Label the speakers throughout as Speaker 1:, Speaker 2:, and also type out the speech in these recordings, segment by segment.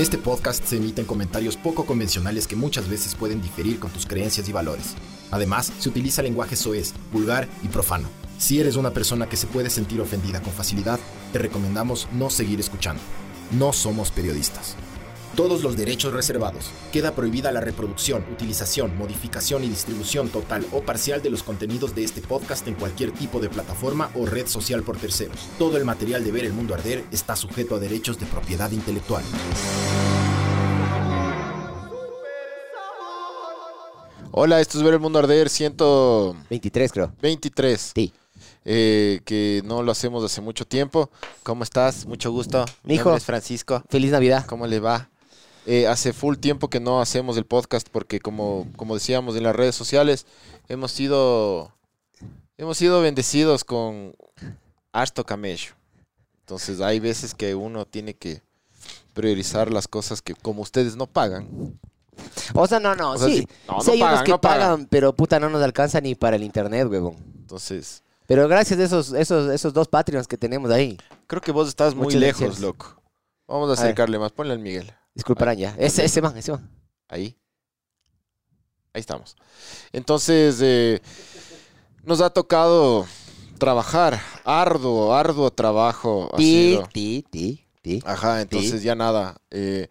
Speaker 1: este podcast se emiten comentarios poco convencionales que muchas veces pueden diferir con tus creencias y valores. Además, se utiliza lenguaje soez, vulgar y profano. Si eres una persona que se puede sentir ofendida con facilidad, te recomendamos no seguir escuchando. No somos periodistas. Todos los derechos reservados. Queda prohibida la reproducción, utilización, modificación y distribución total o parcial de los contenidos de este podcast en cualquier tipo de plataforma o red social por terceros. Todo el material de Ver el Mundo Arder está sujeto a derechos de propiedad intelectual.
Speaker 2: Hola, esto es Ver el Mundo Arder 123.
Speaker 3: 23, creo. Sí.
Speaker 2: eh, que no lo hacemos hace mucho tiempo. ¿Cómo estás? Mucho gusto. Mi
Speaker 3: Mijo.
Speaker 2: nombre es Francisco.
Speaker 3: Feliz Navidad.
Speaker 2: ¿Cómo le va? Eh, hace full tiempo que no hacemos el podcast porque como, como decíamos en las redes sociales, hemos sido, hemos sido bendecidos con harto camello. Entonces hay veces que uno tiene que priorizar las cosas que como ustedes no pagan.
Speaker 3: O sea, no, no,
Speaker 2: O sea,
Speaker 3: sí.
Speaker 2: sí. No,
Speaker 3: sí
Speaker 2: no
Speaker 3: hay unos
Speaker 2: pagan,
Speaker 3: que
Speaker 2: no
Speaker 3: pagan,
Speaker 2: pagan.
Speaker 3: pero puta, no nos alcanza ni para el internet, huevón.
Speaker 2: Entonces,
Speaker 3: Pero gracias a esos, esos, esos dos Patreons que tenemos ahí.
Speaker 2: creo que vos estás muy
Speaker 3: Muchas
Speaker 2: lejos,
Speaker 3: gracias.
Speaker 2: loco. Vamos a
Speaker 3: ver.
Speaker 2: acercarle más. Ponle al Miguel.
Speaker 3: Disculparán
Speaker 2: Ah,
Speaker 3: ya. Ese, ese man, ese man.
Speaker 2: Ahí. Ahí estamos. Entonces, eh, nos ha tocado trabajar. Arduo, arduo trabajo. Ha
Speaker 3: Ti,
Speaker 2: sido.
Speaker 3: ti, ti, ti.
Speaker 2: Ajá, entonces ya nada. eh,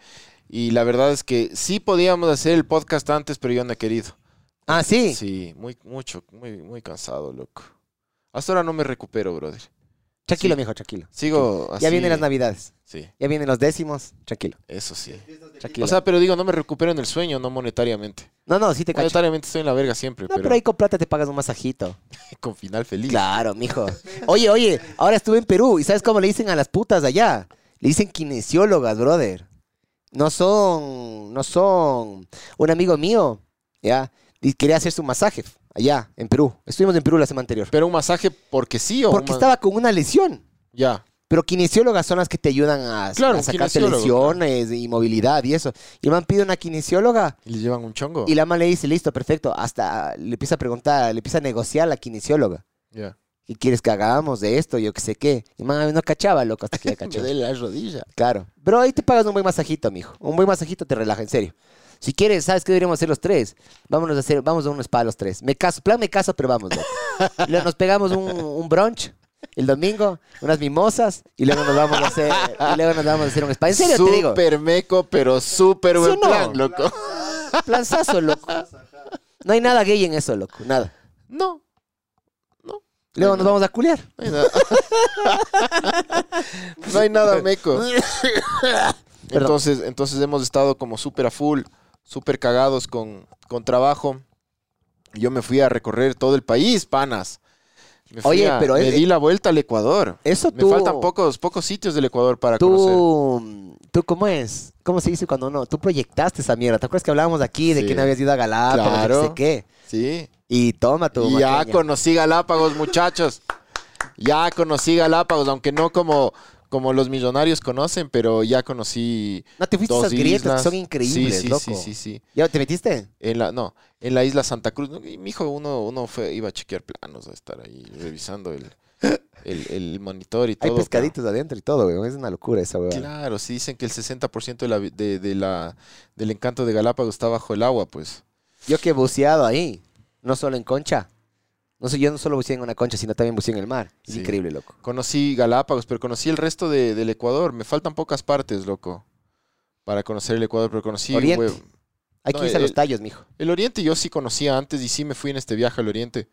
Speaker 2: y la verdad es que sí podíamos hacer el podcast antes, pero yo no he querido.
Speaker 3: Ah, sí.
Speaker 2: Sí, muy, mucho, muy, muy cansado, loco. Hasta ahora no me recupero, brother. sí.
Speaker 3: Tranquilo,
Speaker 2: Ah,
Speaker 3: mijo, tranquilo.
Speaker 2: Sigo así.
Speaker 3: Ya vienen las navidades.
Speaker 2: Sí,
Speaker 3: Ya vienen los décimos. Tranquilo,
Speaker 2: eso sí.
Speaker 3: tranquilo.
Speaker 2: O sea, pero digo, no me recupero en el sueño, no monetariamente.
Speaker 3: no, no, sí te cacho.
Speaker 2: Monetariamente estoy en la verga siempre,
Speaker 3: No,
Speaker 2: pero,
Speaker 3: pero ahí con plata te pagas un masajito.
Speaker 2: con final feliz.
Speaker 3: Claro, mijo. Oye, oye, ahora estuve en Perú y ¿sabes cómo le dicen a las putas allá? Le dicen kinesiólogas, brother. No son, no son. Un amigo mío, ya, y quería hacer su masaje allá, en Perú. Estuvimos en Perú la semana anterior.
Speaker 2: Pero un masaje porque sí o un
Speaker 3: Porque
Speaker 2: ma-
Speaker 3: estaba con una lesión.
Speaker 2: ya.
Speaker 3: Pero kinesiólogas son las que te ayudan a,
Speaker 2: Claro,
Speaker 3: a
Speaker 2: un
Speaker 3: sacarte
Speaker 2: kinesiólogo,
Speaker 3: lesiones y movilidad y eso. Y el man pide una kinesióloga
Speaker 2: Y le llevan un chongo.
Speaker 3: y la man le dice, listo, perfecto. Hasta le empieza a preguntar, le empieza a negociar a la kinesióloga.
Speaker 2: Ya.
Speaker 3: ¿Qué quieres que hagamos de esto? Yo qué sé qué. Y mami, no cachaba, loco, hasta que ya cachaba.
Speaker 2: la rodilla.
Speaker 3: claro. Pero ahí te pagas un buen masajito, mijo. Un buen masajito te relaja, en serio. Si quieres, ¿sabes qué deberíamos hacer los tres? Vámonos a hacer, vamos a un spa los tres. Me caso, plan me caso, pero vamos, loco. Luego nos pegamos un, un brunch el domingo, unas mimosas, y luego nos vamos a hacer, y luego nos vamos a hacer un spa. En serio, te digo.
Speaker 2: Súper meco, pero súper
Speaker 3: ¿Sí
Speaker 2: buen
Speaker 3: o no?
Speaker 2: plan, loco.
Speaker 3: Planzazo, loco. No hay nada gay en eso, loco. Nada.
Speaker 2: No,
Speaker 3: Luego nos vamos a culear.
Speaker 2: no hay nada. Pues no hay nada meco. entonces, entonces hemos estado como súper a full, súper cagados con, con trabajo. Yo me fui a recorrer todo el país, panas. Me fui
Speaker 3: Oye,
Speaker 2: a-
Speaker 3: pero
Speaker 2: me
Speaker 3: es-
Speaker 2: di la vuelta al Ecuador.
Speaker 3: Eso
Speaker 2: Me
Speaker 3: tú-
Speaker 2: faltan pocos, pocos sitios del Ecuador para conocer.
Speaker 3: Tú, tú, ¿cómo es? ¿Cómo se dice cuando no? Tú proyectaste esa mierda. ¿Te acuerdas que hablábamos aquí de
Speaker 2: Sí.
Speaker 3: que no habías ido a Galápagos, de
Speaker 2: Claro.
Speaker 3: que sé qué?
Speaker 2: Sí.
Speaker 3: Y toma tu
Speaker 2: Ya
Speaker 3: maqueña.
Speaker 2: conocí Galápagos, muchachos. Ya conocí Galápagos, aunque no como, como los millonarios conocen, pero ya conocí
Speaker 3: No te fuiste a
Speaker 2: dos
Speaker 3: esas grietas
Speaker 2: islas.
Speaker 3: que son increíbles,
Speaker 2: sí, sí,
Speaker 3: loco.
Speaker 2: Sí, sí, sí.
Speaker 3: ¿Ya te metiste?
Speaker 2: En la, no, en la isla Santa Cruz. Mi hijo, uno, uno fue, iba a chequear planos, a estar ahí revisando el, el- el monitor y todo.
Speaker 3: Hay
Speaker 2: pero-
Speaker 3: pescaditos adentro y todo, güey. Es una locura esa, güey.
Speaker 2: Claro, sí dicen que el 60% de la, vi- de, de la, del encanto de Galápagos está bajo el agua, pues.
Speaker 3: Yo que he buceado ahí, no solo en concha. No sé, yo no solo buceé en una concha, sino también buceé en el mar. Es
Speaker 2: Sí.
Speaker 3: increíble, loco.
Speaker 2: Conocí Galápagos, pero conocí el resto de- del Ecuador. Me faltan pocas partes, loco, para conocer el Ecuador, pero conocí...
Speaker 3: Oriente.
Speaker 2: huev-
Speaker 3: Hay
Speaker 2: No,
Speaker 3: que irse a los
Speaker 2: el-
Speaker 3: tallos, mijo.
Speaker 2: El Oriente yo sí conocía antes y sí me fui en este viaje al Oriente.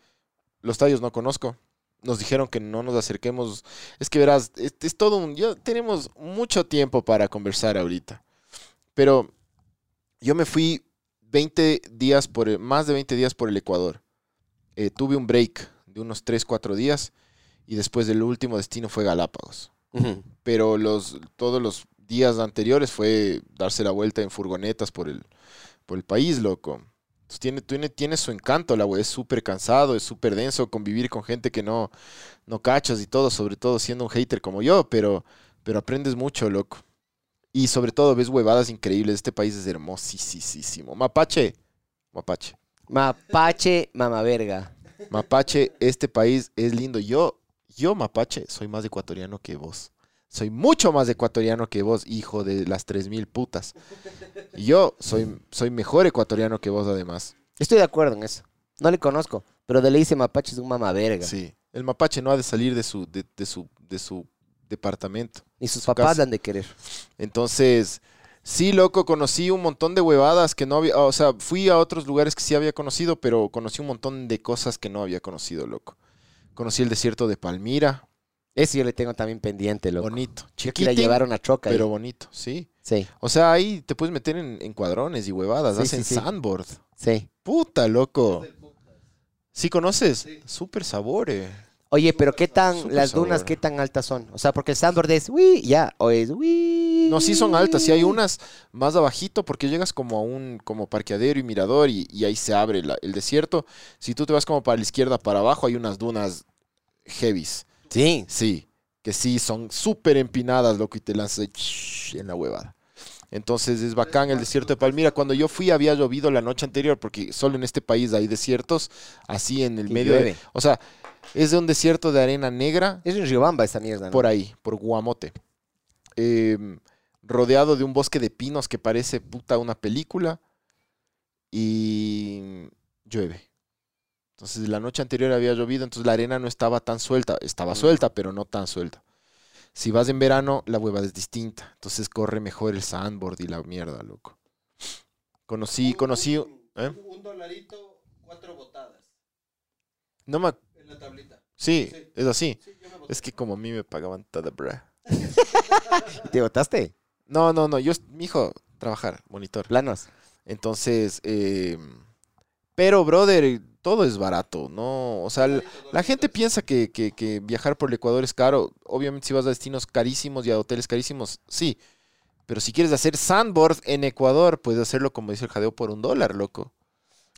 Speaker 2: Los tallos no conozco. Nos dijeron que no nos acerquemos. Es que verás, es, es todo un... Ya tenemos mucho tiempo para conversar ahorita. Pero yo me fui 20 días por... el- Más de 20 días por el Ecuador. Eh, tuve un break de unos 3, 4 días y después el último destino fue Galápagos
Speaker 3: Ujú.
Speaker 2: pero los, todos los días anteriores fue darse la vuelta en furgonetas por el, por el país, loco. Entonces, tiene, tiene, tiene su encanto la wea, es súper cansado, es súper denso convivir con gente que no, no cachas y todo, sobre todo siendo un hater como yo, pero, pero aprendes mucho, loco. Y sobre todo ves huevadas increíbles, este país es hermosísimo. Mapache, mapache,
Speaker 3: Mapache, mamaverga.
Speaker 2: mapache, este país es lindo. Yo, yo mapache, soy más ecuatoriano que vos. soy mucho más ecuatoriano que vos, hijo de las 3.000 putas. Y yo soy, soy mejor ecuatoriano que vos, además.
Speaker 3: Estoy de acuerdo en eso. No le conozco, pero de le hice mapache es un mamá verga.
Speaker 2: Sí. El mapache no ha de salir de su, de, de su, de su departamento.
Speaker 3: Y sus
Speaker 2: Su
Speaker 3: papás
Speaker 2: casa.
Speaker 3: la han de querer.
Speaker 2: Entonces, sí, loco, conocí un montón de huevadas que no había, o sea, fui a otros lugares que sí había conocido, pero conocí un montón de cosas que no había conocido, loco. Conocí el desierto de Palmira,
Speaker 3: Eso yo le tengo también pendiente, loco.
Speaker 2: bonito,
Speaker 3: Yo que la
Speaker 2: chiquitín,
Speaker 3: llevaron a troca. ahí.
Speaker 2: pero bonito, sí.
Speaker 3: Sí,
Speaker 2: O sea, ahí te puedes meter en, en cuadrones y huevadas,
Speaker 3: Sí,
Speaker 2: hacen
Speaker 3: sí, sí.
Speaker 2: sandboard.
Speaker 3: sí.
Speaker 2: Puta, loco. ¿Sí conoces? Súper sabore.
Speaker 3: Oye, pero ¿qué tan,
Speaker 2: Súper
Speaker 3: las dunas
Speaker 2: sabor.
Speaker 3: qué tan altas son? O sea, porque el sandboard es, uy, ya, o es, uy.
Speaker 2: No, sí son altas. Sí hay unas más abajito porque llegas como a un como parqueadero y mirador y, y ahí se abre la- el desierto. Si tú te vas como para la izquierda, para abajo, hay unas dunas heavies.
Speaker 3: Sí.
Speaker 2: Sí, que sí, son súper empinadas, loco, y te lanzas ahí, shhh, en la huevada. Entonces es bacán el desierto de Palmira. Cuando yo fui había llovido la noche anterior porque solo en este país hay desiertos así en el
Speaker 3: Que
Speaker 2: medio. de-
Speaker 3: llueve.
Speaker 2: o sea, es de un desierto de arena negra
Speaker 3: Es en Riobamba esa mierda, ¿no?
Speaker 2: por ahí, por Guamote. Em, rodeado de un bosque de pinos que parece puta una película. Y llueve. Entonces la noche anterior había llovido, entonces la arena no estaba tan suelta. Estaba suelta, pero no tan suelta. Si vas en verano, la hueva es distinta. Entonces corre mejor el sandboard y la mierda, loco. Conocí, conocí. ¿eh?
Speaker 4: Un dolarito, cuatro botadas
Speaker 2: No me. ac-
Speaker 4: en la tablita.
Speaker 2: Sí,
Speaker 4: Sí.
Speaker 2: es así.
Speaker 4: Sí, yo me boté.
Speaker 2: Es que como a mí me pagaban toda bra.
Speaker 3: ¿Te votaste?
Speaker 2: No, no, no. Yo, mi hijo, trabajar, monitor.
Speaker 3: Planos.
Speaker 2: Entonces, eh, pero brother, todo es barato, ¿no? O sea, la, la gente piensa que, que- que viajar por el Ecuador es caro. Obviamente si vas a destinos carísimos y a hoteles carísimos, sí. Pero si quieres hacer sandboard en Ecuador, puedes hacerlo como dice el jadeo por un dólar, loco.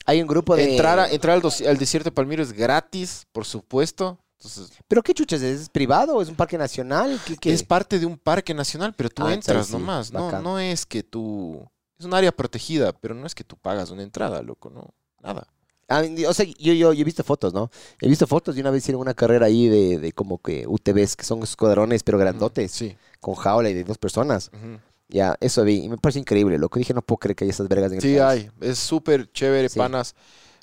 Speaker 3: Hay un grupo de...
Speaker 2: Entrar, a- entrar al, dos- al desierto de Palmiro es gratis, por supuesto. Entonces,
Speaker 3: ¿Pero qué chuchas? es? ¿Es privado? ¿Es un parque nacional? ¿Qué, qué?
Speaker 2: es parte de un parque nacional, pero tú
Speaker 3: Ah, entonces
Speaker 2: entras
Speaker 3: sí,
Speaker 2: nomás. No,
Speaker 3: bacán.
Speaker 2: no es que tú... Es un área protegida, pero no es que tú pagas una entrada, loco, no. Nada.
Speaker 3: Ah, o sea, yo, yo, yo he visto fotos, ¿no? He visto fotos y una vez hicieron una carrera ahí de, de como que UTVs, que son escuadrones, pero grandotes,
Speaker 2: Mm, Sí.
Speaker 3: con jaula y de dos personas.
Speaker 2: Ujú.
Speaker 3: Ya, eso vi. Y me parece increíble, loco. Dije, no puedo creer que hay esas vergas en el
Speaker 2: Sí,
Speaker 3: país.
Speaker 2: hay. Es súper chévere,
Speaker 3: Sí.
Speaker 2: panas.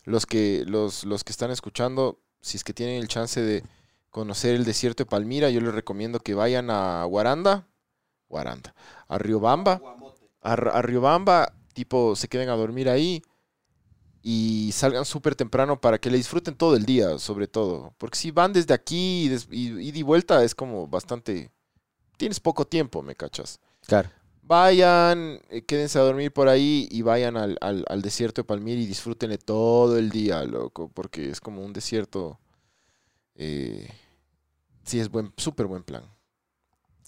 Speaker 2: Los que, los, los que están escuchando, si es que tienen el chance de conocer el desierto de Palmira, yo les recomiendo que vayan a Guaranda, Guaranda, a Riobamba,
Speaker 4: Guamote.
Speaker 2: a, R- a Riobamba, tipo, se queden a dormir ahí y salgan súper temprano para que le disfruten todo el día, sobre todo. Porque si van desde aquí y, des- y, ida y vuelta es como bastante... Tienes poco tiempo, ¿me cachas?
Speaker 3: Claro.
Speaker 2: Vayan, eh, quédense a dormir por ahí y vayan al, al- al desierto de Palmira y disfrútenle todo el día, loco, porque es como un desierto. eh, sí, es buen, súper buen plan.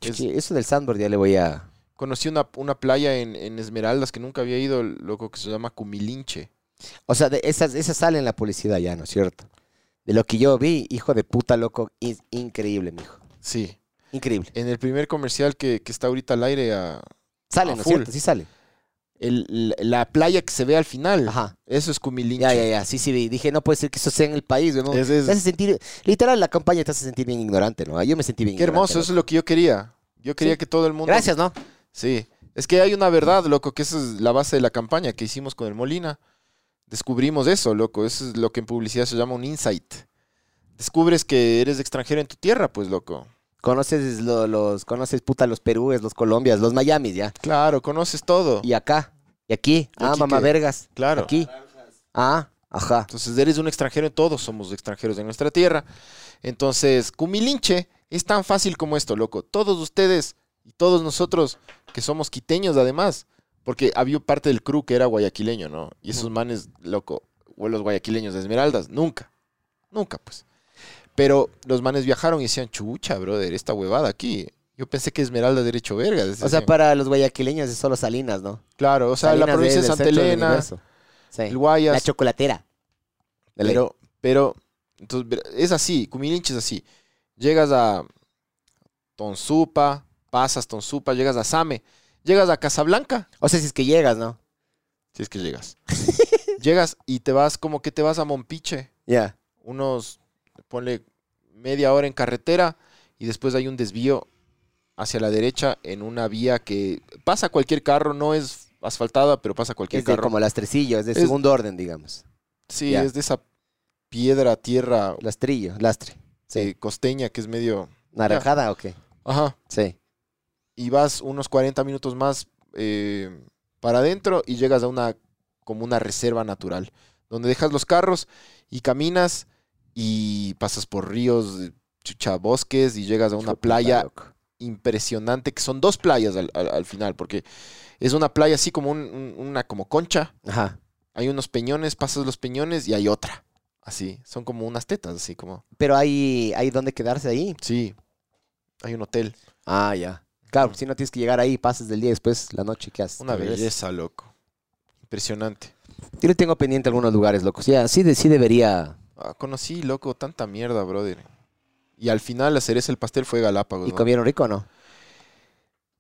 Speaker 2: Es-
Speaker 3: Chiqui, Eso del sandboard ya le voy a...
Speaker 2: conocí una, una playa en, en Esmeraldas que nunca había ido, loco, que se llama Cumilinche.
Speaker 3: O sea, de esas, esas salen en la publicidad ya, ¿no es cierto? De lo que yo vi, hijo de puta, loco. in- increíble, mijo.
Speaker 2: Sí.
Speaker 3: Increíble.
Speaker 2: En el primer comercial que, que está ahorita al aire, a-
Speaker 3: Sale,
Speaker 2: A
Speaker 3: ¿no es
Speaker 2: full.
Speaker 3: cierto? Sí sale.
Speaker 2: el- la, la playa que se ve al final,
Speaker 3: Ajá.
Speaker 2: eso es Cumilinche.
Speaker 3: Ya, ya, ya. Sí, sí, vi. Dije, no puede ser que eso sea en el país, güey. ¿no?
Speaker 2: Es- es-
Speaker 3: Te hace sentir... Literal, la campaña te hace sentir bien ignorante, ¿no? Yo me sentí bien
Speaker 2: Qué hermoso, eso
Speaker 3: ignorante,
Speaker 2: es lo que yo quería. Yo quería
Speaker 3: Sí.
Speaker 2: que todo el
Speaker 3: loco.
Speaker 2: mundo
Speaker 3: Gracias, ¿no?
Speaker 2: Sí, es que hay una verdad, loco, que esa es la base de la campaña que hicimos con el Molina. Descubrimos eso, loco, eso es lo que en publicidad se llama un insight. Descubres que eres extranjero en tu tierra, pues, loco.
Speaker 3: Conoces lo- los... Conoces, puta, los Perúes, los Colombias, los Miamis, ya.
Speaker 2: Claro, conoces todo.
Speaker 3: Y acá. Y aquí. Ah,
Speaker 2: Aquí
Speaker 3: mamá
Speaker 2: qué.
Speaker 3: vergas.
Speaker 2: Claro.
Speaker 3: Aquí. Ah, ajá.
Speaker 2: Entonces eres un extranjero en todos, somos extranjeros en nuestra tierra. Entonces, Cumilinche es tan fácil como esto, loco. Todos ustedes y todos nosotros, que somos quiteños además, porque había parte del crew que era guayaquileño, ¿no? Y esos manes, loco, o los guayaquileños de Esmeraldas, nunca, nunca, pues. Pero los manes viajaron y decían, chucha, brother, esta huevada aquí. Yo pensé que Esmeraldas era hecho verga.
Speaker 3: O sea,
Speaker 2: decían.
Speaker 3: para los guayaquileños es solo Salinas, ¿no?
Speaker 2: claro, o sea, la
Speaker 3: Salinas
Speaker 2: provincia de
Speaker 3: es el
Speaker 2: Santa
Speaker 3: centro del
Speaker 2: Elena,
Speaker 3: universo. Sí.
Speaker 2: el Guayas.
Speaker 3: La chocolatera. De ley.
Speaker 2: Pero, pero, entonces, ver- es así, Cumilinche es así. Llegas a Tonsupa, pasas Tonsupa, llegas a Same, llegas a Casablanca,
Speaker 3: o sea, si es que llegas, ¿no?
Speaker 2: si es que llegas. llegas y te vas, como que te vas a Mompiche,
Speaker 3: Ya.
Speaker 2: unos, ponle media hora en carretera y después hay un desvío hacia la derecha en una vía que pasa cualquier carro, no es asfaltada, pero pasa cualquier
Speaker 3: Es de
Speaker 2: carro.
Speaker 3: como las tresillas, de
Speaker 2: Es-
Speaker 3: segundo orden, digamos.
Speaker 2: Sí,
Speaker 3: Ya.
Speaker 2: es de esa piedra, tierra
Speaker 3: Lastrillo, lastre.
Speaker 2: eh, costeña que es medio...
Speaker 3: ¿Naranjada o qué?
Speaker 2: Ajá.
Speaker 3: Sí.
Speaker 2: Y vas unos 40 minutos más eh, para adentro y llegas a una como una reserva natural, donde dejas los carros y caminas y pasas por ríos, eh, chucha, bosques y llegas a una
Speaker 3: Chuta,
Speaker 2: playa
Speaker 3: loco.
Speaker 2: impresionante, que son dos playas al, al- al final, porque es una playa así como un- un- una como concha,
Speaker 3: Ajá.
Speaker 2: hay unos peñones, pasas los peñones y hay otra, así, son como unas tetas, así como,
Speaker 3: Pero hay, hay donde quedarse ahí.
Speaker 2: sí, hay un hotel,
Speaker 3: Ah, ya. Claro,
Speaker 2: Ujú.
Speaker 3: si no tienes que llegar ahí, pasas del día después, la noche, ¿qué haces?
Speaker 2: una
Speaker 3: Te regresas.
Speaker 2: belleza, loco, impresionante.
Speaker 3: Yo le tengo pendiente algunos lugares, locos. Ya, sí, de- sí debería.
Speaker 2: Ah, conocí, loco, tanta mierda, brother. Y al final la cereza del pastel fue Galápagos.
Speaker 3: ¿Y
Speaker 2: Pues ¿no?
Speaker 3: comieron rico o no?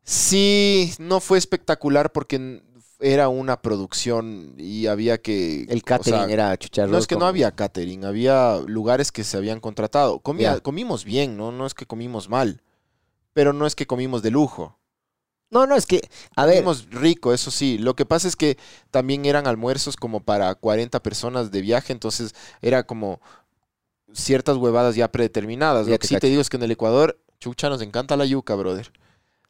Speaker 2: Sí, no fue espectacular porque n- era una producción y había que...
Speaker 3: El
Speaker 2: o
Speaker 3: catering
Speaker 2: sea,
Speaker 3: era chuchar
Speaker 2: No es que
Speaker 3: con-
Speaker 2: no había catering, había lugares que se habían contratado. Comía-
Speaker 3: Ya.
Speaker 2: Comimos bien, ¿no? No es que comimos mal, pero no es que comimos de lujo.
Speaker 3: No, no, es que. A ver.
Speaker 2: Comimos rico, eso sí. Lo que pasa es que también eran almuerzos como para 40 personas de viaje, entonces era como ciertas huevadas ya predeterminadas.
Speaker 3: Ya
Speaker 2: Lo
Speaker 3: te
Speaker 2: que sí
Speaker 3: cacho.
Speaker 2: te digo es que en el Ecuador, chucha, nos encanta la yuca, brother.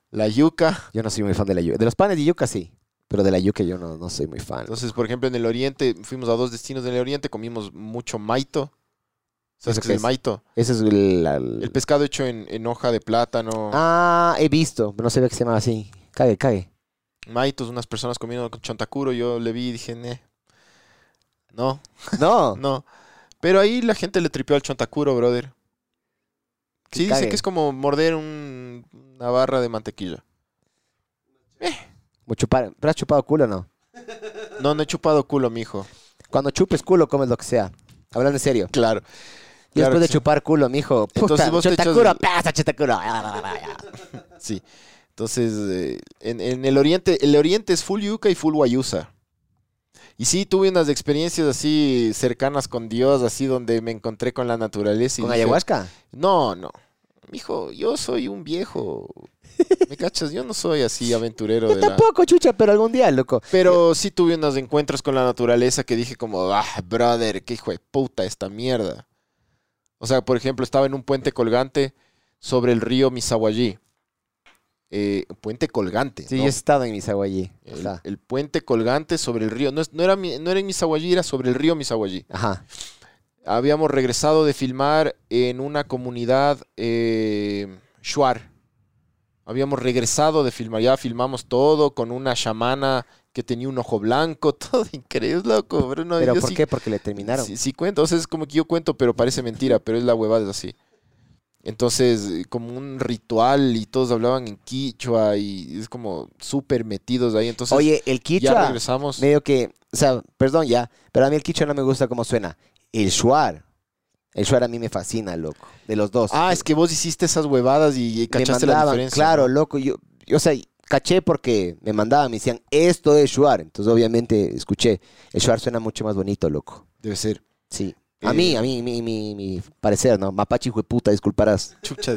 Speaker 2: La yuca.
Speaker 3: Yo no soy muy fan de la yuca. De los panes de yuca sí. Pero de la yuca yo no, no soy muy fan.
Speaker 2: Entonces, por ejemplo, en el Oriente, fuimos a dos destinos del Oriente, comimos mucho maito. ¿Sabes qué es
Speaker 3: ¿Eso qué
Speaker 2: el
Speaker 3: es?
Speaker 2: maito?
Speaker 3: Ese es el. la-
Speaker 2: El pescado hecho en, en hoja de plátano.
Speaker 3: Ah, he visto. pero No sabía que se llamaba así. Cague, cague.
Speaker 2: Maitos, unas personas comiendo con chontacuro. Yo le vi y dije, "Neh". No,
Speaker 3: No.
Speaker 2: No. Pero ahí la gente le tripeó al chontacuro, brother.
Speaker 3: Que
Speaker 2: Sí, dice
Speaker 3: cague.
Speaker 2: que es como morder un- una barra de mantequilla.
Speaker 3: Como chupar- ¿Pero has chupado culo o no?
Speaker 2: No, no he chupado culo, mijo.
Speaker 3: Cuando chupes culo, comes lo que sea. Hablando en serio.
Speaker 2: Claro.
Speaker 3: Y
Speaker 2: Claro
Speaker 3: después
Speaker 2: que
Speaker 3: de
Speaker 2: sí.
Speaker 3: chupar culo, mijo. Puta,
Speaker 2: Entonces vos te echas-
Speaker 3: chetacuro, pasa Ah, chetacuro.
Speaker 2: Sí. Entonces, eh, en, en el oriente, el oriente es full yuca y full guayusa. Y sí, tuve unas experiencias así cercanas con Dios, así donde me encontré con la naturaleza. Y
Speaker 3: ¿Con
Speaker 2: dije,
Speaker 3: ayahuasca?
Speaker 2: No, no. Mijo, yo soy un viejo. ¿Me cachas? Yo no soy así aventurero
Speaker 3: Yo
Speaker 2: de la...
Speaker 3: tampoco, chucha, pero algún día, loco.
Speaker 2: Pero sí tuve unos encuentros con la naturaleza que dije como, ah, brother, qué hijo de puta esta mierda. O sea, por ejemplo, estaba en un puente colgante sobre el río Misahuallí. Eh, puente colgante.
Speaker 3: Sí,
Speaker 2: ¿no?
Speaker 3: yo he estado en Misaguayí.
Speaker 2: el, el puente colgante sobre el río. No, es- no era, mi- no era en Misahuallí, era sobre el río Misahuallí.
Speaker 3: Ajá.
Speaker 2: Habíamos regresado de filmar en una comunidad eh, shuar. Habíamos regresado de filmar, ya filmamos todo con una chamana que tenía un ojo blanco, todo increíble, loco. Pero, no,
Speaker 3: ¿Pero
Speaker 2: yo
Speaker 3: por
Speaker 2: sí-
Speaker 3: qué? Porque le terminaron.
Speaker 2: Sí, sí cuento, o sea, es como que yo cuento, pero parece mentira, pero es la huevada, es así. Entonces, eh, como un ritual y todos hablaban en quichua y es como súper metidos ahí. Entonces,
Speaker 3: Oye, el
Speaker 2: ya
Speaker 3: quichua,
Speaker 2: regresamos.
Speaker 3: medio que, o sea, perdón ya, pero a mí el quichua no me gusta cómo suena. El shuar. El shuar a mí me fascina, loco. De los dos.
Speaker 2: Ah, es que vos hiciste esas huevadas y, y
Speaker 3: me
Speaker 2: cachaste la
Speaker 3: mandaban,
Speaker 2: diferencia.
Speaker 3: Claro,
Speaker 2: ¿no?
Speaker 3: loco. Yo, yo, o sea, caché porque me mandaban, me decían, esto es shuar. Entonces, obviamente, escuché. El shuar suena mucho más bonito, loco.
Speaker 2: Debe ser.
Speaker 3: Sí. A
Speaker 2: Eh,
Speaker 3: mí, a mí, mi, mi, mi parecer, ¿no? Mapache, hijo de puta, disculparás.
Speaker 2: Chucha,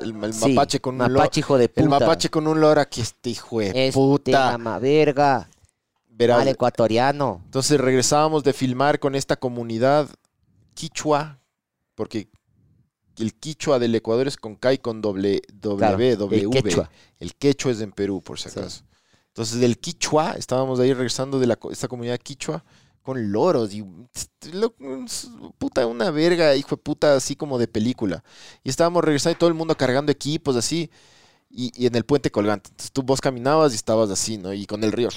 Speaker 2: el, el
Speaker 3: Sí,
Speaker 2: mapache con un loro.
Speaker 3: Mapache, hijo de puta.
Speaker 2: El mapache con un loro aquí, este hijo de
Speaker 3: Este
Speaker 2: puta.
Speaker 3: ama verga.
Speaker 2: Verás,
Speaker 3: Mal ecuatoriano.
Speaker 2: Entonces regresábamos de filmar con esta comunidad quichua, porque el quichua del Ecuador es con K y con doble, W,
Speaker 3: Claro, el
Speaker 2: W.
Speaker 3: quechua.
Speaker 2: El quechua es en Perú, por si
Speaker 3: Sí.
Speaker 2: acaso. Entonces, del quichua, estábamos ahí regresando de la co- esta comunidad quichua con loros y este, lo- puta, una verga, hijo de puta, así como de película. Y estábamos regresando y todo el mundo cargando equipos así. Y, y en el puente colgante. Entonces tú vos caminabas y estabas así, ¿no? Y con el río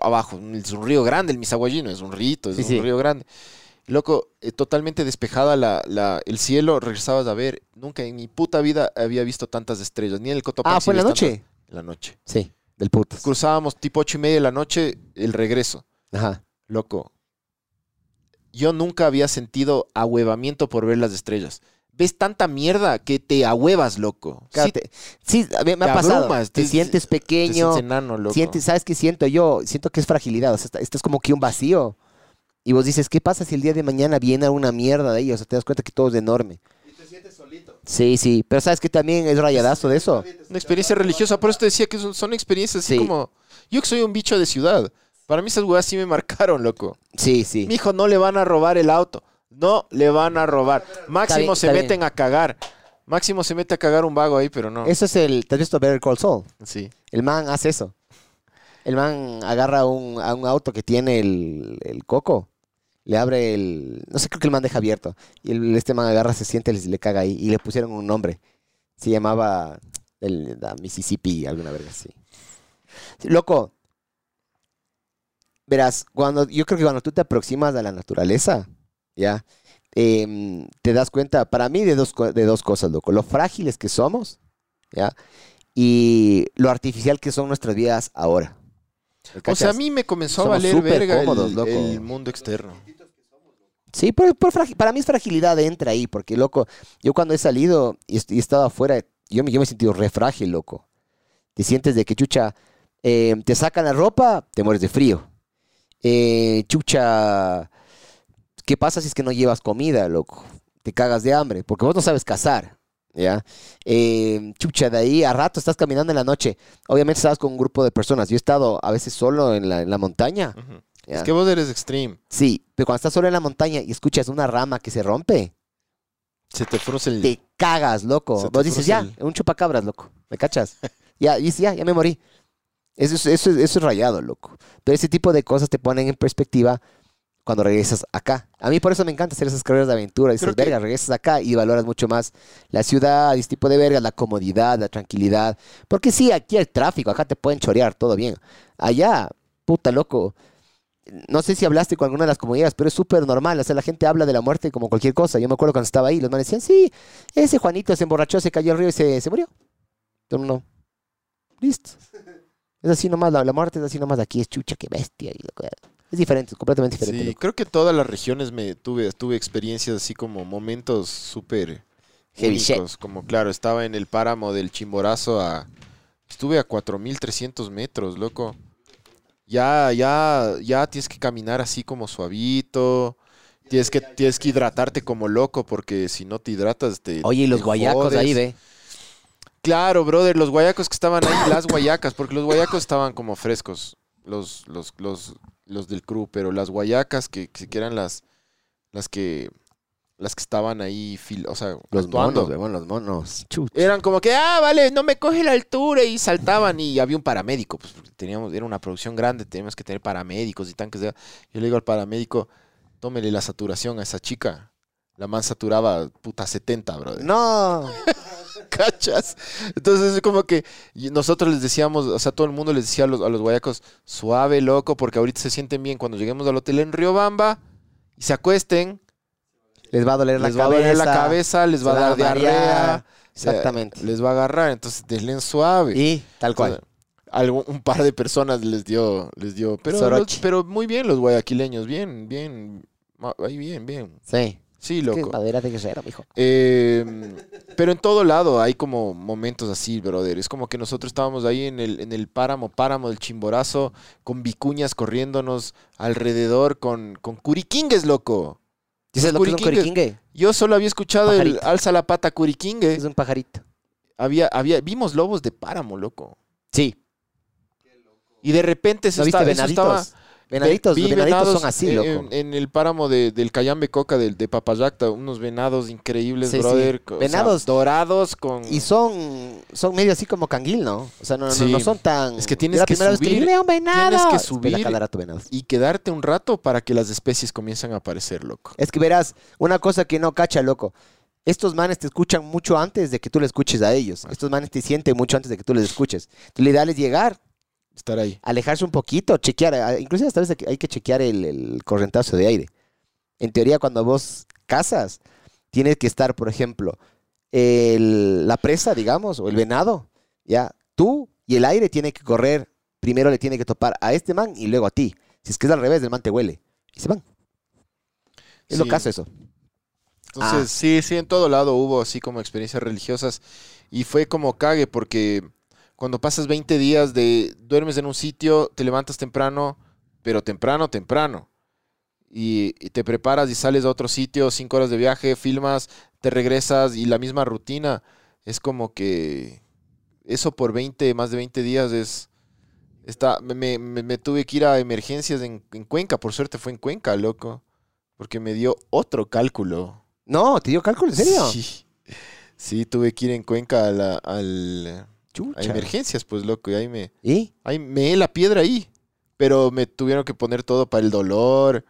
Speaker 2: abajo. Es un río grande, el Misaguayino, es un rito, es
Speaker 3: Sí,
Speaker 2: un
Speaker 3: sí.
Speaker 2: río grande. Loco, eh, totalmente despejada la, la- el cielo, regresabas a ver. Nunca en mi puta vida había visto tantas estrellas, ni en el Cotopaxi.
Speaker 3: Ah, ¿fue en la
Speaker 2: ves tantas-
Speaker 3: noche?
Speaker 2: En la noche.
Speaker 3: Sí, del puto.
Speaker 2: Cruzábamos tipo ocho y media de la noche el regreso.
Speaker 3: Ajá.
Speaker 2: Loco, yo nunca había sentido ahuevamiento por ver las estrellas. Ves tanta mierda que te ahuevas, loco.
Speaker 3: Claro,
Speaker 2: Sí,
Speaker 3: te- sí, a mí me
Speaker 2: te
Speaker 3: ha pasado.
Speaker 2: abrumas,
Speaker 3: te,
Speaker 2: te-
Speaker 3: sientes
Speaker 2: te
Speaker 3: pequeño.
Speaker 2: sientes enano, loco.
Speaker 3: Sientes- ¿Sabes qué siento yo? Siento que es fragilidad. O sea, está- esto es como que un vacío. Y vos dices, ¿qué pasa si el día de mañana viene una mierda de ahí? O sea, te das cuenta que todo es enorme.
Speaker 4: Y te sientes solito.
Speaker 3: Sí, sí. Pero sabes que también es rayadazo de eso.
Speaker 2: Una experiencia religiosa. Por eso te decía que son, son experiencias así
Speaker 3: Sí.
Speaker 2: como. Yo que soy un bicho de ciudad. Para mí esas weas sí me marcaron, loco.
Speaker 3: Sí, sí.
Speaker 2: Mi hijo, no le van a robar el auto. No le van a robar. Máximo
Speaker 3: bien,
Speaker 2: se
Speaker 3: está
Speaker 2: meten a cagar. Máximo se mete a cagar un vago ahí, pero no.
Speaker 3: Eso es el. ¿Te has visto Better Call Saul?
Speaker 2: Sí.
Speaker 3: El man hace eso. El man agarra un, a un auto que tiene el, el coco. Le abre el. No sé, creo que el man deja abierto. Y el- este man agarra, se siente, le, le caga ahí. Y le pusieron un nombre. Se llamaba el, la Mississippi, alguna verga así. Sí, Loco. Verás, cuando, yo creo que cuando tú te aproximas a la naturaleza, ¿ya? Em, te das cuenta, para mí, de dos, co- de dos cosas, loco. Lo frágiles que somos, ¿ya? y lo artificial que son nuestras vidas ahora.
Speaker 2: O sea, a
Speaker 3: ¿Cachas?
Speaker 2: mí me comenzó a
Speaker 3: Somos
Speaker 2: valer
Speaker 3: súper
Speaker 2: verga el-
Speaker 3: cómodos, loco.
Speaker 2: el mundo externo.
Speaker 3: Sí, pero por fragi- para mí es fragilidad entra ahí, porque loco, yo cuando he salido y, est- y he estado afuera, yo me, yo me he sentido re frágil, loco. Te sientes de que chucha, eh, te sacan la ropa, te mueres de frío. Eh, chucha, ¿qué pasa si es que no llevas comida, loco? Te cagas de hambre, porque vos no sabes cazar, ¿ya? Eh, chucha, de ahí a rato estás caminando en la noche. Obviamente estabas con un grupo de personas. Yo he estado a veces solo en la, en la montaña.
Speaker 2: Ujú.
Speaker 3: ¿ya?
Speaker 2: Es que vos eres extreme.
Speaker 3: Sí, pero cuando estás solo en la montaña y escuchas una rama que se rompe,
Speaker 2: Se te frunce el...
Speaker 3: te cagas,
Speaker 2: Se
Speaker 3: loco.
Speaker 2: te
Speaker 3: Vos dices, ya,
Speaker 2: cruza
Speaker 3: un chupacabras, loco. ¿Me cachas? ya, y sí, ya, ya me morí. Eso, es- eso, es- eso es rayado, loco. Pero ese tipo de cosas te ponen en perspectiva cuando regresas acá. A mí por eso me encanta hacer esas carreras de aventura. Dices,
Speaker 2: Creo que-
Speaker 3: verga, regresas acá y valoras mucho más la ciudad, ese tipo de verga, la comodidad, la tranquilidad. Porque sí, aquí hay tráfico, acá te pueden chorear, todo bien. Allá, puta loco. No sé si hablaste con alguna de las comunidades, pero es súper normal. O sea, la gente habla de la muerte como cualquier cosa. Yo me acuerdo cuando estaba ahí, los manes decían, sí, ese Juanito se emborrachó, se cayó al río y se, se murió. Tú no. Listo. Es así nomás, la, la muerte es así nomás. Aquí es chucha, qué bestia. y loco. Es diferente, es completamente diferente.
Speaker 2: Sí,
Speaker 3: loco.
Speaker 2: creo que en todas las regiones me tuve, tuve experiencias así como momentos súper
Speaker 3: Heavy shit.
Speaker 2: únicos, Como claro, estaba en el páramo del Chimborazo a... Estuve a 4.300 metros, loco. Ya, ya, ya tienes que caminar así como suavito. Tienes que, tienes que hidratarte como loco porque si no te hidratas te
Speaker 3: Oye, y los
Speaker 2: te
Speaker 3: guayacos
Speaker 2: jodes.
Speaker 3: ahí, ve.
Speaker 2: Claro, brother, los guayacos que estaban ahí, las guayacas, porque los guayacos estaban como frescos, los, los, los, los del crew, pero las guayacas que, que eran las, las que las que estaban ahí, fil- o sea,
Speaker 3: Los
Speaker 2: actuando.
Speaker 3: monos, weón, los monos. Chucha.
Speaker 2: Eran como que, ah, vale, no me coge la altura y saltaban y había un paramédico, pues porque teníamos, era una producción grande, teníamos que tener paramédicos y tanques de... Yo le digo al paramédico, tómele la saturación a esa chica. La man saturaba, puta, 70, brother.
Speaker 3: No.
Speaker 2: ¿Cachas? Entonces es como que y nosotros les decíamos, o sea, todo el mundo les decía a los, a los guayacos, suave, loco, porque ahorita se sienten bien. Cuando lleguemos al hotel en Riobamba y se acuesten,
Speaker 3: Les va a doler la
Speaker 2: les va
Speaker 3: cabeza.
Speaker 2: a doler la cabeza, les
Speaker 3: se
Speaker 2: va a
Speaker 3: van
Speaker 2: dar
Speaker 3: a marear.
Speaker 2: diarrea. Eh, o sea,
Speaker 3: Exactamente.
Speaker 2: les va a agarrar, entonces desleen suave.
Speaker 3: Y tal cual.
Speaker 2: Entonces, algún- un par de personas les dio, les dio, pero, los-
Speaker 3: Soroche.
Speaker 2: pero muy bien los guayaquileños, bien, bien, ma- ahí bien, bien.
Speaker 3: Sí.
Speaker 2: Sí,
Speaker 3: Qué
Speaker 2: loco.
Speaker 3: madera de guerrero, mijo.
Speaker 2: Eh, pero en todo lado hay como momentos así, brother. Es como que nosotros estábamos ahí en el, en el páramo, páramo del chimborazo, con vicuñas corriéndonos alrededor, con, con curiquingues, loco.
Speaker 3: Dices lo que es un
Speaker 2: Curiquingues.
Speaker 3: curiquingue.
Speaker 2: Yo solo había escuchado el
Speaker 3: Pajarito.
Speaker 2: alza la pata curiquingue.
Speaker 3: Es un pajarito.
Speaker 2: Había, había, vimos lobos de páramo, loco.
Speaker 3: Sí.
Speaker 2: Y de repente se
Speaker 3: ¿No viste
Speaker 2: estaba, eso estaba-
Speaker 3: venaditos? Venaditos,
Speaker 2: Ve-
Speaker 3: los
Speaker 2: vi
Speaker 3: venaditos
Speaker 2: venados
Speaker 3: son así,
Speaker 2: en-
Speaker 3: loco.
Speaker 2: En, en el páramo de- del Cayambe Coca, del, de Papayacta, unos venados increíbles,
Speaker 3: Sí, sí.
Speaker 2: brother. co- o sea,
Speaker 3: Venados.
Speaker 2: dorados con...
Speaker 3: Y son, son medio así como canguil, ¿no? O sea, no, no-
Speaker 2: Sí.
Speaker 3: no son tan...
Speaker 2: Es que tienes
Speaker 3: Yo la
Speaker 2: que
Speaker 3: primera Vez
Speaker 2: subir,
Speaker 3: que vi, "Mira, un venado!
Speaker 2: tienes que
Speaker 3: Espera,
Speaker 2: subir.
Speaker 3: calará tu venado.
Speaker 2: y quedarte un rato para que las especies comiencen a aparecer, loco.
Speaker 3: Es que verás, una cosa que no cacha, loco. Estos manes te escuchan mucho antes de que tú le escuches a ellos.
Speaker 2: Ah.
Speaker 3: Estos manes te sienten mucho antes de que tú les escuches. Tú le ideal es llegar,
Speaker 2: Estar ahí.
Speaker 3: alejarse un poquito, chequear. a- Inclusive hasta a veces hay que chequear el, el correntazo de aire. En teoría, cuando vos cazas, tienes que estar, por ejemplo, el- la presa, digamos, o el venado, ¿ya? Tú y el aire tiene que correr, primero le tiene que topar a este man y luego a ti. Si es que es al revés, el man te huele y se van. Es lo
Speaker 2: Sí.
Speaker 3: caso eso.
Speaker 2: Entonces,
Speaker 3: Ah.
Speaker 2: sí, sí, en todo lado hubo así como experiencias religiosas. Y fue como cague, porque cuando pasas 20 días de duermes en un sitio, te levantas temprano, pero temprano, temprano. Y, y te preparas y sales a otro sitio, 5 horas de viaje, filmas, te regresas y la misma rutina. Es como que eso por 20, más de 20 días es... Está, me, me- me- me tuve que ir a emergencias en, en Cuenca, por suerte fue en Cuenca, loco, porque me dio otro cálculo.
Speaker 3: No, ¿te dio cálculo? ¿En serio?
Speaker 2: Sí, Sí, tuve que ir en Cuenca a, la- al- a
Speaker 3: Chucha.
Speaker 2: emergencias, pues loco, y ahí me,
Speaker 3: ¿Y?
Speaker 2: Ay, me he la piedra ahí. Pero me tuvieron que poner todo para el dolor.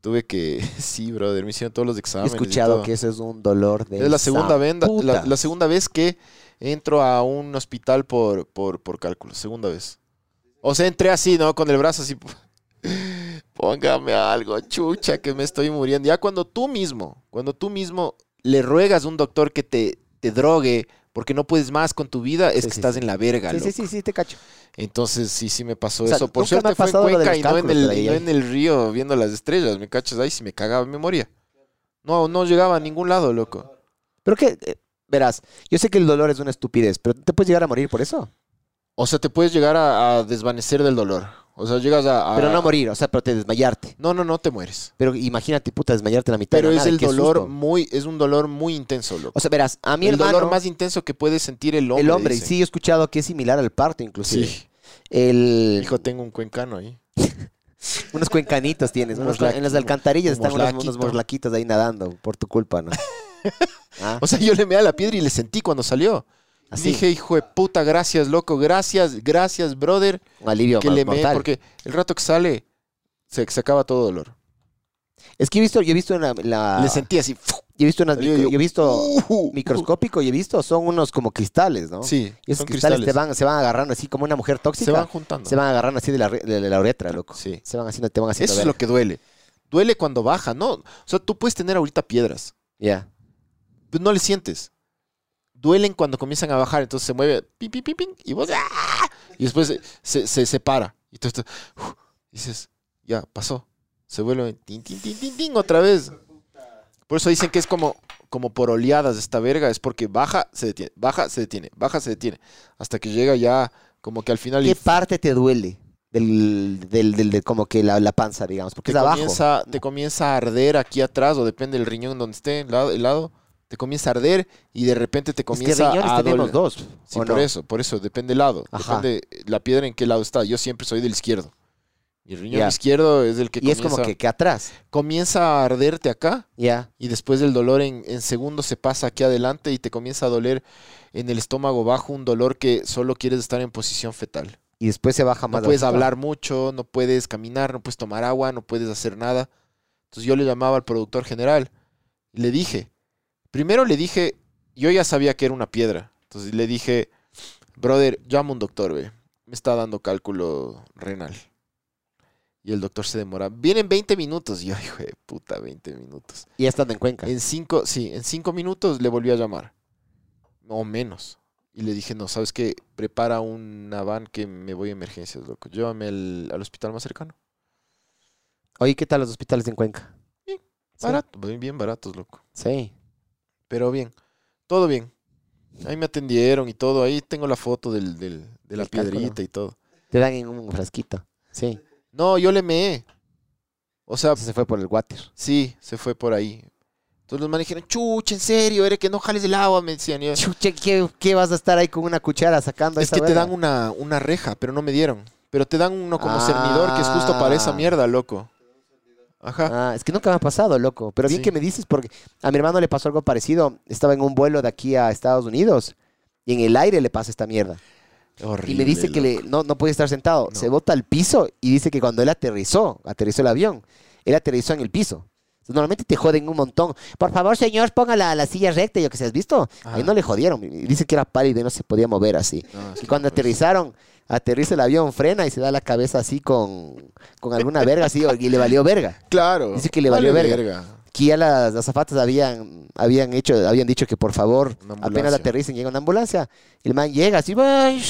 Speaker 2: Tuve que. Sí, brother. ah, Me hicieron todos los
Speaker 3: He
Speaker 2: exámenes. y
Speaker 3: escuchado
Speaker 2: todo.
Speaker 3: que eso es un dolor de.
Speaker 2: Es la segunda, venda-
Speaker 3: venda.
Speaker 2: la, la segunda vez que entro a un hospital por, por, por cálculo. Segunda vez. O sea, entré así, ¿no? Con el brazo así. Póngame algo, chucha, que me estoy muriendo. Ya cuando tú mismo, cuando tú mismo le ruegas a un doctor que te, te drogue porque no puedes más con tu vida, es
Speaker 3: Sí,
Speaker 2: que
Speaker 3: sí,
Speaker 2: estás
Speaker 3: sí.
Speaker 2: en la verga,
Speaker 3: Sí, sí,
Speaker 2: loco.
Speaker 3: sí, sí, te cacho.
Speaker 2: Entonces sí, sí me pasó
Speaker 3: O sea,
Speaker 2: eso. Por
Speaker 3: nunca me
Speaker 2: suerte
Speaker 3: ha
Speaker 2: fue en
Speaker 3: pasado lo de
Speaker 2: Cuenca
Speaker 3: los
Speaker 2: y no en,
Speaker 3: cálculos, pero ahí
Speaker 2: el, no
Speaker 3: hay.
Speaker 2: en el río viendo las estrellas, me cachas. Ahí si me cagaba, me moría. No, no llegaba a ningún lado, loco.
Speaker 3: Pero que, eh, verás, yo sé que el dolor es una estupidez, pero te puedes llegar a morir por eso.
Speaker 2: O sea, te puedes llegar a, a desvanecer del dolor. O sea, llegas a... a-
Speaker 3: Pero no morir, o sea, pero te desmayarte.
Speaker 2: No, no, no te mueres.
Speaker 3: Pero imagínate, puta, desmayarte en la mitad. de
Speaker 2: Pero
Speaker 3: la
Speaker 2: es
Speaker 3: nada,
Speaker 2: el
Speaker 3: qué
Speaker 2: dolor
Speaker 3: susto.
Speaker 2: muy... Es un dolor muy intenso, loco.
Speaker 3: O sea, verás, a mí
Speaker 2: el
Speaker 3: hermano,
Speaker 2: dolor más intenso que puede sentir el hombre.
Speaker 3: el hombre,
Speaker 2: dicen.
Speaker 3: sí, yo he escuchado que es similar al parto, inclusive.
Speaker 2: Sí.
Speaker 3: El,
Speaker 2: Hijo, tengo un cuencano ahí.
Speaker 3: unos cuencanitos tienes,
Speaker 2: Un
Speaker 3: unos cua- en
Speaker 2: morlaqui-
Speaker 3: las alcantarillas
Speaker 2: un
Speaker 3: están unos, unos
Speaker 2: morlaquito.
Speaker 3: morlaquitos ahí nadando, por tu culpa, ¿no? Ah,
Speaker 2: O sea, yo le meé a la piedra y le sentí cuando salió.
Speaker 3: Así.
Speaker 2: Dije, hijo de puta, gracias, loco. Gracias, gracias, brother.
Speaker 3: un alivio
Speaker 2: que le me,
Speaker 3: mortal.
Speaker 2: porque el rato que sale se, se acaba todo dolor.
Speaker 3: Es que he visto, yo he visto en la, la-
Speaker 2: Le sentí así. ¡fu!
Speaker 3: yo he visto unas
Speaker 2: Salió
Speaker 3: micro-
Speaker 2: yo,
Speaker 3: yo he visto
Speaker 2: ¡uh!
Speaker 3: microscópico y he visto son unos como cristales, ¿no?
Speaker 2: Sí,
Speaker 3: Y esos
Speaker 2: son
Speaker 3: cristales,
Speaker 2: cristales.
Speaker 3: Te van, se van agarrando así como una mujer tóxica.
Speaker 2: se van juntando.
Speaker 3: se van agarrando así de la, re- de la uretra, loco.
Speaker 2: Sí.
Speaker 3: Se van haciendo, te van haciendo
Speaker 2: Eso es
Speaker 3: ver.
Speaker 2: lo que duele. Duele cuando baja, ¿no? O sea, tú puedes tener ahorita piedras,
Speaker 3: Ya.
Speaker 2: pero no le sientes. Duelen cuando comienzan a bajar, entonces se mueve pim, pim, pim, pim, y vos ¡ah! Y después se, se, se separa. Y tú estás, ¡uf! dices, ya, pasó. Se vuelve tin, tin, tin, tin, tin, otra vez. Por eso dicen que es como, como por oleadas esta verga, es porque baja, se detiene, baja, se detiene, baja, se detiene. Hasta que llega ya como que al final y
Speaker 3: ¿Qué parte te duele? Del, del, del- de como que la, la panza, digamos, porque
Speaker 2: te,
Speaker 3: es abajo.
Speaker 2: comienza, te comienza a arder aquí atrás, o depende del riñón donde esté, el lado, el lado, te comienza a arder y de repente te
Speaker 3: es que
Speaker 2: comienza
Speaker 3: riñones
Speaker 2: a
Speaker 3: tenemos
Speaker 2: doler.
Speaker 3: dos.
Speaker 2: Sí,
Speaker 3: ¿o
Speaker 2: por
Speaker 3: no?
Speaker 2: eso, por eso, depende el lado.
Speaker 3: Ajá.
Speaker 2: Depende la piedra en qué lado está. Yo siempre soy del izquierdo. Mi riñón
Speaker 3: Ya.
Speaker 2: izquierdo es el que
Speaker 3: Y
Speaker 2: comienza,
Speaker 3: es como que, que atrás.
Speaker 2: comienza a arderte acá
Speaker 3: Ya.
Speaker 2: y después del dolor en, en segundos se pasa aquí adelante y te comienza a doler en el estómago bajo un dolor que solo quieres estar en posición fetal.
Speaker 3: Y después se baja más.
Speaker 2: No puedes
Speaker 3: abajito.
Speaker 2: hablar mucho, no puedes caminar, no puedes tomar agua, no puedes hacer nada. Entonces yo le llamaba al productor general y le dije, primero le dije, yo ya sabía que era una piedra. Entonces le dije, brother, llama a un doctor, ve. Me está dando cálculo renal. Y el doctor se demora. Vienen 20 minutos. Y yo, hijo de puta, 20 minutos.
Speaker 3: Y ya estando en Cuenca.
Speaker 2: En cinco, sí, en cinco minutos le volví a llamar. O menos. Y le dije, no, ¿sabes qué? Prepara una van que me voy a emergencias, loco. Llévame al, al hospital más cercano.
Speaker 3: Oye, ¿qué tal los hospitales en Cuenca?
Speaker 2: Bien,
Speaker 3: Sí.
Speaker 2: Barato, bien, bien baratos, loco.
Speaker 3: Sí.
Speaker 2: Pero bien, todo bien. Ahí me atendieron y todo. Ahí tengo la foto del, del- de la
Speaker 3: El cálculo.
Speaker 2: piedrita y todo.
Speaker 3: Te dan en un frasquito. Sí.
Speaker 2: No, yo le meé. O sea,
Speaker 3: Se fue por el water.
Speaker 2: sí, se fue por ahí. Entonces los manes dijeron, chucha, en serio, eres que no jales el agua, me decían. Y yo,
Speaker 3: Chuche, ¿qué, qué vas a estar ahí con una cuchara sacando
Speaker 2: Es
Speaker 3: esa
Speaker 2: que te
Speaker 3: verga?
Speaker 2: dan una, una reja, pero no me dieron. Pero te dan uno como
Speaker 3: Ah.
Speaker 2: cernidor que es justo para esa mierda, loco. Ajá.
Speaker 3: Ah, es que nunca me ha pasado, loco. Pero bien
Speaker 2: Sí.
Speaker 3: que me dices, porque a mi hermano le pasó algo parecido. Estaba en un vuelo de aquí a Estados Unidos y en el aire le pasa esta mierda.
Speaker 2: Horrible,
Speaker 3: y me dice que
Speaker 2: loco.
Speaker 3: le- no, no puede estar sentado.
Speaker 2: No.
Speaker 3: Se bota al piso y dice que cuando él aterrizó, aterrizó el avión, él aterrizó en el piso. Entonces, Normalmente te joden un montón. Por favor, señor, ponga la, la silla recta. y Yo que se has visto.
Speaker 2: Ah.
Speaker 3: Ahí no le jodieron. Y Dice que era pálido y no se podía mover así.
Speaker 2: No, es
Speaker 3: Y
Speaker 2: que
Speaker 3: cuando
Speaker 2: no puede ser.
Speaker 3: aterrizaron, aterriza el avión, frena y se da la cabeza así con, con alguna verga así y le valió verga.
Speaker 2: Claro.
Speaker 3: Dice que le
Speaker 2: Vale
Speaker 3: valió verga. que ya las azafatas habían, habían hecho, habían dicho que por favor,
Speaker 2: Una ambulancia.
Speaker 3: apenas aterricen, llega una ambulancia. El man llega así, va, y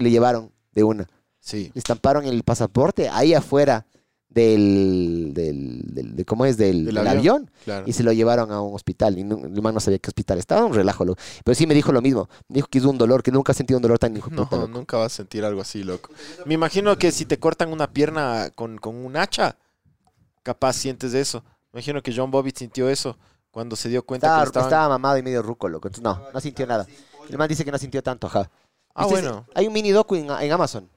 Speaker 3: le llevaron de una.
Speaker 2: Sí.
Speaker 3: Le estamparon el pasaporte ahí afuera del, del, del- de- ¿cómo es? Del,
Speaker 2: Del
Speaker 3: del avión.
Speaker 2: avión. Claro.
Speaker 3: y se lo llevaron a un hospital. Y no- el man no sabía qué hospital estaba, un relajo. loco. Pero sí me dijo lo mismo. Me dijo que hizo un dolor, que nunca ha sentido un dolor tan hijo de
Speaker 2: No,
Speaker 3: puta, loco.
Speaker 2: nunca vas a sentir algo así, loco. Me imagino que si te cortan una pierna con, con un hacha, capaz sientes eso. Me imagino que John Bobbitt sintió eso Cuando se dio cuenta
Speaker 3: Estaba,
Speaker 2: que estaban...
Speaker 3: estaba mamado y medio ruco, loco. Entonces, no, no sintió nada. El man dice que no sintió tanto, ajá.
Speaker 2: Ah,
Speaker 3: ¿Viste?
Speaker 2: bueno.
Speaker 3: Hay un mini docu en, en Amazon.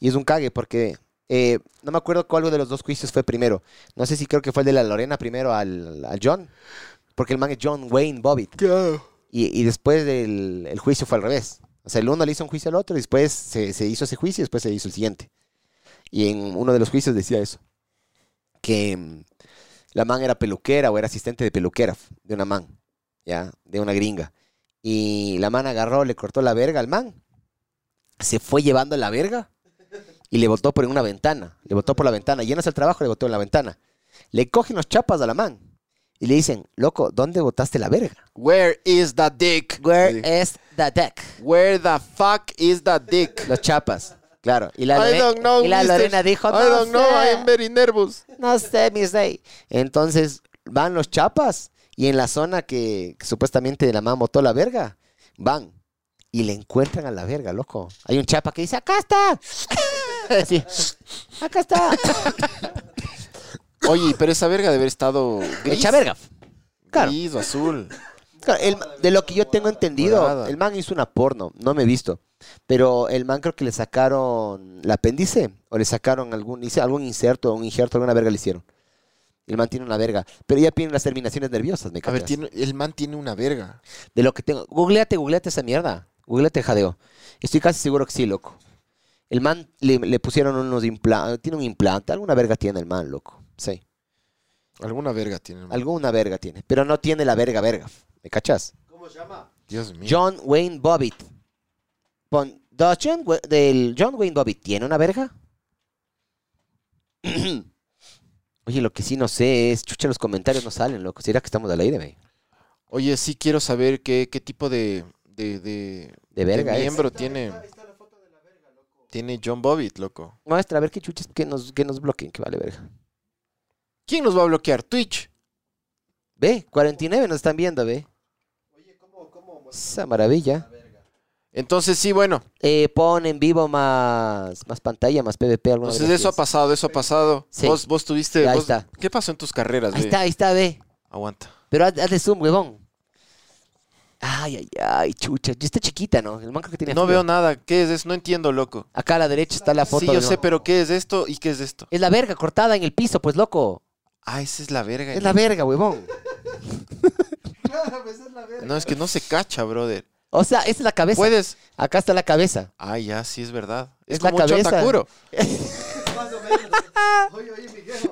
Speaker 3: Y es un cague porque eh, no me acuerdo cuál de los dos juicios fue primero. No sé si creo que fue el de la Lorena primero al, al John. Porque el man es John Wayne Bobbitt. Y, y después del, el juicio fue al revés. O sea, el uno le hizo un juicio al otro, y después se, se hizo ese juicio y después se hizo el siguiente. Y en uno de los juicios decía eso. Que mm, la man era peluquera o era asistente de peluquera f- de una man, ¿ya? De una gringa. Y la man agarró, le cortó la verga al man. Se fue llevando la verga y le botó por una ventana. Le botó por la ventana. Llenas el trabajo, le botó en la ventana. Le cogen los chapas a la man y le dicen, loco, ¿dónde botaste la verga?
Speaker 2: Where is the dick?
Speaker 3: Where
Speaker 2: Le dijo.
Speaker 3: is the deck?
Speaker 2: Where the fuck is the dick?
Speaker 3: Los chapas. Claro. Y la,
Speaker 2: I
Speaker 3: Lore-
Speaker 2: don't know,
Speaker 3: y la
Speaker 2: mister.
Speaker 3: Lorena dijo,
Speaker 2: I
Speaker 3: no
Speaker 2: don't know, I am
Speaker 3: sé,
Speaker 2: very nervous.
Speaker 3: no sé, Miss Day. Entonces van los chapas y en la zona que, que supuestamente la mamá botó la verga, van y le encuentran a la verga, loco. Hay un chapa que dice, acá está. Así, acá está.
Speaker 2: Oye, pero esa verga debe haber estado gris.
Speaker 3: Echa verga. Claro.
Speaker 2: Gris o azul.
Speaker 3: Claro, el- de lo que yo tengo entendido,
Speaker 2: Morada.
Speaker 3: el man hizo una porno, no me he visto. Pero el man creo que le sacaron la apéndice o le sacaron algún, hice algún inserto, un injerto, alguna verga le hicieron. El man tiene una verga. Pero ella tiene las terminaciones nerviosas, me
Speaker 2: A ver,
Speaker 3: cachas.
Speaker 2: tiene- el man tiene una verga.
Speaker 3: De lo que tengo. Googleate, googleate esa mierda. Googleate el jadeo. Estoy casi seguro que sí, loco. El man le, le pusieron unos implantes. Tiene un implante. Alguna verga tiene el man, loco. Sí.
Speaker 2: Alguna verga tiene. el man.
Speaker 3: Alguna verga tiene. Pero no tiene la verga, verga. ¿Me cachas?
Speaker 4: ¿Cómo se llama?
Speaker 2: Dios mío.
Speaker 3: John Wayne Bobbitt. Pon, ¿Does John, Wa- del John Wayne Bobbitt tiene una verga? Oye, lo que sí no sé es, chucha, los comentarios no salen, loco. ¿Será que estamos al aire, güey?
Speaker 2: Oye, sí quiero saber qué, qué tipo de, de, de,
Speaker 3: De verga
Speaker 2: de
Speaker 3: es.
Speaker 2: miembro tiene, tiene John Bobbitt, loco.
Speaker 3: Muestra, a ver qué chuches que nos, que nos bloqueen, que vale verga.
Speaker 2: ¿Quién nos va a bloquear? Twitch.
Speaker 3: Ve, 49 nos están viendo, ve. Esa maravilla.
Speaker 2: Entonces, sí, bueno.
Speaker 3: Eh, pon en vivo más, más pantalla, más PvP. alguna
Speaker 2: Entonces,
Speaker 3: de
Speaker 2: Pues eso ha
Speaker 3: las cosas.
Speaker 2: pasado, eso ha pasado.
Speaker 3: Sí.
Speaker 2: Vos, vos tuviste.
Speaker 3: Ya, ahí
Speaker 2: vos-
Speaker 3: está.
Speaker 2: ¿Qué pasó en tus carreras,
Speaker 3: Ahí
Speaker 2: ve?
Speaker 3: está, ahí está, ve.
Speaker 2: Aguanta.
Speaker 3: Pero haz, hazle zoom, huevón. Ay, ay, ay, chucha. Yo está chiquita, ¿no? El man creo que tiene
Speaker 2: No
Speaker 3: frío.
Speaker 2: veo nada. ¿Qué es eso? No entiendo, loco.
Speaker 3: Acá a la derecha está la foto.
Speaker 2: Sí, yo
Speaker 3: del
Speaker 2: sé,
Speaker 3: man.
Speaker 2: pero ¿qué es esto y qué es esto?
Speaker 3: Es la verga cortada en el piso, pues loco.
Speaker 2: Ah, esa es la verga.
Speaker 3: Es la verga, huevón.
Speaker 4: Claro, pues es la verga.
Speaker 2: No, es que no se cacha, brother.
Speaker 3: O sea, esa es la cabeza.
Speaker 2: Puedes.
Speaker 3: Acá está la cabeza.
Speaker 2: Ah, ya, sí, es verdad. Es,
Speaker 3: Es la
Speaker 2: como un
Speaker 3: cabeza.
Speaker 2: chontacuro.
Speaker 4: Más o menos. Oye, oye, Miguel.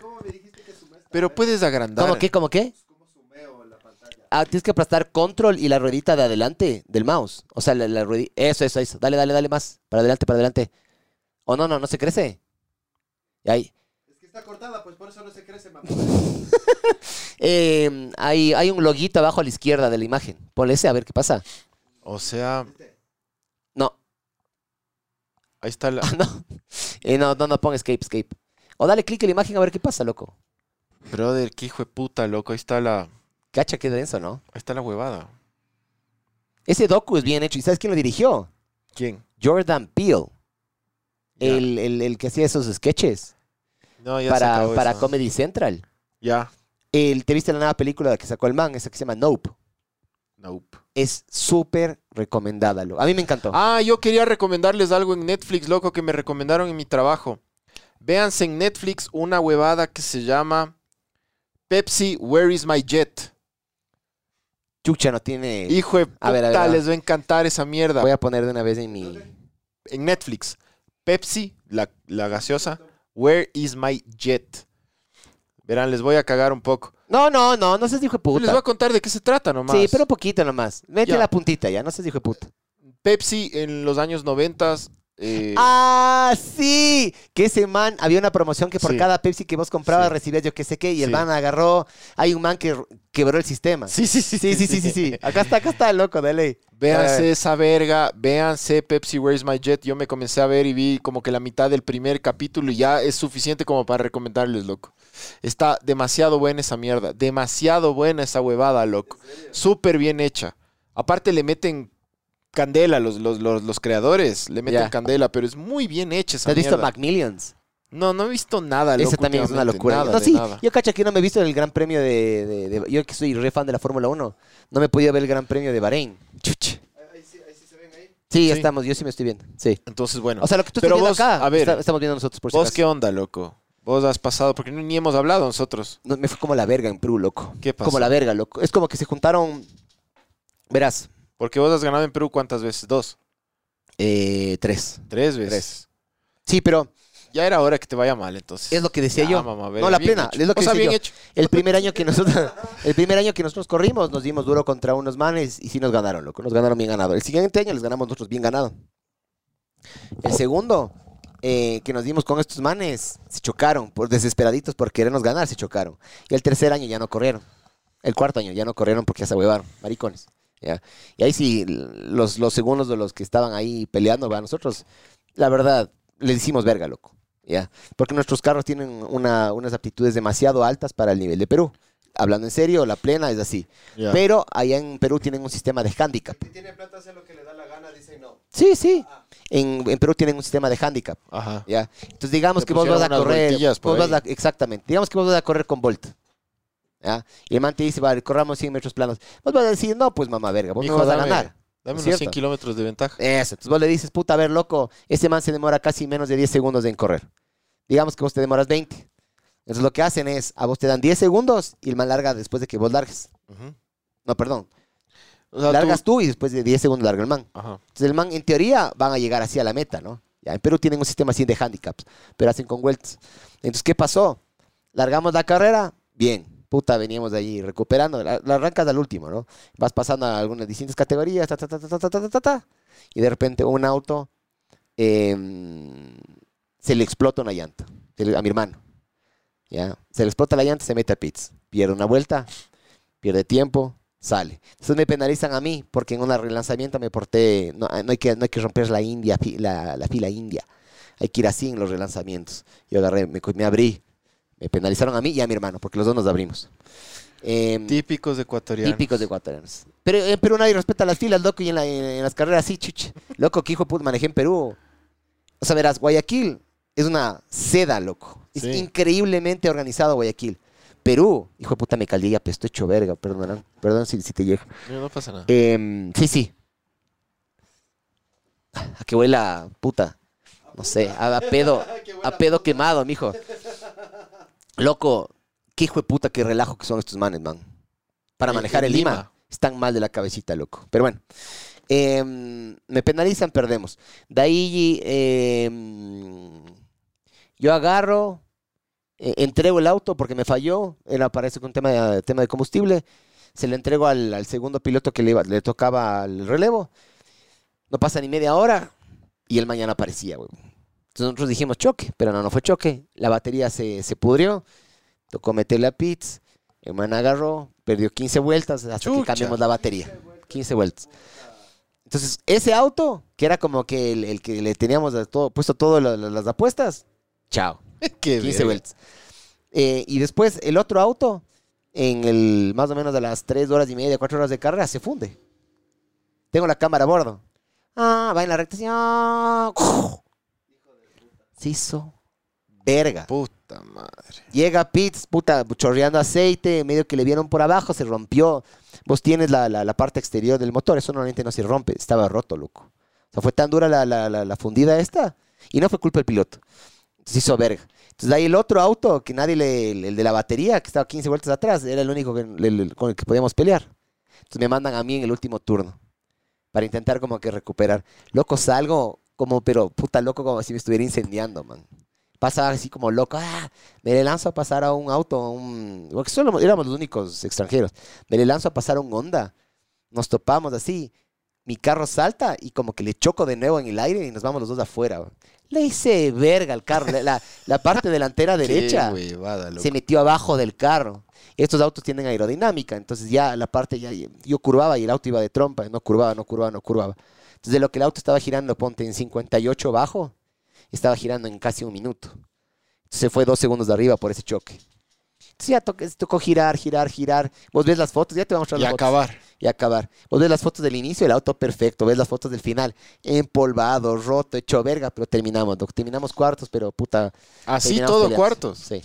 Speaker 4: ¿Cómo me dijiste que sumé esta
Speaker 2: Pero
Speaker 4: verga?
Speaker 2: puedes agrandar.
Speaker 3: ¿Cómo qué? ¿Cómo qué?
Speaker 4: ¿Cómo sumeo en la pantalla?
Speaker 3: Ah, tienes que aplastar control y la ruedita de adelante del mouse. O sea, la, la ruedi- Eso, eso, eso. Dale, dale, dale más. Para adelante, para adelante. O no, no, no se crece. Ahí.
Speaker 4: Es que está cortada, pues por eso no se crece, mamá.
Speaker 3: Eh, hay, hay un loguito abajo a la izquierda de la imagen. Ponle ese a ver qué pasa.
Speaker 2: O sea,
Speaker 3: No,
Speaker 2: ahí está la.
Speaker 3: no. Eh, no, no, no pon escape, escape. O dale clic a la imagen a ver qué pasa, loco.
Speaker 2: Brother, qué hijo de puta, loco. Ahí está la.
Speaker 3: Cacha, qué denso, ¿no?
Speaker 2: Ahí está la huevada.
Speaker 3: Ese docu es bien hecho. ¿Y sabes quién lo dirigió?
Speaker 2: ¿Quién?
Speaker 3: Jordan Peele.
Speaker 2: Ya.
Speaker 3: El, el- el que hacía esos sketches
Speaker 2: No, ya se
Speaker 3: para,
Speaker 2: acabó
Speaker 3: para
Speaker 2: eso.
Speaker 3: Comedy Central.
Speaker 2: Ya.
Speaker 3: El, ¿Te viste la nueva película que sacó el man? Esa que se llama Nope.
Speaker 2: Nope.
Speaker 3: Es súper recomendada. loco. A mí me encantó.
Speaker 2: Ah, yo quería recomendarles algo en Netflix, loco, que me recomendaron en mi trabajo. Véanse en Netflix una huevada que se llama Pepsi, Where is my jet?
Speaker 3: Chucha no tiene...
Speaker 2: Hijo de puta,
Speaker 3: Eh, A ver, a ver, a ver.
Speaker 2: les va a encantar esa mierda.
Speaker 3: Voy a poner de una vez en mi...
Speaker 2: En Netflix, Pepsi, la, la gaseosa, Where is my jet? Verán, les voy a cagar un poco.
Speaker 3: No, no, no, no seas hijo de
Speaker 2: Les voy a
Speaker 3: puta.
Speaker 2: contar de qué se trata nomás.
Speaker 3: Sí, pero poquito nomás. Mete
Speaker 2: Ya.
Speaker 3: la puntita ya, no seas hijo de puta.
Speaker 2: Pepsi en los años 90 eh,
Speaker 3: ¡Ah, sí! Que ese man, había una promoción que por
Speaker 2: Sí.
Speaker 3: cada Pepsi que vos comprabas
Speaker 2: Sí.
Speaker 3: recibías yo qué sé qué, y el
Speaker 2: Sí.
Speaker 3: man agarró, hay un man que r- quebró el sistema.
Speaker 2: Sí, sí, sí,
Speaker 3: sí, sí, sí, sí, sí. Acá está, acá está, loco, dale. A
Speaker 2: Véanse
Speaker 3: ver.
Speaker 2: esa verga, véanse Pepsi Where's My Jet. Yo me comencé a ver y vi como que la mitad del primer capítulo y ya es suficiente como para recomendarles, loco. Está demasiado buena esa mierda, demasiado buena esa huevada, loco. Súper bien hecha. Aparte le meten candela los, los, los, los creadores, le meten
Speaker 3: Ya.
Speaker 2: candela, pero es muy bien hecha esa
Speaker 3: ¿Has visto
Speaker 2: mierda.
Speaker 3: Mac Millions?
Speaker 2: No, no he visto nada.
Speaker 3: Esa
Speaker 2: loco,
Speaker 3: también es una
Speaker 2: últimamente,
Speaker 3: locura.
Speaker 2: nada
Speaker 3: no,
Speaker 2: de
Speaker 3: sí,
Speaker 2: nada.
Speaker 3: yo cacho que no me he visto el Gran Premio de, de- de- Yo que soy re fan de la Fórmula 1, no me podía ver el Gran Premio de Bahrein. Chuch.
Speaker 4: Ahí, ahí sí, ahí sí se ven ahí.
Speaker 3: Sí, ya
Speaker 2: Sí.
Speaker 3: estamos, yo sí me estoy viendo. Sí.
Speaker 2: Entonces, bueno.
Speaker 3: O sea, lo que tú estás
Speaker 2: Pero
Speaker 3: viendo
Speaker 2: vos,
Speaker 3: acá,
Speaker 2: a ver,
Speaker 3: está- estamos viendo nosotros por si
Speaker 2: ¿Vos
Speaker 3: acaso.
Speaker 2: qué onda, loco? Vos has pasado, porque ni hemos hablado nosotros.
Speaker 3: No, me fue como la verga en Perú, loco.
Speaker 2: ¿Qué pasó?
Speaker 3: Como la verga, loco. Es como que se juntaron, verás,
Speaker 2: Porque vos has ganado en Perú cuántas veces? Dos,
Speaker 3: eh, tres.
Speaker 2: tres veces.
Speaker 3: Tres. Sí, pero
Speaker 2: Ya era hora que te vaya mal, entonces.
Speaker 3: es lo que decía yo.
Speaker 2: mamá,
Speaker 3: no,
Speaker 2: verga,
Speaker 3: la
Speaker 2: bien
Speaker 3: plena,
Speaker 2: hecho.
Speaker 3: es lo que
Speaker 2: O sea,
Speaker 3: decía
Speaker 2: bien
Speaker 3: yo.
Speaker 2: hecho.
Speaker 3: El primer año que nosotros, el primer año que nosotros corrimos, nos dimos duro contra unos manes y sí nos ganaron, loco. Nos ganaron bien ganado. El siguiente año les ganamos nosotros bien ganado. El segundo, eh, que nos dimos con estos manes, se chocaron, por desesperaditos por querernos ganar, se chocaron. Y el tercer año ya no corrieron. El cuarto año ya no corrieron porque ya se huevaron, maricones. ¿ya? Y ahí sí, los, los segundos de los que estaban ahí peleando, a nosotros, la verdad, les hicimos verga, loco. ¿ya? Porque nuestros carros tienen una- unas aptitudes demasiado altas para el nivel de Perú. Hablando en serio, la plena es así.
Speaker 2: Ya.
Speaker 3: Pero allá en Perú tienen un sistema de handicap.
Speaker 4: El que tiene plata hace lo que le da la gana, dicen no. Ah,
Speaker 3: Sí, sí. En, en Perú tienen un sistema de handicap.
Speaker 2: Ajá.
Speaker 3: ¿ya? Entonces digamos
Speaker 2: Le
Speaker 3: que vos
Speaker 2: pusieron
Speaker 3: vas a
Speaker 2: unas
Speaker 3: correr.
Speaker 2: voltillas por
Speaker 3: vos vas
Speaker 2: ahí.
Speaker 3: a- exactamente. Digamos que vos vas a correr con Bolt. ¿ya? Y el man te dice, vale, corramos 100 metros planos. Vos vas a decir, no, pues mamá verga, vos
Speaker 2: Hijo,
Speaker 3: no vas a
Speaker 2: dame-
Speaker 3: ganar.
Speaker 2: Dame unos
Speaker 3: Es cierto.
Speaker 2: 100 kilómetros de ventaja.
Speaker 3: Eso. Entonces vos le dices, puta, a ver, loco, ese man se demora casi menos de 10 segundos en correr. Digamos que vos te demoras 20. Entonces lo que hacen es, a vos te dan 10 segundos y el man larga después de que vos largues.
Speaker 2: Ujú.
Speaker 3: No, perdón.
Speaker 2: O sea, tú-
Speaker 3: Largas tú... y después de 10 segundos larga el man.
Speaker 2: Ajá.
Speaker 3: Entonces el man, en teoría, van a llegar así a la meta, ¿no? Ya, en Perú tienen un sistema así de handicaps, pero hacen con vueltas. Entonces, ¿qué pasó? Largamos la carrera, bien. Puta, veníamos de allí recuperando. La, la arrancas al último, ¿no? Vas pasando a algunas distintas categorías, ta, ta, ta, ta, ta, ta, ta, ta, ta, ta. y de repente un auto em, se le explota una llanta se le- a mi hermano. ¿ya? Se le explota la llanta, se mete a pits. Pierde una vuelta, pierde tiempo, sale. Entonces me penalizan a mí porque en un relanzamiento me porté, no, no hay, que, no hay que romper la, india, fi- la, la fila india. Hay que ir así en los relanzamientos. Yo agarré, me, co- me abrí. Me penalizaron a mí y a mi hermano porque los dos nos abrimos. Em,
Speaker 2: Típicos ecuatorianos.
Speaker 3: Típicos de ecuatorianos. Pero en Perú nadie respeta las filas, loco, y en, la- en- en las carreras sí, chuche. Loco, que hijo de puta, manejé en Perú. O sea, verás, Guayaquil es una seda, loco. Es
Speaker 2: Sí.
Speaker 3: increíblemente organizado Guayaquil. Perú, hijo de puta, me caldí y apestó hecho verga, perdón, perdón si, si te llego.
Speaker 2: No, no pasa nada.
Speaker 3: Em, sí, sí. Ah, A que huela puta. No sé, a, a pedo. A pedo quemado, mijo. Loco, qué hijo de puta, qué relajo que son estos manes, man. Para
Speaker 2: En-
Speaker 3: manejar
Speaker 2: en
Speaker 3: el Lima,
Speaker 2: Lima.
Speaker 3: están mal de la cabecita, loco. Pero bueno, em, me penalizan, perdemos. De ahí em, yo agarro, eh, entrego el auto porque me falló. Era parece que un tema de, tema de combustible. Se lo entrego al, al segundo piloto que le, iba- le tocaba el relevo. No pasa ni media hora y él mañana aparecía, güey. Entonces nosotros dijimos choque, pero no, no fue choque. La batería se, se pudrió, tocó meterle a pits, el man agarró, perdió 15 vueltas hasta que
Speaker 2: Chucha.
Speaker 3: cambiamos la batería. 15 vueltas. Entonces, ese auto, que era como que el, el que le teníamos a todo, puesto todas las apuestas, chao.
Speaker 2: Qué
Speaker 3: 15
Speaker 2: verga.
Speaker 3: vueltas. Eh, y después el otro auto, en el más o menos a las 3 horas y media, 4 horas de carrera, se funde. Tengo la cámara a bordo. Ah, va en la recta. así, ah, se hizo verga.
Speaker 2: Puta madre.
Speaker 3: Llega Pitts, puta, chorreando aceite, medio que le vieron por abajo, se rompió. Vos tienes la, la- la parte exterior del motor, eso normalmente no se rompe, estaba roto, loco. O sea, fue tan dura la, la- la- la fundida esta, y no fue culpa del piloto. Se hizo verga. Entonces ahí el otro auto, que nadie le, el, el de la batería, que estaba 15 vueltas atrás, era el único que- el- el- con el que podíamos pelear. Entonces me mandan a mí en el último turno, para intentar como que recuperar. Loco, salgo como, pero puta loco, como si me estuviera incendiando, man. Pasaba así como loco, ¡ah! Me le lanzo a pasar a un auto, a un... Porque solo éramos los únicos extranjeros. Me le lanzo a pasar a un Honda. Nos topamos así. Mi carro salta y como que le choco de nuevo en el aire y nos vamos los dos afuera. weón. Le hice verga al carro. la- La, la parte delantera derecha
Speaker 2: Qué huevada, loco.
Speaker 3: se metió abajo del carro. Estos autos tienen aerodinámica, entonces ya la parte ya yo curvaba y el auto iba de trompa, no curvaba, no curvaba, no curvaba. Entonces de lo que el auto estaba girando, ponte en 58 bajo, estaba girando en casi un minuto. Entonces se fue dos segundos de arriba por ese choque. Entonces ya toque- tocó girar, girar, girar. Vos ves las fotos, ya te voy a mostrar
Speaker 2: Y
Speaker 3: las fotos.
Speaker 2: acabar.
Speaker 3: Y y acabar. Vos ves las fotos del inicio, el auto perfecto, ves las fotos del final, empolvado, roto, hecho verga, pero terminamos, Doc. Terminamos cuartos, pero puta.
Speaker 2: Así
Speaker 3: terminamos
Speaker 2: todo
Speaker 3: peleados.
Speaker 2: cuartos.
Speaker 3: Sí.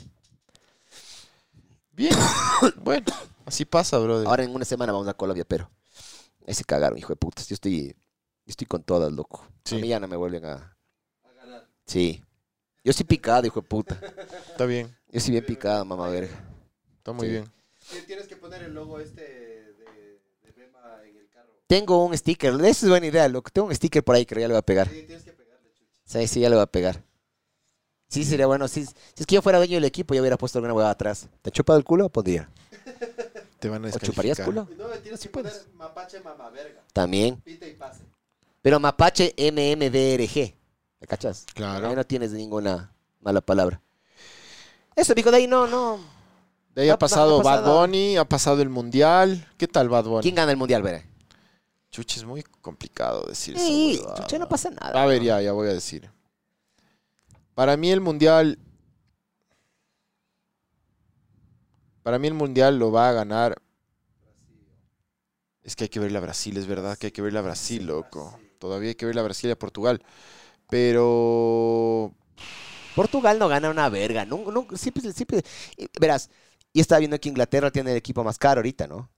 Speaker 2: Bien. bueno, así pasa, brother.
Speaker 3: Ahora en una semana vamos a Colombia, pero. Ahí se cagaron, hijo de putas. Yo estoy, yo estoy con todas, loco.
Speaker 2: Sí.
Speaker 3: A mí ya no me vuelven a. Sí. Yo sí picado, hijo de puta.
Speaker 2: Está bien.
Speaker 3: Yo sí bien picado, mamá verga.
Speaker 2: Está muy
Speaker 3: Sí.
Speaker 2: bien.
Speaker 4: Sí, Tienes que poner el logo este de, de Bema en el carro.
Speaker 3: Tengo un sticker. Esa es buena idea, loco. Tengo un sticker por ahí, creo que ya le voy a pegar.
Speaker 4: Sí, tienes que pegarle, chucha.
Speaker 3: Sí, sí, ya le voy a pegar. Sí, sería bueno. Sí, si es que yo fuera dueño del equipo, yo hubiera puesto alguna huevada atrás. ¿Te chupado el culo? Podría.
Speaker 2: Te van a
Speaker 3: ¿O
Speaker 2: descalificar.
Speaker 3: chuparías culo?
Speaker 4: No, tienes
Speaker 3: Sí
Speaker 4: que
Speaker 3: puedes.
Speaker 4: poner mapache mamaverga.
Speaker 3: También.
Speaker 4: Pita y pase.
Speaker 3: Pero mapache MMBRG. ¿Me cachas?
Speaker 2: Claro.
Speaker 3: Ahí no tienes ninguna mala palabra. Eso, mijo, de ahí no, no.
Speaker 2: De ahí
Speaker 3: No,
Speaker 2: ha
Speaker 3: no, no
Speaker 2: pasado
Speaker 3: pasa
Speaker 2: Bad
Speaker 3: nada.
Speaker 2: Bunny, ha pasado el Mundial. ¿Qué tal Bad Bunny?
Speaker 3: ¿Quién gana el mundial, verá?
Speaker 2: Chuch, es muy complicado decir esa
Speaker 3: Sí,
Speaker 2: huevada.
Speaker 3: chucha, no pasa nada.
Speaker 2: A ver, ya, ya voy a decir. Para mí el Mundial... Para mí el Mundial lo va a ganar... Es que hay que verle a Brasil, es verdad que hay que verle a Brasil, loco. Todavía hay que verle a Brasil y a Portugal. Pero...
Speaker 3: Portugal no gana una verga. Nunca, nunca- siempre, siempre. y Verás, y estaba viendo que Inglaterra tiene el equipo más caro ahorita, ¿no?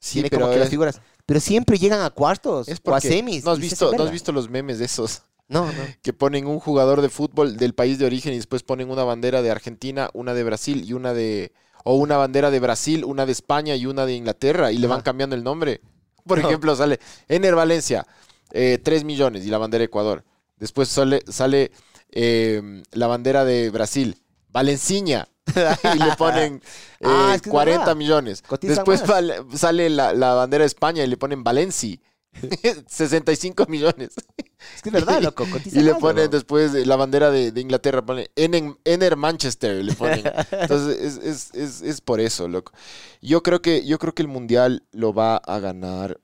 Speaker 2: Sí,
Speaker 3: tiene
Speaker 2: pero
Speaker 3: como que las
Speaker 2: es-
Speaker 3: figuras. Pero siempre llegan a cuartos
Speaker 2: es
Speaker 3: o a
Speaker 2: porque-
Speaker 3: semis.
Speaker 2: ¿No has,
Speaker 3: y se
Speaker 2: visto,
Speaker 3: hacen
Speaker 2: ¿No has
Speaker 3: verga.
Speaker 2: visto los memes de esos?
Speaker 3: No, no.
Speaker 2: que ponen un jugador de fútbol del país de origen y después ponen una bandera de Argentina, una de Brasil y una de o una bandera de Brasil, una de España y una de Inglaterra y le van
Speaker 3: Ajá.
Speaker 2: cambiando el nombre. Por ejemplo, sale Ener Valencia, eh, 3 millones y la bandera de Ecuador. Después sale, sale eh, la bandera de Brasil, Valenciña. y le ponen eh,
Speaker 3: Ah, es que es
Speaker 2: 40
Speaker 3: verdad.
Speaker 2: millones.
Speaker 3: Cotizan
Speaker 2: Después
Speaker 3: más.
Speaker 2: vale- sale la, la bandera de España y le ponen Valenci. 65 millones.
Speaker 3: Es que es verdad, loco.
Speaker 2: Y le ponen después eh, la bandera de, de Inglaterra, pone Ener, Ener Manchester, le ponen. Entonces es, es- es- es por eso, loco. Yo creo que, yo creo que el Mundial lo va a ganar.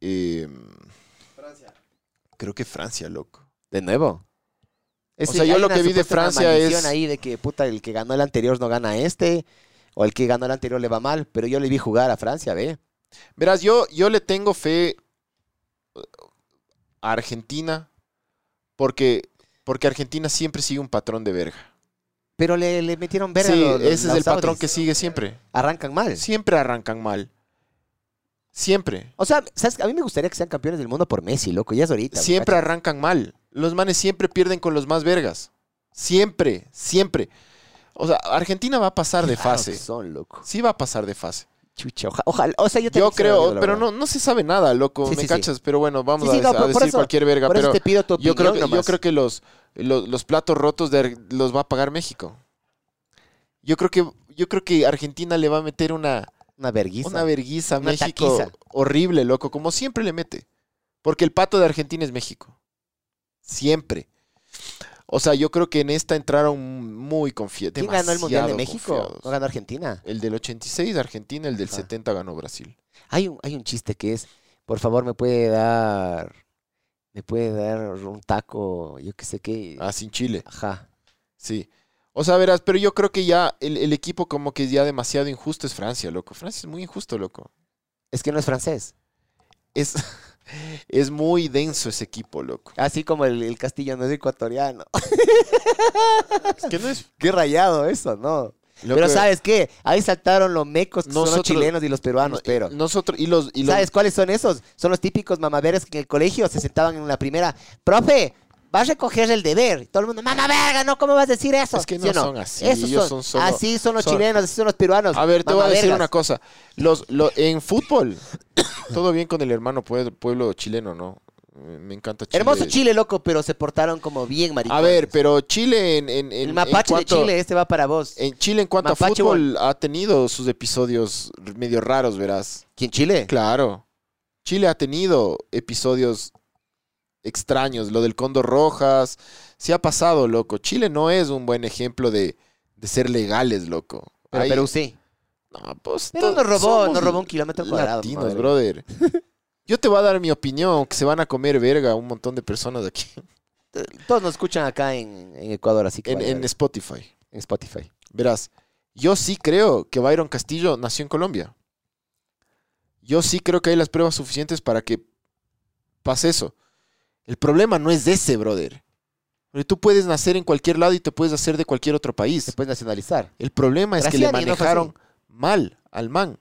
Speaker 2: eh,
Speaker 4: Francia.
Speaker 2: creo que Francia, loco.
Speaker 3: De nuevo.
Speaker 2: O sea, yo lo que vi de Francia es-
Speaker 3: ahí de que, puta, el que ganó el anterior no gana este. O el que ganó el anterior le va mal. Pero yo le vi jugar a Francia, ve.
Speaker 2: Verás, yo, yo le tengo fe eh, a Argentina porque, porque Argentina siempre sigue un patrón de verga.
Speaker 3: Pero le, le metieron verga.
Speaker 2: sí,
Speaker 3: los- los-
Speaker 2: ese es
Speaker 3: los
Speaker 2: el patrón
Speaker 3: saudis.
Speaker 2: que sigue siempre.
Speaker 3: Arrancan mal.
Speaker 2: Siempre arrancan mal. Siempre.
Speaker 3: O sea, ¿sabes? a mí me gustaría que sean campeones del mundo por Messi, loco. Ya es ahorita.
Speaker 2: Siempre
Speaker 3: muchacho.
Speaker 2: arrancan mal. Los manes siempre pierden con los más vergas. Siempre, siempre. O sea, Argentina va a pasar de
Speaker 3: Claro que
Speaker 2: fase.
Speaker 3: Son, loco.
Speaker 2: Sí va a pasar de fase.
Speaker 3: Chucha, oja- ojalá. O sea, yo
Speaker 2: Yo
Speaker 3: también quisiera verlo,
Speaker 2: creo,
Speaker 3: la
Speaker 2: pero
Speaker 3: verdad.
Speaker 2: no, no se sabe nada, loco.
Speaker 3: Sí,
Speaker 2: me
Speaker 3: sí, sí.
Speaker 2: cachas, pero bueno, vamos
Speaker 3: Sí, sí,
Speaker 2: a,
Speaker 3: no,
Speaker 2: a
Speaker 3: por- por
Speaker 2: decir
Speaker 3: eso-
Speaker 2: cualquier verga.
Speaker 3: Por eso
Speaker 2: Pero
Speaker 3: te pido tu
Speaker 2: yo
Speaker 3: opinión
Speaker 2: creo, que, yo
Speaker 3: nomás.
Speaker 2: creo que los, los, los platos rotos de Ar- los va a pagar México. Yo creo que, yo creo que Argentina le va a meter una,
Speaker 3: Una verguisa.
Speaker 2: una verguiza a
Speaker 3: Una
Speaker 2: México
Speaker 3: taquiza.
Speaker 2: horrible, loco, como siempre le mete. Porque el pato de Argentina es México. Siempre. O sea, yo creo que en esta entraron muy confiados.
Speaker 3: ¿Quién ganó el Mundial de México? ¿No Ah. ganó Argentina?
Speaker 2: El del 86 Argentina, el del
Speaker 3: Ajá.
Speaker 2: 70 ganó Brasil.
Speaker 3: Hay un, hay un chiste que es, por favor, me puede dar, me puede dar un taco, yo qué sé qué.
Speaker 2: Ah, sin Chile,
Speaker 3: Ajá.
Speaker 2: sí. O sea, verás, pero yo creo que ya el, el equipo como que ya demasiado injusto es Francia, loco. Francia es muy injusto, loco.
Speaker 3: Es que no es francés.
Speaker 2: Es, es muy denso ese equipo, loco.
Speaker 3: Así como el, el castillo no es ecuatoriano.
Speaker 2: Es que no es...
Speaker 3: qué rayado eso, ¿no?
Speaker 2: loco, eh,
Speaker 3: Pero ¿sabes qué? Ahí saltaron los mecos, que son los
Speaker 2: Nosotros-
Speaker 3: chilenos y los peruanos,
Speaker 2: no-
Speaker 3: pero...
Speaker 2: Nosotros, y los... Y los
Speaker 3: ¿Sabes cuáles son esos? Son los típicos mamaveras que en el colegio se sentaban en la primera. Profe, vas a recoger el deber. Y todo el mundo, mamá verga, no, ¿cómo vas a decir eso?
Speaker 2: Es que
Speaker 3: ¿Sí
Speaker 2: no
Speaker 3: o
Speaker 2: son así,
Speaker 3: Esos
Speaker 2: ellos
Speaker 3: son,
Speaker 2: son solo-
Speaker 3: así son los
Speaker 2: son-
Speaker 3: chilenos, así son los peruanos.
Speaker 2: A ver, te voy a decir
Speaker 3: mamavergas.
Speaker 2: una cosa. Los, lo- en fútbol, todo bien con el hermano pue- pueblo chileno, ¿no? Eh, Me me encanta Chile.
Speaker 3: Hermoso Chile, loco, pero se portaron como bien maricones.
Speaker 2: A ver, pero Chile en, en, en-
Speaker 3: El
Speaker 2: en
Speaker 3: mapache
Speaker 2: cuanto-
Speaker 3: de Chile, este va para vos.
Speaker 2: En Chile, en cuanto a
Speaker 3: Mapache,
Speaker 2: fútbol, ha tenido sus episodios medio raros, verás.
Speaker 3: ¿Quién Chile?
Speaker 2: Claro. Chile ha tenido episodios extraños. Lo del Condor Rojas. Sí ha pasado, loco. Chile no es un buen ejemplo de, de ser legales, loco.
Speaker 3: Pero
Speaker 2: Hay-
Speaker 3: Perú sí.
Speaker 2: No, pues,
Speaker 3: Pero
Speaker 2: to-
Speaker 3: nos robó,
Speaker 2: somos
Speaker 3: nos robó un kilómetro cuadrado.
Speaker 2: Latinos,
Speaker 3: madre.
Speaker 2: brother. Yo te voy a dar mi opinión, que se van a comer verga un montón de personas aquí
Speaker 3: Todos nos escuchan acá en, en Ecuador, así que
Speaker 2: en,
Speaker 3: vale,
Speaker 2: en
Speaker 3: vale.
Speaker 2: Spotify.
Speaker 3: en Spotify.
Speaker 2: Verás, yo sí creo que Byron Castillo nació en Colombia. Yo sí creo que hay las pruebas suficientes para que pase eso. El problema no es ese, brother. Porque tú puedes nacer en cualquier lado y te puedes hacer de cualquier otro
Speaker 3: Se
Speaker 2: país.
Speaker 3: puede nacionalizar.
Speaker 2: El problema es que le
Speaker 3: Graciani, ¿no fue así?
Speaker 2: manejaron mal al man.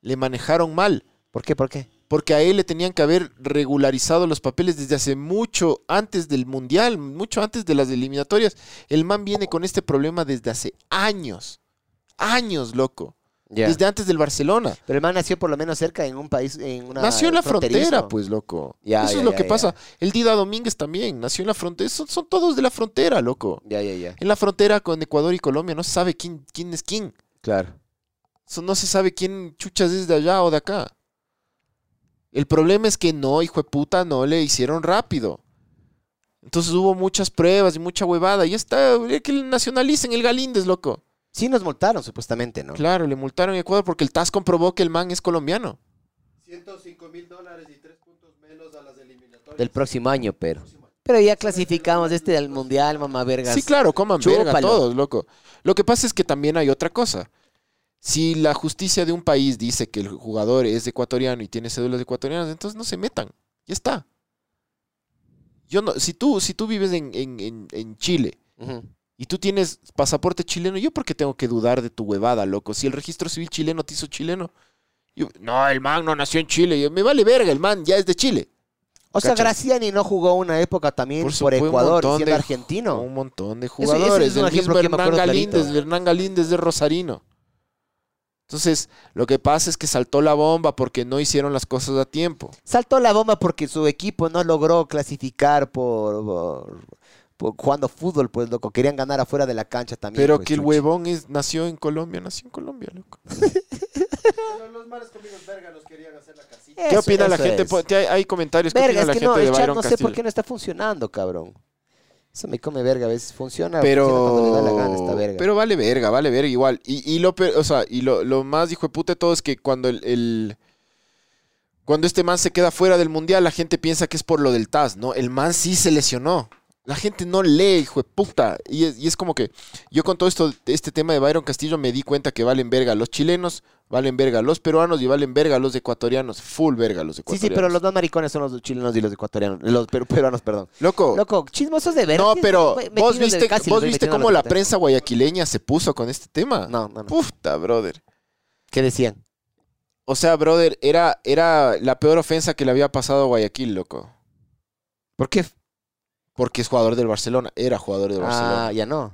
Speaker 2: Le manejaron mal.
Speaker 3: ¿Por qué? ¿Por qué?
Speaker 2: Porque a él le tenían que haber regularizado los papeles desde hace mucho antes del Mundial, mucho antes de las eliminatorias. El man viene con este problema desde hace años. Años, loco. Desde antes del Barcelona.
Speaker 3: Pero el man nació por lo menos cerca en un país, en una
Speaker 2: nació en la
Speaker 3: Ah, fronterizo.
Speaker 2: frontera, pues, loco.
Speaker 3: Ya,
Speaker 2: Eso
Speaker 3: ya,
Speaker 2: es lo
Speaker 3: ya,
Speaker 2: que
Speaker 3: ya.
Speaker 2: pasa. El Dida Domínguez también nació en la frontera. Son, son todos de la frontera, loco.
Speaker 3: Ya, ya, ya.
Speaker 2: En la frontera con Ecuador y Colombia no se sabe quién, quién es quién.
Speaker 3: Claro.
Speaker 2: So- No se sabe quién chuchas es de allá o de acá. El problema es que no, hijo de puta, no le hicieron rápido. Entonces hubo muchas pruebas y mucha huevada. Y ya está, habría que le nacionalicen el Galíndez, loco.
Speaker 3: Sí nos multaron, supuestamente, ¿no?
Speaker 2: Claro, le multaron a Ecuador porque el TAS comprobó que el man es colombiano.
Speaker 4: 105 mil dólares y 3 puntos menos a las eliminatorias.
Speaker 3: Del próximo año, pero. Pero ya clasificamos este del mundial, mamá vergas.
Speaker 2: Sí, claro, coman verga
Speaker 3: Chúpalo.
Speaker 2: todos, loco. Lo que pasa es que también hay otra cosa. Si la justicia de un país dice que el jugador es ecuatoriano y tiene cédulas ecuatorianas, entonces no se metan. Ya está. Yo no, si tú, si tú vives en, en- en- en Chile
Speaker 3: Ujú.
Speaker 2: y tú tienes pasaporte chileno, yo por qué tengo que dudar de tu huevada, loco. Si el registro civil chileno te hizo chileno, yo, no, el man no nació en Chile. Yo, me vale verga, el man ya es de Chile.
Speaker 3: O sea,
Speaker 2: Cachas.
Speaker 3: Graciani no jugó una época también por,
Speaker 2: supuesto, un
Speaker 3: Ecuador,
Speaker 2: montón
Speaker 3: siendo
Speaker 2: de-
Speaker 3: argentino.
Speaker 2: Un montón de
Speaker 3: ese es un
Speaker 2: jugadores. el
Speaker 3: ejemplo
Speaker 2: mismo
Speaker 3: que me
Speaker 2: Hernán
Speaker 3: acuerdo
Speaker 2: Galíndez,
Speaker 3: clarito.
Speaker 2: el Hernán Galíndez de Rosarino. Entonces, lo que pasa es que saltó la bomba porque no hicieron las cosas a tiempo.
Speaker 3: Saltó la bomba porque su equipo no logró clasificar por, por- por jugando fútbol, pues loco. Querían ganar afuera de la cancha también.
Speaker 2: Pero
Speaker 3: pues,
Speaker 2: que el
Speaker 3: chucha.
Speaker 2: huevón es, nació en Colombia, nació en Colombia, loco.
Speaker 4: Los, los malos conmigo, verga, nos querían hacer la casita.
Speaker 2: ¿Qué
Speaker 3: Eso-
Speaker 2: opina la
Speaker 3: eso
Speaker 2: gente?
Speaker 3: es.
Speaker 2: Po- te- Hay, hay comentarios. ¿Qué opina
Speaker 3: Verga, es
Speaker 2: la
Speaker 3: que
Speaker 2: gente
Speaker 3: no,
Speaker 2: de
Speaker 3: el chat
Speaker 2: Byron
Speaker 3: no sé
Speaker 2: Castillo?
Speaker 3: por qué no está funcionando, cabrón. Eso me come verga a veces. Funciona, funciona pues, cuando le da la gana esta
Speaker 2: Pero,
Speaker 3: verga.
Speaker 2: pero vale verga, vale verga igual. Y, y lo, pe- o sea, y lo, lo más hijo de puta de todo es que cuando el, el- cuando este man se queda fuera del mundial, la gente piensa que es por lo del TAS, ¿no? El man sí se lesionó. La gente no lee, hijo de puta. Y es, y es como que yo con todo esto, este tema de Byron Castillo me di cuenta que valen verga los chilenos, valen verga los peruanos y valen verga los ecuatorianos. Full verga los
Speaker 3: sí,
Speaker 2: ecuatorianos.
Speaker 3: sí, pero los más maricones son los chilenos y los ecuatorianos. Los peru- peruanos, perdón.
Speaker 2: Loco,
Speaker 3: Loco, chismosos de verga.
Speaker 2: no, pero
Speaker 3: Metidos
Speaker 2: vos
Speaker 3: de
Speaker 2: viste,
Speaker 3: casi,
Speaker 2: vos
Speaker 3: los
Speaker 2: viste
Speaker 3: metidos en
Speaker 2: cómo la
Speaker 3: los-
Speaker 2: prensa guayaquileña se puso con este tema.
Speaker 3: No, no, Ah, no.
Speaker 2: Puta, brother.
Speaker 3: ¿Qué decían?
Speaker 2: O sea, brother, era, era la peor ofensa que le había pasado a Guayaquil, loco.
Speaker 3: ¿Por qué?
Speaker 2: Porque es jugador del Barcelona, era jugador del
Speaker 3: Ah,
Speaker 2: Barcelona.
Speaker 3: ya no.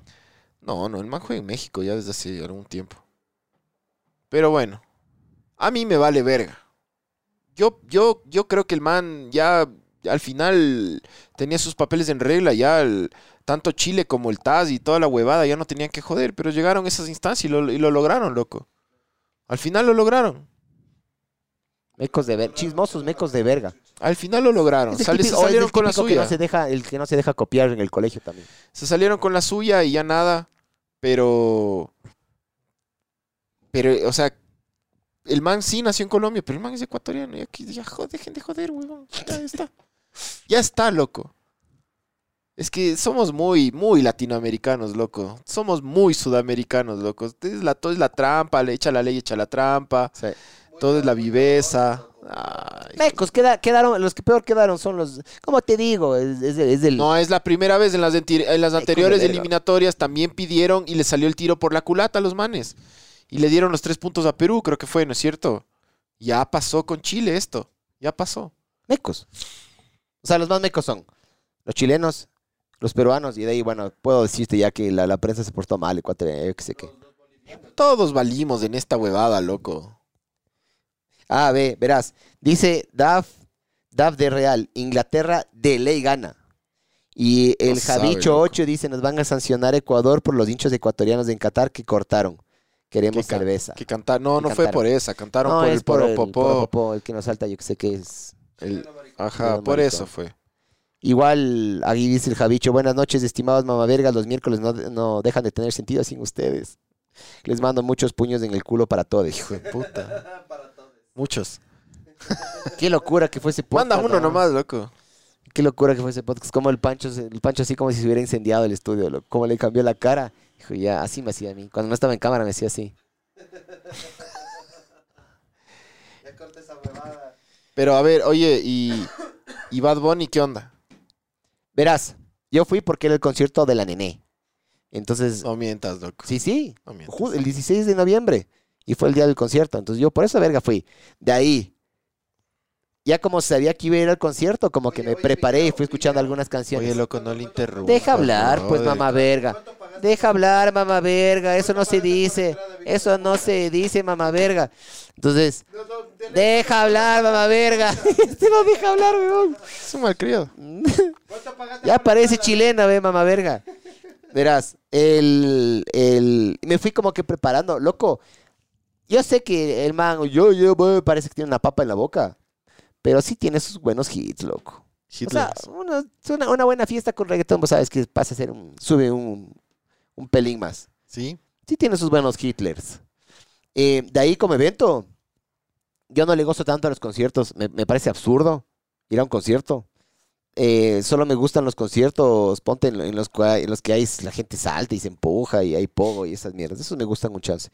Speaker 2: No, no, el man juega en México ya desde hace algún tiempo. Pero bueno, a mí me vale verga. Yo, yo, yo creo que el man ya al final tenía sus papeles en regla, ya el- tanto Chile como el Taz y toda la huevada ya no tenían que joder, pero llegaron esas instancias y lo, y lo lograron, loco. Al final lo lograron.
Speaker 3: Mecos de verga. Chismosos, mecos de verga.
Speaker 2: Al final lo lograron.
Speaker 3: Es el
Speaker 2: Sal- se
Speaker 3: típico- o es
Speaker 2: salieron
Speaker 3: el
Speaker 2: con la
Speaker 3: típico que no
Speaker 2: suya.
Speaker 3: se deja, el que no se deja copiar en el colegio también.
Speaker 2: Se salieron con la suya y ya nada. Pero. Pero, o sea. El man sí nació en Colombia, pero el man es ecuatoriano. Y aquí, ya joder, dejen de joder, weón. Ya está. Ya está, loco. Es que somos muy, muy latinoamericanos, loco. Somos muy sudamericanos, loco. Es la, todo es la trampa, le echa la ley, echa la trampa. Todo es la viveza. Ay,
Speaker 3: Mecos, queda- quedaron, los que peor quedaron son los. ¿Cómo te digo? Es, es el- es el-
Speaker 2: No, es la primera vez en las, enti- en las
Speaker 3: Ay,
Speaker 2: anteriores
Speaker 3: come verga.
Speaker 2: eliminatorias también pidieron y le salió el tiro por la culata a los manes. Y le dieron los tres puntos a Perú, creo que fue, ¿no es cierto? Ya pasó con Chile esto. Ya pasó.
Speaker 3: Mecos. O sea, los más mecos son los chilenos, los peruanos, y de ahí, bueno, puedo decirte ya que la, la prensa se portó mal, cuatro, eh, que sé qué.
Speaker 2: Todos valimos en esta huevada, loco.
Speaker 3: Ah, ve, verás. Dice Daf, Daf de Real, Inglaterra de ley gana. Y el
Speaker 2: No sabe,
Speaker 3: Javicho
Speaker 2: loco.
Speaker 3: 8 dice, nos van a sancionar Ecuador por los hinchos ecuatorianos en Qatar que cortaron. Queremos
Speaker 2: Que ca-
Speaker 3: cerveza.
Speaker 2: Que cantar. No,
Speaker 3: Que
Speaker 2: no fue
Speaker 3: cantaron.
Speaker 2: por esa. Cantaron
Speaker 3: No,
Speaker 2: por
Speaker 3: es
Speaker 2: el poro
Speaker 3: el
Speaker 2: popó.
Speaker 3: Poropopó, el que nos salta, yo que sé que es.
Speaker 2: El-
Speaker 3: Pero
Speaker 2: Ajá,
Speaker 3: no,
Speaker 2: por
Speaker 3: maricón.
Speaker 2: eso fue.
Speaker 3: Igual, aquí dice el Javicho, buenas noches, estimados mamavergas, los miércoles no, no dejan de tener sentido sin ustedes. Les mando muchos puños en el culo para todos.
Speaker 2: Hijo de puta.
Speaker 4: Para todos.
Speaker 2: Muchos.
Speaker 3: Qué locura que fuese podcast.
Speaker 2: Manda uno
Speaker 3: ¿no?
Speaker 2: nomás, loco.
Speaker 3: Qué locura que fue ese podcast. Como el Pancho, se- el Pancho así como si se hubiera incendiado el estudio, loco. como le cambió la cara. Dijo, ya, así me hacía a mí. Cuando no estaba en cámara me hacía así.
Speaker 4: Ya corta esa huevada.
Speaker 2: Pero a ver, oye, y, y Bad Bunny, ¿qué onda?
Speaker 3: Verás, yo fui porque era el concierto de la nené. Entonces,
Speaker 2: No mientas, loco.
Speaker 3: sí, sí,
Speaker 2: No mientas.
Speaker 3: ju- el 16 de noviembre. Y fue el día del concierto. Entonces yo por esa verga fui. De ahí, ya como sabía que iba a ir al concierto, como que
Speaker 4: Oye,
Speaker 3: me
Speaker 4: oye,
Speaker 3: preparé y
Speaker 4: Picao,
Speaker 3: fui escuchando
Speaker 4: Picao.
Speaker 3: algunas canciones.
Speaker 2: Oye, loco, no le interrumpas.
Speaker 3: Deja hablar, pues,
Speaker 2: brother.
Speaker 3: mamá verga.
Speaker 4: ¿Cuánto pagaste?
Speaker 3: Deja hablar, mamá verga. Eso
Speaker 4: ¿Cuánto
Speaker 3: no se
Speaker 4: pagaste por
Speaker 3: dice.
Speaker 4: entrada, Víctor?
Speaker 3: Eso no se dice, mamá verga. Entonces,
Speaker 4: No, no, de-
Speaker 3: deja hablar, mamá verga. Este no deja hablar, weón.
Speaker 2: Es un malcriado.
Speaker 4: ¿Cuánto pagaste
Speaker 3: Ya
Speaker 4: por
Speaker 3: parece
Speaker 4: entrada?
Speaker 3: chilena, ve, mamá verga. Verás, el, el- Me fui como que preparando, loco. Yo sé que el man, yo, yo, yo, parece que tiene una papa en la boca. Pero sí tiene sus buenos hits, loco. O
Speaker 2: Hitler.
Speaker 3: sea, una, una- una buena fiesta con reggaetón, vos sabes que pasa a ser un... Sube un, un pelín más.
Speaker 2: ¿Sí?
Speaker 3: Sí tiene sus buenos Hitlers. Eh, de ahí como evento, yo no le gozo tanto a los conciertos. Me, me parece absurdo ir a un concierto. Eh, solo me gustan los conciertos, ponte en, lo- en los, cua- en los que hay, la gente salta y se empuja y hay pogo y esas mierdas. Esos me gustan un chance.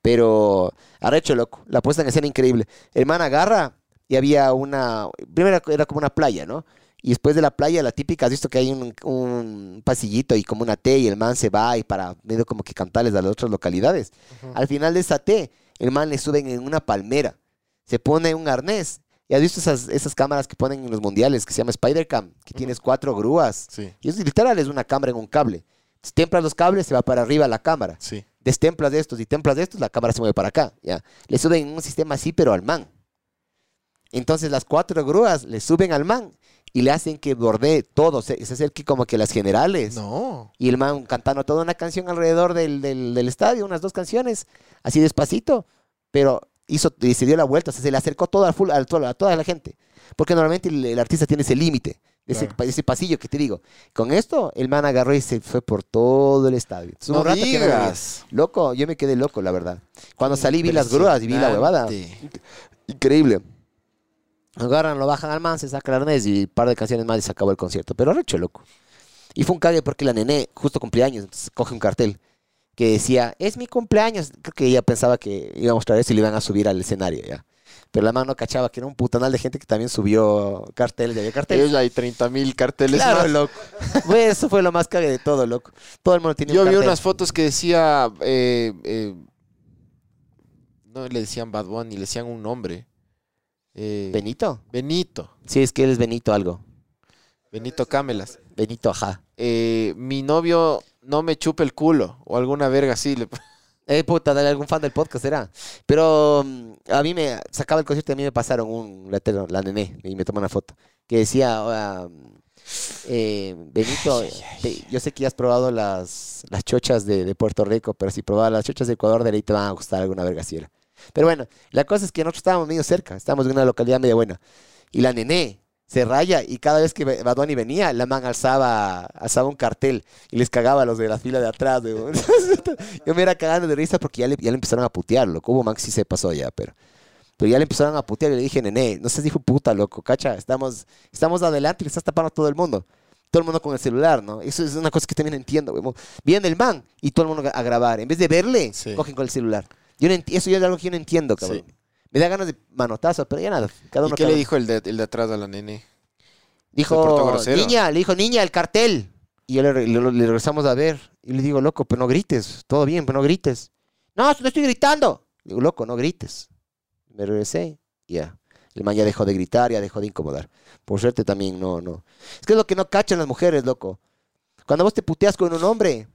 Speaker 3: Pero arrecho, loco. La puesta en escena increíble. Hermana agarra y había una... Primero era- era como una playa, ¿no? Y después de la playa, la típica, has visto que hay un, un pasillito y como una T y el man se va y para medio como que cantarles a las otras localidades.
Speaker 2: Ujú.
Speaker 3: Al final de esa T, el man le suben en una palmera, se pone un arnés. ¿Y has visto esas, esas cámaras que ponen en los mundiales que se llama Spider-Cam? Que tienes cuatro grúas.
Speaker 2: Sí,
Speaker 3: Y es literal, es una cámara en un cable. Si templas los cables, se va para arriba la cámara
Speaker 2: sí.
Speaker 3: destemplas de estos y templas de estos, la cámara se mueve para acá. ¿ya? Le suben en un sistema así, pero al man. Entonces las cuatro grúas le suben al man y le hacen que bordee todo, se, se acerque como que las generales.
Speaker 2: No.
Speaker 3: Y el man cantando toda una canción alrededor del, del- del estadio, unas dos canciones, así despacito, pero hizo y se dio la vuelta, o sea, se le acercó todo al full, al todo- a toda la gente. Porque normalmente el, el artista tiene ese límite, ese,
Speaker 2: Claro.
Speaker 3: pa- ese pasillo que te digo. Con esto, el man agarró y se fue por todo el estadio. Entonces, hubo
Speaker 2: No
Speaker 3: un rato que no lo vi.
Speaker 2: digas.
Speaker 3: Loco, yo me quedé loco, la verdad. Cuando salí vi las grúas y vi la huevada.
Speaker 2: Impresionante.
Speaker 3: Increíble. Agarran, lo bajan al man, se saca el arnés y un par de canciones más y se acabó el concierto. Pero recho, loco. Y fue un cague porque la nené justo cumpleaños, entonces coge un cartel que decía, es mi cumpleaños. Creo que ella pensaba que iba a mostrar eso y le iban a subir al escenario ya. Pero la mano cachaba que era un putanal de gente que también subió carteles, y había carteles.
Speaker 2: Ellos hay 30 mil carteles
Speaker 3: Claro,
Speaker 2: más.
Speaker 3: loco. Güey, eso fue lo más cague de todo, loco. Todo el mundo tiene
Speaker 2: Yo
Speaker 3: un
Speaker 2: vi
Speaker 3: cartel.
Speaker 2: unas fotos que decía. eh, eh, no le decían Bad Bunny, le decían un nombre. Eh,
Speaker 3: ¿Benito?
Speaker 2: Benito.
Speaker 3: Sí, es que eres Benito algo.
Speaker 2: Benito Camelas.
Speaker 3: Benito, ajá.
Speaker 2: Eh, mi novio no me chupe el culo. O alguna verga así. le-
Speaker 3: Eh, puta, dale algún fan del podcast, era. Pero mm, a mí me sacaba el concierto y a mí me pasaron un letrero, la nené, y me tomó una foto, que decía, ah, eh, Benito, te- yo sé que ya has probado las, las chochas de, de Puerto Rico, pero si probabas las chochas de Ecuador, de ley te van a gustar alguna verga así era. Pero bueno, la cosa es que nosotros estábamos medio cerca, estábamos en una localidad medio buena, y la nené se raya y cada vez que Bad Bunny venía, la man alzaba, alzaba un cartel y les cagaba a los de la fila de atrás, weón. Yo me era cagando de risa porque ya le, ya le empezaron a putear, loco. Hubo Max sí se pasó ya, pero. Pero ya le empezaron a putear y le dije, nene, no seas dijo puta, loco, cacha, estamos, estamos adelante y le estás tapando a todo el mundo. Todo el mundo con el celular, ¿no? Eso es una cosa que también entiendo, weón. Viene el man y todo el mundo a grabar. En vez de verle,
Speaker 2: Sí.
Speaker 3: cogen con el celular. Yo no enti- eso ya es algo que yo no entiendo, cabrón.
Speaker 2: Sí.
Speaker 3: Me da ganas de manotazos, pero ya nada. Cada
Speaker 2: ¿Y
Speaker 3: uno
Speaker 2: qué le
Speaker 3: cada-
Speaker 2: dijo el de, el de atrás a la nene? Se portó
Speaker 3: Dijo,
Speaker 2: grosero.
Speaker 3: niña, le dijo, niña, el cartel. Y yo le, re- le- le regresamos a ver. Y le digo, loco, pero no grites. Todo bien, pero no grites. No, no estoy gritando. Le digo, loco, no grites. Me regresé. y Ya. El man ya dejó de gritar, ya dejó de incomodar. Por suerte también, no, no. Es que es lo que no cachan las mujeres, loco. Cuando vos te puteas con un hombre,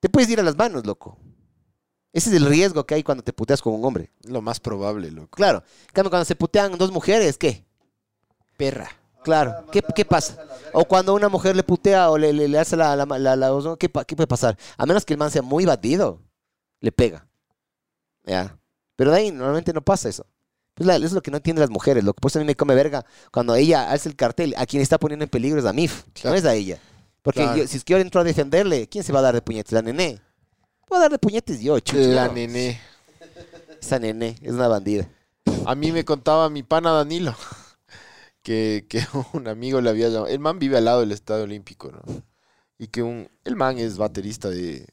Speaker 3: te puedes ir a las manos, loco. Ese es el riesgo que hay cuando te puteas con un hombre.
Speaker 2: Lo más probable, loco.
Speaker 3: Claro. En cambio, cuando se putean dos mujeres, ¿qué?
Speaker 2: Perra.
Speaker 3: Claro. ¿Qué,
Speaker 4: Ah, Mandar-
Speaker 3: qué
Speaker 4: mandas
Speaker 3: pasa?
Speaker 4: a la verga.
Speaker 3: O cuando una mujer le putea o le, le, le hace la... la, la- la- la- ¿qué, pa- qué puede pasar? A menos que el man sea muy batido, le pega. ¿Ya? Pero de ahí normalmente no pasa eso. Pues la- eso es lo que no entienden las mujeres. Lo que por eso a mí me come verga cuando ella alza el cartel. A quien está poniendo en peligro es a Mif,
Speaker 2: Claro.
Speaker 3: no es a ella. Porque
Speaker 2: Claro.
Speaker 3: yo- si es que yo entro a defenderle, ¿quién se va a dar de puñetes? La nené. Voy a dar de puñetes yo, chucha.
Speaker 2: La
Speaker 3: No,
Speaker 2: nene.
Speaker 3: Esa nené es una bandida.
Speaker 2: A mí me contaba mi pana Danilo que, que un amigo le había llamado. El man vive al lado del Estadio Olímpico, ¿no? Y que un. El man es baterista de,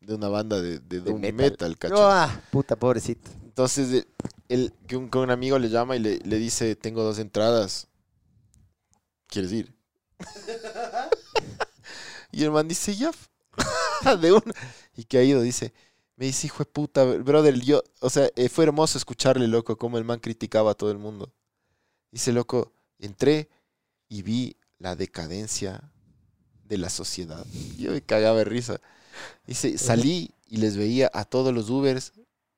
Speaker 2: de una banda de, de, doom metal,
Speaker 3: metal.
Speaker 2: ¿cachai?
Speaker 3: No, ah, puta, pobrecito.
Speaker 2: Entonces, eh, él, que un, que un amigo le llama y le, le dice, tengo dos entradas, ¿quieres ir? y el man dice, ya. de una. Y que ha ido, dice, me dice, hijo de puta, brother, yo, o sea, eh, fue hermoso escucharle, loco, cómo el man criticaba a todo el mundo. Dice, loco, entré y vi la decadencia de la sociedad. Yo me cagaba de risa. Dice, salí y les veía a todos los Ubers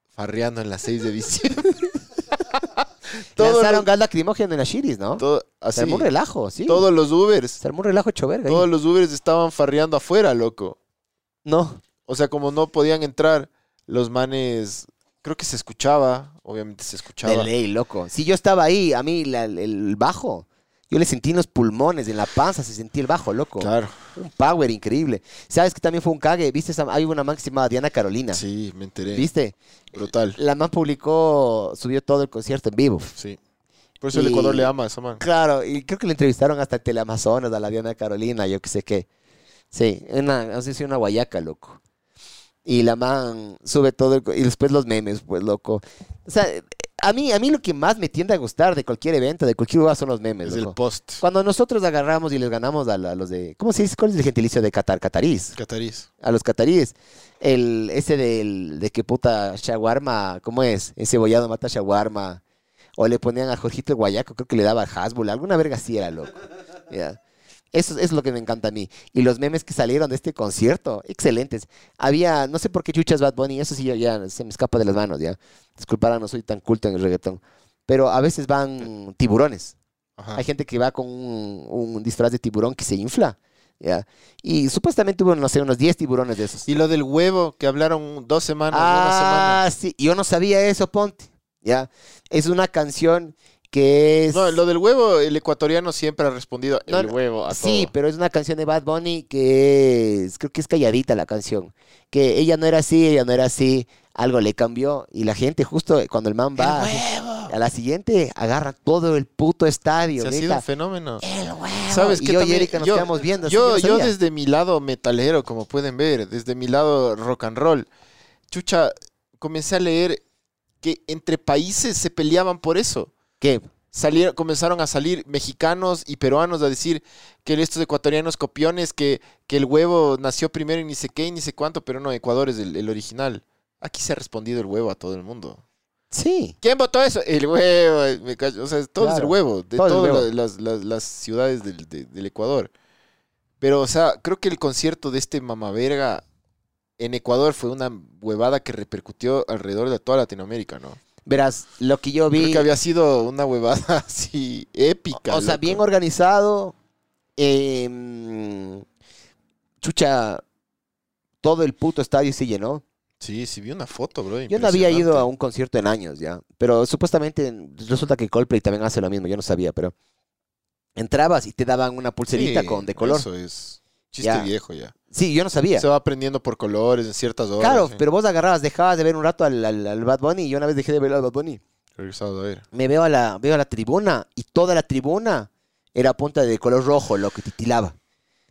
Speaker 2: farreando en las 6 de diciembre. Todos
Speaker 3: Lanzaron
Speaker 2: los-
Speaker 3: gas lacrimógeno en la Shiris, ¿no?
Speaker 2: todo- así,
Speaker 3: Se armó un relajo, sí.
Speaker 2: todos los Ubers.
Speaker 3: Se armó un relajo hecho verga. ahí.
Speaker 2: Todos los Ubers estaban farreando afuera, loco.
Speaker 3: No.
Speaker 2: O sea, como no podían entrar, los manes. Creo que se escuchaba. Obviamente se escuchaba.
Speaker 3: De ley, loco. Si yo estaba ahí, a mí la- el bajo, yo le sentí en los pulmones, en la panza, se sentía el bajo, loco.
Speaker 2: Claro.
Speaker 3: Un power increíble. ¿Sabes que también fue un cague? ¿Viste? esa- Hay una man que se llamaba Diana Carolina.
Speaker 2: Sí, me enteré.
Speaker 3: ¿Viste?
Speaker 2: Brutal.
Speaker 3: La man publicó, subió todo el concierto en vivo.
Speaker 2: Sí. Por eso el
Speaker 3: Y-
Speaker 2: Ecuador le ama a esa man.
Speaker 3: Claro, y creo que le entrevistaron hasta en Teleamazonas a la Diana Carolina, yo qué sé qué. Sí, una, no sé si una guayaca, loco. Y la man sube todo el co- y después los memes, pues, loco. O sea, a mí, a mí lo que más me tiende a gustar de cualquier evento, de cualquier lugar, son los memes,
Speaker 2: Es el
Speaker 3: loco.
Speaker 2: post.
Speaker 3: Cuando nosotros agarramos y les ganamos a, la- a los de... ¿Cómo se dice? ¿Cuál es el gentilicio de Qatar? Catarís.
Speaker 2: Catarís.
Speaker 3: A los cataríes. El, ese del, de que puta shawarma, ¿cómo es? Encebollado mata shawarma. O le ponían a Jorgito el Guayaco, creo que le daba al Hasbula. Alguna verga así era, loco. Ya. Eso es lo que me encanta a mí. Y los memes que salieron de este concierto, excelentes. Había, no sé por qué chuchas Bad Bunny, eso sí yo ya se me escapa de las manos, ya. Disculparán, no soy tan culto en el reggaetón. Pero a veces van tiburones.
Speaker 2: Ajá.
Speaker 3: Hay gente que va con un, un disfraz de tiburón que se infla. ¿ya? Y supuestamente hubo, no sé, unos 10 tiburones de esos.
Speaker 2: Y lo del huevo, que hablaron dos semanas,
Speaker 3: ah, sí. Yo no sabía eso, Ponte. ¿ya? Es una canción
Speaker 2: una
Speaker 3: que es...
Speaker 2: semana. No, lo del huevo, el ecuatoriano siempre ha respondido
Speaker 3: No,
Speaker 2: el
Speaker 3: no.
Speaker 2: huevo a
Speaker 3: Ah, sí,
Speaker 2: todo.
Speaker 3: pero es una canción de Bad Bunny que es... Creo que es calladita la canción. Que ella no era así, ella no era así. Algo le cambió. Y la gente justo cuando el man va... así, a la siguiente agarra todo el puto estadio.
Speaker 2: Se ha sido
Speaker 3: grita,
Speaker 2: un fenómeno.
Speaker 3: "El huevo".
Speaker 2: ¿Sabes
Speaker 3: y
Speaker 2: qué
Speaker 3: yo y
Speaker 2: también?
Speaker 3: Erika nos
Speaker 2: Yo-
Speaker 3: quedamos viendo. así,
Speaker 2: Yo,
Speaker 3: no
Speaker 2: yo
Speaker 3: sabía.
Speaker 2: desde mi lado metalero, como pueden ver, desde mi lado rock and roll, chucha, comencé a leer que entre países se peleaban por eso.
Speaker 3: ¿Qué?
Speaker 2: Salieron, comenzaron a salir mexicanos y peruanos a decir que estos ecuatorianos copiones, que, que el huevo nació primero y ni sé qué y ni sé cuánto, pero no, Ecuador es el, el original. Aquí se ha respondido el huevo a todo el mundo.
Speaker 3: Sí.
Speaker 2: ¿Quién votó eso? El huevo. me cacho, O sea, todo es el
Speaker 3: Claro,
Speaker 2: huevo. De
Speaker 3: todo es el
Speaker 2: todas
Speaker 3: huevo.
Speaker 2: la- las, las- las ciudades del, de- del Ecuador. Pero, o sea, creo que el concierto de este mamaverga en Ecuador fue una huevada que repercutió alrededor de toda Latinoamérica, ¿no?
Speaker 3: Verás, lo que yo
Speaker 2: Creo
Speaker 3: vi,
Speaker 2: que había sido una huevada así épica.
Speaker 3: o sea,
Speaker 2: loco.
Speaker 3: bien organizado, em, chucha, todo el puto estadio se llenó.
Speaker 2: Sí, sí, vi una foto, bro.
Speaker 3: Yo no había
Speaker 2: impresionante.
Speaker 3: ido a un concierto en años ya, pero supuestamente resulta que Coldplay también hace lo mismo, yo no sabía, pero entrabas y te daban una pulserita
Speaker 2: Sí,
Speaker 3: con de color.
Speaker 2: Eso es chiste
Speaker 3: Ya.
Speaker 2: viejo ya.
Speaker 3: Sí, yo no sabía.
Speaker 2: Se va aprendiendo por colores en ciertas horas.
Speaker 3: claro,
Speaker 2: sí.
Speaker 3: pero vos agarrabas, dejabas de ver un rato al, al- al Bad Bunny y yo una vez dejé de ver al Bad Bunny.
Speaker 2: Regresado a ver.
Speaker 3: Me veo a la, veo a la tribuna y toda la tribuna era punta de color rojo, loco, y titilaba.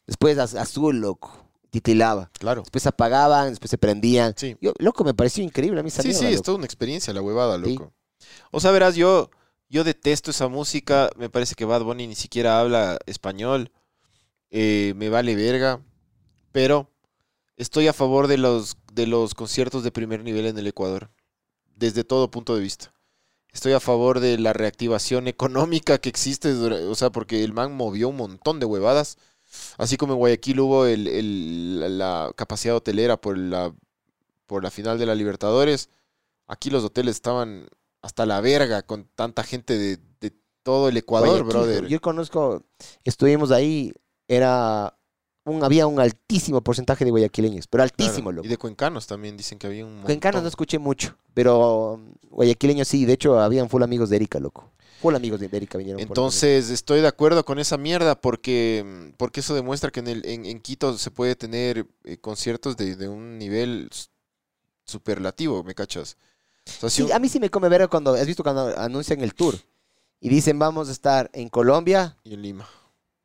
Speaker 3: Después az- azul, loco, titilaba.
Speaker 2: Claro.
Speaker 3: Después se apagaban, después se prendían.
Speaker 2: Sí.
Speaker 3: Yo, loco, me pareció increíble a mí esa
Speaker 2: Sí,
Speaker 3: mierda,
Speaker 2: sí, es
Speaker 3: loco.
Speaker 2: toda una experiencia la huevada,
Speaker 3: Sí.
Speaker 2: loco. O sea, verás, yo, yo detesto esa música. Me parece que Bad Bunny ni siquiera habla español. eh, me vale verga. Pero estoy a favor de los, de los conciertos de primer nivel en el Ecuador. Desde todo punto de vista. Estoy a favor de la reactivación económica que existe. dura- O sea, porque el man movió un montón de huevadas. Así como en Guayaquil hubo el- el- la- la capacidad hotelera por la por la final de la Libertadores. Aquí los hoteles estaban hasta la verga con tanta gente de, de todo el Ecuador,
Speaker 3: Guayaquil,
Speaker 2: brother.
Speaker 3: Yo conozco, estuvimos ahí, era un, había un altísimo porcentaje de guayaquileños, pero
Speaker 2: Claro,
Speaker 3: altísimo,
Speaker 2: Y
Speaker 3: loco.
Speaker 2: de cuencanos también dicen que había un montón.
Speaker 3: Cuencanos no escuché mucho, pero um, guayaquileños sí, de hecho habían full amigos de Erika, loco. Full amigos de de Erika vinieron. full amigos.
Speaker 2: Entonces estoy de acuerdo con esa mierda porque, mm, porque eso demuestra que en, el, en, en Quito se puede tener eh, conciertos de, de un nivel s- superlativo, ¿me cachas? O sea, si
Speaker 3: Sí,
Speaker 2: un-
Speaker 3: a mí sí me come verga cuando, has visto cuando anuncian el tour y dicen vamos a estar en Colombia,
Speaker 2: Y en Lima,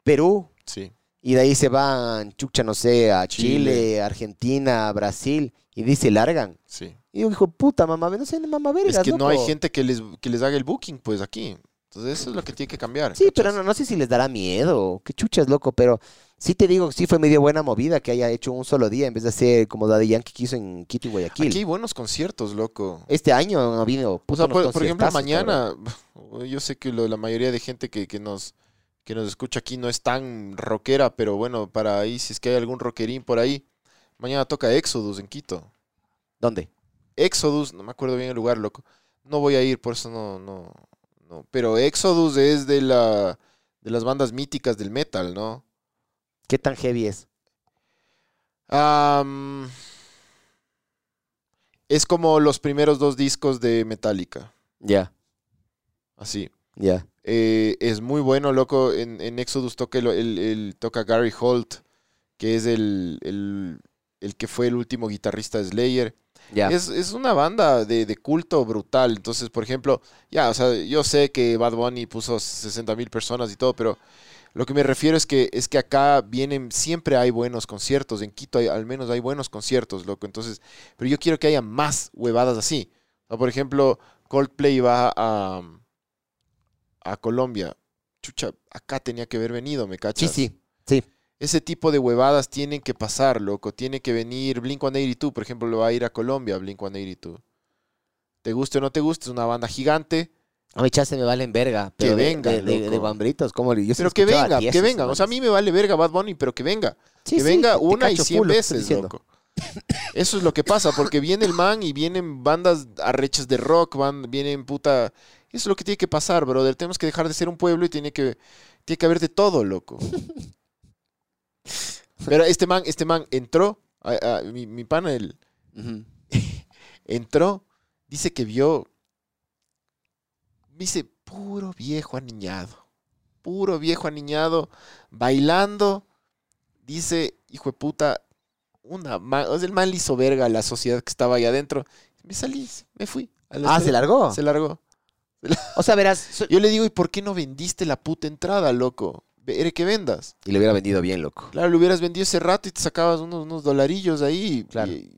Speaker 3: Perú,
Speaker 2: sí.
Speaker 3: y de ahí se van, chucha, no sé, a Chile,
Speaker 2: Chile.
Speaker 3: Argentina, Brasil, y dice largan.
Speaker 2: Sí.
Speaker 3: Y digo, hijo de puta, mamá, no sé, mamá, vergas,
Speaker 2: Es que no hay
Speaker 3: loco.
Speaker 2: gente que les, que les haga el booking, pues aquí. Entonces eso es lo que tiene que cambiar.
Speaker 3: Sí,
Speaker 2: ¿cachas?
Speaker 3: pero no, no sé si les dará miedo. Qué chuchas, loco. Pero sí te digo que sí fue medio buena movida que haya hecho un solo día en vez de hacer como Daddy Yankee quiso en Quito y Guayaquil.
Speaker 2: Aquí hay buenos conciertos, loco.
Speaker 3: Este año ha habido.
Speaker 2: O sea,
Speaker 3: puta,
Speaker 2: por,
Speaker 3: unos
Speaker 2: por ejemplo,
Speaker 3: conciertazos, cabrón.
Speaker 2: mañana, yo sé que lo- la mayoría de gente que, que nos, que nos escucha aquí no es tan rockera, pero bueno, para ahí, si es que hay algún rockerín por ahí, mañana toca Exodus en Quito.
Speaker 3: ¿Dónde?
Speaker 2: Exodus, no me acuerdo bien el lugar, loco. No voy a ir, por eso no, no, no. Pero Exodus es de la de las bandas míticas del metal, ¿no?
Speaker 3: ¿Qué tan heavy es?
Speaker 2: Am, es como los primeros dos discos de Metallica,
Speaker 3: Ya,
Speaker 2: así.
Speaker 3: ya.
Speaker 2: Eh, es muy bueno, loco. En, en Exodus toca, el, el- el- toca Gary Holt, que es el, el- el que fue el último guitarrista de Slayer.
Speaker 3: Ya.
Speaker 2: Es, es una banda de, de culto brutal. Entonces, por ejemplo, ya, o sea, yo sé que Bad Bunny puso 60 mil personas y todo, pero lo que me refiero es que, es que acá vienen, siempre hay buenos conciertos. En Quito hay- al menos hay buenos conciertos, loco. Entonces, pero yo quiero que haya más huevadas así. O, por ejemplo, Coldplay va a, a Colombia. Chucha, acá tenía que haber venido, ¿me
Speaker 3: Sí,
Speaker 2: cachas?
Speaker 3: sí, sí.
Speaker 2: Ese tipo de huevadas tienen que pasar, loco. Tiene que venir Blink-182, por ejemplo, va a ir a Colombia Blink-182. Te guste o no te guste, es una banda gigante,
Speaker 3: A mí chance me valen verga. Pero de-
Speaker 2: vengan,
Speaker 3: de, de, de,
Speaker 2: loco.
Speaker 3: guambritos, ¿cómo le- yo sí
Speaker 2: pero que
Speaker 3: Pues escuchaba
Speaker 2: venga,
Speaker 3: tiesos,
Speaker 2: que venga. O sea, a
Speaker 3: manes.
Speaker 2: mí me vale verga Bad Bunny, pero que venga.
Speaker 3: Sí,
Speaker 2: que
Speaker 3: sí,
Speaker 2: venga
Speaker 3: te
Speaker 2: una y
Speaker 3: cacho
Speaker 2: cien
Speaker 3: full lo que estoy
Speaker 2: veces,
Speaker 3: diciendo.
Speaker 2: loco. Eso es lo que pasa, porque viene el man y vienen bandas arrechas de rock, van, vienen puta... Eso es lo que tiene que pasar, brother. Tenemos que dejar de ser un pueblo y tiene que, tiene que haber de todo, loco. Pero este man, este man entró, a- a- mi, mi pana, el,
Speaker 3: Ujú.
Speaker 2: entró, dice que vio, dice, puro viejo aniñado, puro viejo aniñado, bailando, dice, hijo de puta, una, ma- o sea, el man le hizo verga a la sociedad que estaba ahí adentro, me salí, me fui. a las
Speaker 3: Ah,
Speaker 2: tres-
Speaker 3: ¿se largó?
Speaker 2: Se largó.
Speaker 3: O sea, verás. so-
Speaker 2: Yo le digo, ¿y por qué no vendiste la puta entrada, loco? Veré que vendas.
Speaker 3: Y lo hubiera vendido bien, loco.
Speaker 2: Claro, lo hubieras vendido ese rato y te sacabas unos, unos dolarillos ahí.
Speaker 3: Claro.
Speaker 2: Y,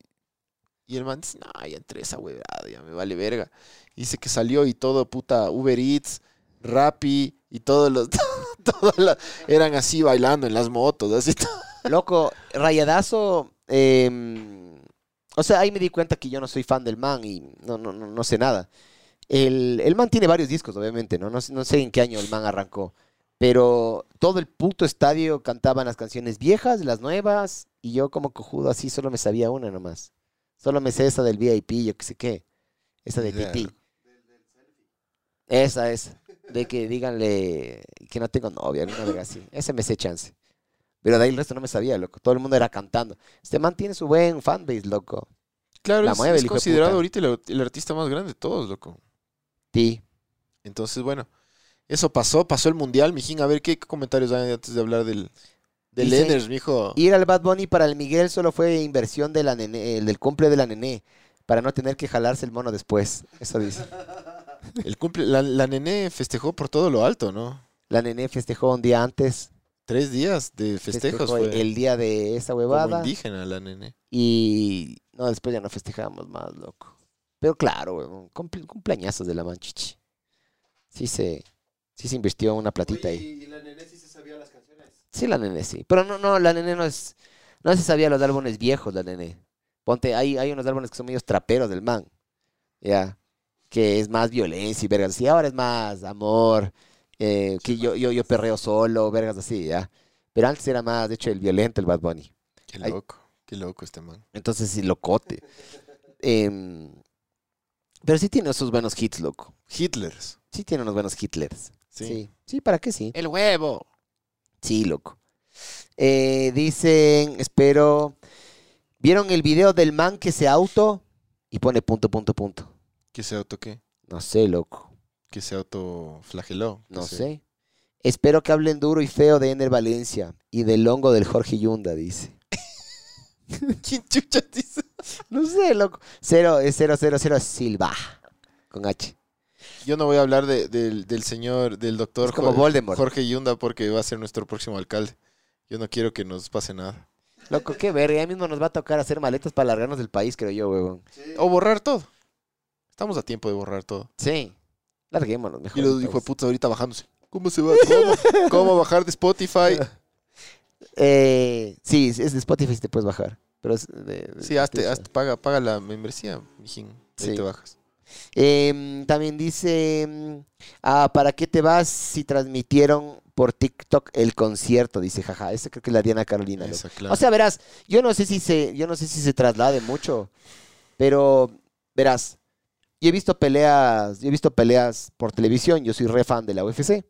Speaker 2: y el man dice, no, ya entré esa huevada, ya me vale verga. Y dice que salió y todo, puta, Uber Eats, Rappi y todos los... todas las- eran así bailando en las motos, así.
Speaker 3: Loco, Rayadazo. em, o sea, ahí me di cuenta que yo no soy fan del man y no, no, no, no sé nada. El, el man tiene varios discos, obviamente, ¿no? No, sé- no sé en qué año el man arrancó. Pero todo el puto estadio cantaban las canciones viejas, las nuevas, y yo como cojudo así solo me sabía una nomás. Solo me sé esa del VIP, yo qué sé qué. Esa de
Speaker 2: Ya.
Speaker 3: Titi. Esa es. De que díganle que no tengo novia, alguna vez así. Ese me sé chance. Pero de ahí el resto no me sabía, loco. Todo el mundo era cantando. Este man tiene su buen fanbase, loco.
Speaker 2: Claro,
Speaker 3: La
Speaker 2: es,
Speaker 3: mueve
Speaker 2: es
Speaker 3: el hijo de
Speaker 2: considerado
Speaker 3: puta.
Speaker 2: ahorita el, el artista más grande de todos, loco.
Speaker 3: Sí.
Speaker 2: Entonces, bueno, eso pasó, pasó el mundial, mijín. A ver, ¿qué comentarios hay antes de hablar del... Del
Speaker 3: Dice-
Speaker 2: Eners, mijo.
Speaker 3: Ir al Bad Bunny para el Miguel solo fue inversión de la nené, el del cumple de la nené, para no tener que jalarse el mono después. Eso dice.
Speaker 2: El cumple, la, la nené festejó por todo lo alto, ¿no?
Speaker 3: La nené festejó un día antes.
Speaker 2: Tres días de festejos
Speaker 3: festejó
Speaker 2: fue.
Speaker 3: El día de esa
Speaker 2: como
Speaker 3: huevada.
Speaker 2: indígena la nene.
Speaker 3: Y no, después ya no festejamos más, loco. Pero claro, huevón, cumple- cumpleañazos de la manchichi. Sí se, sí se invirtió una platita
Speaker 4: Oye,
Speaker 3: ahí.
Speaker 4: Y la nené sí se sabía las canciones.
Speaker 3: Sí, la nene, sí. Pero no, no, la nene no es. No se sabía los álbumes viejos, la nene. Ponte, hay, hay unos álbumes que son medios traperos del man. Ya. Que es más violencia y vergas así. Ahora es más amor. eh, que yo, yo, yo perreo solo, vergas así, ya. Pero antes era más, de hecho, el violento, el Bad Bunny.
Speaker 2: Qué
Speaker 3: Ay.
Speaker 2: loco, qué loco este man.
Speaker 3: Entonces, sí, locote. Em, pero sí tiene esos buenos hits, loco.
Speaker 2: Hitlers.
Speaker 3: Sí tiene unos buenos hitlers.
Speaker 2: Sí.
Speaker 3: Sí, sí ¿para qué sí?
Speaker 2: El huevo.
Speaker 3: Sí, loco. Eh, dicen, espero. ¿Vieron el video del man que se auto? Y pone punto, punto, punto.
Speaker 2: Que se auto qué?
Speaker 3: No sé, loco.
Speaker 2: Que se autoflageló. que
Speaker 3: No
Speaker 2: se-
Speaker 3: sé. Espero que hablen duro y feo de Ener Valencia y del hongo del Jorge Yunda, dice.
Speaker 2: ¿Quién chucha dice?
Speaker 3: No sé, loco. Cero, es cero, cero, cero, Silva. Con H.
Speaker 2: Yo no voy a hablar de- del, del señor, del doctor
Speaker 3: Es como
Speaker 2: Jor-
Speaker 3: Voldemort.
Speaker 2: Jorge Yunda porque va a ser nuestro próximo alcalde. Yo no quiero que nos pase nada.
Speaker 3: Loco, qué verga. Ya mismo nos va a tocar hacer maletas para largarnos del país, creo yo, huevón.
Speaker 4: Sí.
Speaker 2: O borrar todo. Estamos a tiempo de borrar todo.
Speaker 3: Sí. Larguémonos mejor.
Speaker 2: Y los
Speaker 3: del
Speaker 2: hijos de
Speaker 3: país.
Speaker 2: puta ahorita bajándose. ¿Cómo se va? ¿Cómo, ¿Cómo bajar de Spotify?
Speaker 3: Eh, sí, es de Spotify si te puedes bajar. Pero es de-
Speaker 2: Sí, hazte,
Speaker 3: de-
Speaker 2: hazte- paga, paga la membresía, mijín. Ahí
Speaker 3: Sí.
Speaker 2: te bajas.
Speaker 3: Em, también dice, mm, ah, ¿para qué te vas si transmitieron por TikTok el concierto? Dice, jaja, esa creo que es la Diana Carolina. loco.
Speaker 2: Esa, claro.
Speaker 3: O sea, verás, yo no sé si se, yo no sé si se traslade mucho, pero verás, yo he visto peleas, yo he visto peleas por televisión, yo soy re fan de la UFC.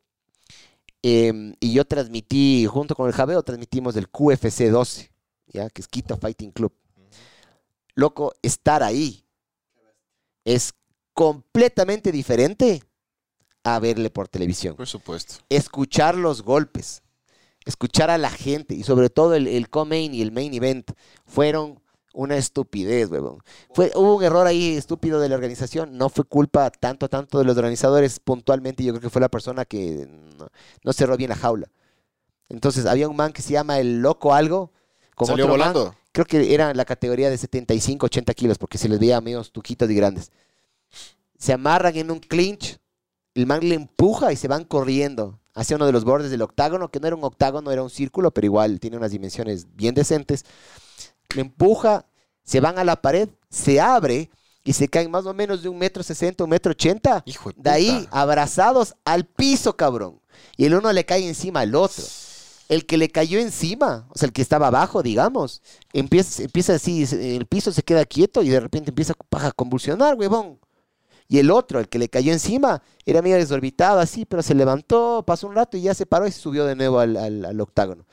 Speaker 3: Em, y yo transmití, junto con el Jabeo, transmitimos el QFC 12, ¿ya? que es Quito Fighting Club. Loco, estar ahí es completamente diferente a verle por televisión
Speaker 2: por supuesto.
Speaker 3: escuchar los golpes, escuchar a la gente y sobre todo el, el co-main y el main event fueron una estupidez, huevón. Fue, hubo un error ahí estúpido de la organización, no fue culpa tanto, tanto de los organizadores, puntualmente yo creo que fue la persona que no, no cerró bien la jaula. Entonces había un man que se llama el loco algo, con
Speaker 2: Salió
Speaker 3: otro man-
Speaker 2: volando.
Speaker 3: creo que era la categoría de 75, 80 kilos, porque se les veía amigos tuquitos y grandes. Se amarran en un clinch, el man le empuja y se van corriendo hacia uno de los bordes del octágono, que no era un octágono, era un círculo, pero igual tiene unas dimensiones bien decentes. Le empuja, se van a la pared, se abre y se caen más o menos de un metro sesenta, un metro ochenta.
Speaker 2: Hijo de,
Speaker 3: De ahí,
Speaker 2: puta.
Speaker 3: abrazados al piso, cabrón. Y el uno le cae encima al otro. El que le cayó encima, o sea, el que estaba abajo, digamos, empieza, empieza así, se- el piso se queda quieto y de repente empieza a convulsionar, huevón. Y el otro, el que le cayó encima, era medio desorbitado así, pero se levantó, pasó un rato y ya se paró y se subió de nuevo al, al- al octágono.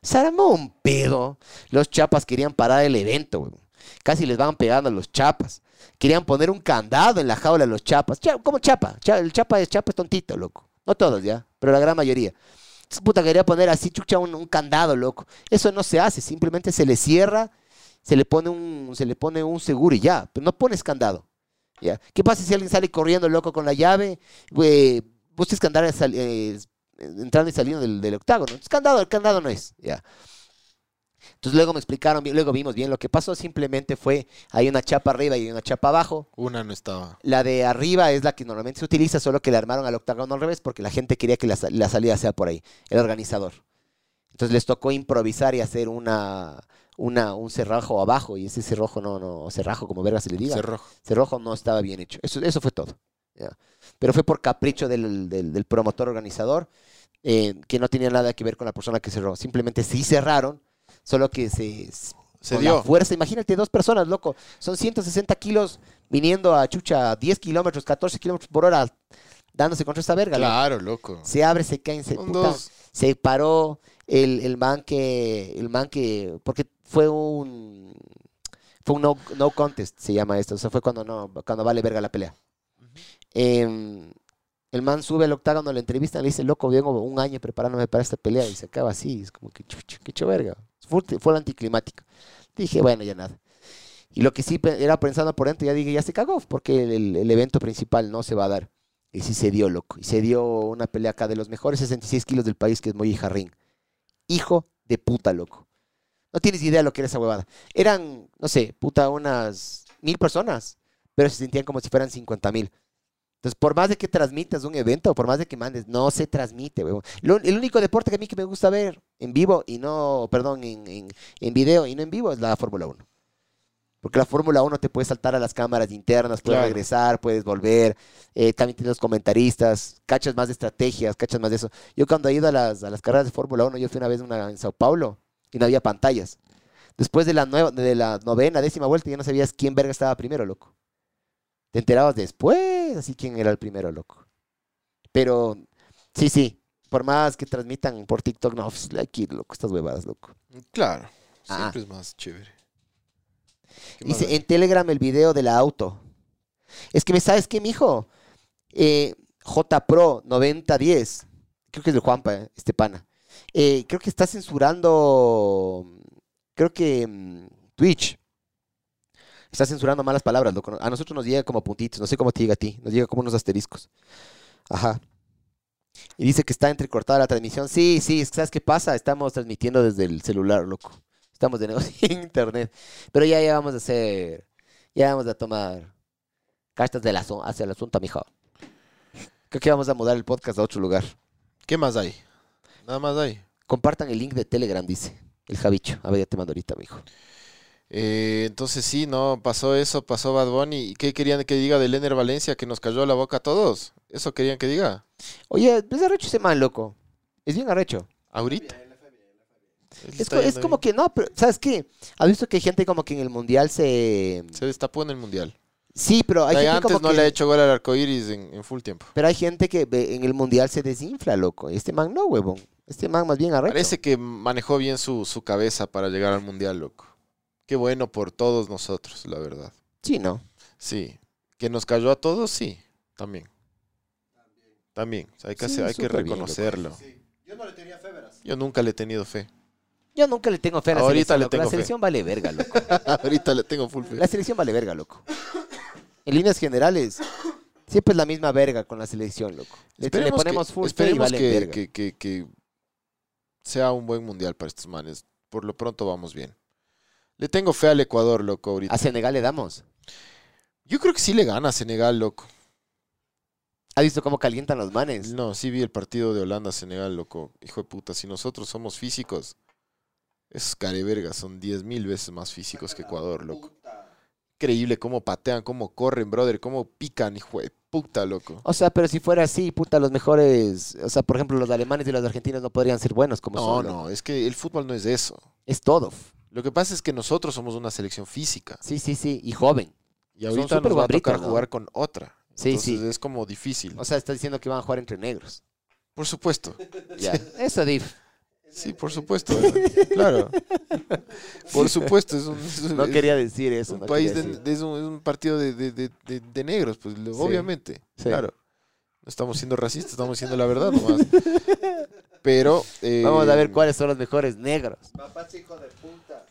Speaker 3: Se armó un pedo. Los chapas querían parar el evento, huevón. Casi les van pegando a los chapas. Querían poner un candado en la jaula a los chapas. Cha- ¿Cómo chapa? Cha- el chapa es, chapa es tontito, loco. No todos, ya, pero la gran mayoría. Entonces, puta, quería poner así, chucha, un, un candado, loco. Eso no se hace, simplemente se le cierra, se le pone un, se le pone un seguro y ya. Pero no pones candado. ¿ya? ¿Qué pasa si alguien sale corriendo, loco, con la llave? Güey, vos tienes que andar sal- eh, entrando y saliendo del, del octágono. Es candado, el candado no es, ya. Entonces luego me explicaron, bien, luego vimos bien lo que pasó, simplemente fue, hay una chapa arriba y hay una chapa abajo,
Speaker 2: Una no estaba.
Speaker 3: la de arriba es la que normalmente se utiliza, solo que le armaron al octágono al revés porque la gente quería que la, sa- la salida sea por ahí, el organizador. Entonces les tocó improvisar y hacer una, una, un cerrajo abajo y ese cerrojo no, no, o cerrajo como verga se le diga,
Speaker 2: Cerrojo.
Speaker 3: cerrojo no estaba bien hecho. Eso, eso fue todo. ya. Pero fue por capricho del, del- del promotor organizador eh, que no tenía nada que ver con la persona que cerró. Simplemente sí cerraron, solo que se,
Speaker 2: Se
Speaker 3: con
Speaker 2: dio.
Speaker 3: la fuerza. Imagínate, dos personas, loco. Son 160 kilos viniendo a chucha a 10 kilómetros, 14 kilómetros por hora, dándose contra esta verga. loco.
Speaker 2: Claro, loco.
Speaker 3: Se abre, se caen, se,
Speaker 2: Son
Speaker 3: puta,
Speaker 2: dos.
Speaker 3: se paró el, el man que. El man que. Porque fue un. Fue un no, no contest, se llama esto. O sea, fue cuando no, cuando vale verga la pelea. Em, el man sube al octágono, le entrevistan, le dice, loco, vengo un año preparándome para esta pelea y se acaba así. Es como que chucho, que hecho verga. Fue, fue el anticlimático. Dije, bueno, ya nada. Y lo que sí pe- era pensando por dentro, ya dije, ya se cagó, porque el- el- el evento principal no se va a dar. Y sí se dio, loco. Y se dio una pelea acá de los mejores 66 kilos del país, que es Moji Jarrín. Hijo de puta, loco. No tienes idea lo que era esa huevada. Eran, no sé, puta, unas mil personas, pero se sentían como si fueran 50 mil. Entonces, por más de que transmitas un evento, por más de que mandes, no se transmite, huevón. Lo- el único deporte que a mí que me gusta ver en vivo y no, perdón, en, en- en video y no en vivo es la Fórmula 1. Porque la Fórmula 1 te puede saltar a las cámaras internas, puedes
Speaker 2: Claro.
Speaker 3: regresar, puedes volver, eh, también tienes los comentaristas, cachas más de estrategias, cachas más de eso. Yo cuando he ido a las, a las carreras de Fórmula 1, yo fui una vez una, en Sao Paulo y no había pantallas. Después de la, nueva, de la novena, décima vuelta, ya no sabías quién verga estaba primero, loco. Te enterabas después, así quién era el primero, loco. Pero, sí, sí, por más que transmitan por TikTok, no, pues, aquí, loco, estas huevadas, loco.
Speaker 2: Claro.
Speaker 3: Ah.
Speaker 2: Siempre es más chévere. ¿Qué más
Speaker 3: Dice
Speaker 2: hay?
Speaker 3: en Telegram el video de la auto. Es que me sabes qué, mijo. Eh, J Pro 9010. Creo que es de Juanpa, eh, este pana. Eh, creo que está censurando. Creo que mm, Twitch. Está censurando malas palabras, loco. A nosotros nos llega como puntitos, no sé cómo te llega a ti, nos llega como unos asteriscos. Ajá. Y dice que está entrecortada la transmisión. Sí, sí, es que ¿sabes qué pasa? Estamos transmitiendo desde el celular, loco. Estamos de negocio en internet. Pero ya, ya vamos a hacer. Ya vamos a tomar cartas del asu- hacia el asunto, mijo. Creo que vamos a mudar el podcast a otro lugar.
Speaker 2: ¿Qué más hay? Nada más hay.
Speaker 3: Compartan el link de Telegram, dice el Javicho. A ver, ya te mando ahorita, mijo.
Speaker 2: Eh, entonces sí, no, pasó eso, pasó Bad Bunny. ¿Y qué querían que diga de Lener Valencia que nos cayó la boca a todos? ¿Eso querían que diga?
Speaker 3: Oye, es arrecho ese man, loco. Es bien arrecho.
Speaker 2: ¿Ahorita? Él
Speaker 3: Es,
Speaker 2: está
Speaker 3: co- es
Speaker 2: yendo
Speaker 3: como
Speaker 2: bien.
Speaker 3: que no, pero ¿sabes qué? ¿Has visto que hay gente como que en el mundial se.
Speaker 2: Se destapó en el Mundial.
Speaker 3: Sí, pero hay
Speaker 2: De ahí
Speaker 3: gente
Speaker 2: antes no
Speaker 3: como que.
Speaker 2: le ha hecho gol al arcoiris en, en full tiempo.
Speaker 3: Pero hay gente que ve- en el mundial se desinfla, loco. Este man no, huevón. Este man más bien arrecho.
Speaker 2: Parece que manejó bien su, su cabeza para llegar al Mundial, loco. Qué bueno por todos nosotros, la verdad.
Speaker 3: Sí, no.
Speaker 2: Sí. ¿Que nos cayó a todos? Sí, también. También. O sea, hay que,
Speaker 3: Sí,
Speaker 2: hacer- hay que
Speaker 3: súper bien, loco.
Speaker 2: reconocerlo.
Speaker 4: Sí. Yo no le tenía fe, verás.
Speaker 2: Yo nunca le he tenido fe.
Speaker 3: Yo nunca le tengo fe a la
Speaker 2: Ahorita
Speaker 3: selección.
Speaker 2: le
Speaker 3: loco.
Speaker 2: tengo fe.
Speaker 3: la selección vale verga, loco.
Speaker 2: Ahorita le tengo full fe.
Speaker 3: La selección vale verga, loco. En líneas generales, siempre es la misma verga con la selección, loco. Le, le
Speaker 2: Esperemos
Speaker 3: ponemos
Speaker 2: que,
Speaker 3: full fe y
Speaker 2: esperemos
Speaker 3: valen
Speaker 2: que-
Speaker 3: verga.
Speaker 2: que- que- que sea un buen mundial para estos manes. Por lo pronto vamos bien. Le tengo fe al Ecuador, loco, ahorita.
Speaker 3: A Senegal le damos.
Speaker 2: Yo creo que sí le gana a Senegal, loco.
Speaker 3: ¿Has visto cómo calientan los manes?
Speaker 2: No, sí vi el partido de Holanda-Senegal, loco. Hijo de puta, si nosotros somos físicos, esos carevergas son 10 mil veces más físicos que Ecuador, loco.
Speaker 4: Puta.
Speaker 2: Increíble cómo patean, cómo corren, brother, cómo pican, hijo de puta, loco.
Speaker 3: O sea, pero si fuera así, puta, los mejores. O sea, por ejemplo, los alemanes y los argentinos no podrían ser buenos como
Speaker 2: No,
Speaker 3: son. loco.
Speaker 2: no, es que el fútbol no es de eso.
Speaker 3: Es todo.
Speaker 2: Lo que pasa es que nosotros somos una selección física.
Speaker 3: Sí, sí, sí. Y joven.
Speaker 2: Y
Speaker 3: Son
Speaker 2: ahorita
Speaker 3: súper
Speaker 2: nos va a
Speaker 3: guambritos,
Speaker 2: tocar
Speaker 3: ¿no?
Speaker 2: jugar con otra.
Speaker 3: Sí,
Speaker 2: Entonces
Speaker 3: sí.
Speaker 2: es como difícil.
Speaker 3: O sea, estás diciendo que van a jugar entre negros.
Speaker 2: Por supuesto.
Speaker 3: Ya. Eso, Div.
Speaker 2: Sí, por supuesto. claro. Por supuesto. Es un, es un-
Speaker 3: No
Speaker 2: es
Speaker 3: quería decir eso.
Speaker 2: un
Speaker 3: no
Speaker 2: país,
Speaker 3: quería
Speaker 2: de,
Speaker 3: decir.
Speaker 2: de- es, un, es un partido de, de- de- de- de negros, pues lo-
Speaker 3: Sí.
Speaker 2: obviamente.
Speaker 3: Sí.
Speaker 2: Claro. No estamos siendo racistas, estamos diciendo la verdad nomás. Pero. eh,
Speaker 3: Vamos a ver cuáles son los mejores negros.
Speaker 4: Papá chico de puta.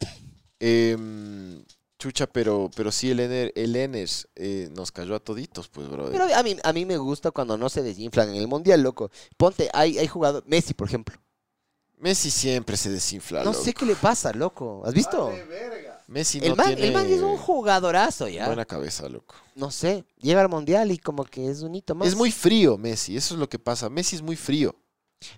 Speaker 2: em, chucha, pero, pero sí, el Ener, el Enes, eh, nos cayó a toditos, pues, brother.
Speaker 3: Pero a mí, a mí me gusta cuando no se desinflan en el mundial, loco. Ponte, hay, hay jugado Messi, por ejemplo.
Speaker 2: Messi siempre se desinfla.
Speaker 3: No
Speaker 2: Ah, loco.
Speaker 3: sé qué le pasa, loco. ¿Has visto?
Speaker 4: Vale, verga.
Speaker 2: Messi
Speaker 3: El
Speaker 2: no
Speaker 3: man,
Speaker 2: tiene
Speaker 3: el man es un jugadorazo ya.
Speaker 2: buena cabeza, loco.
Speaker 3: No sé. Llega al mundial y como que es un hito más.
Speaker 2: Es muy frío Messi, eso es lo que pasa. Messi es muy frío.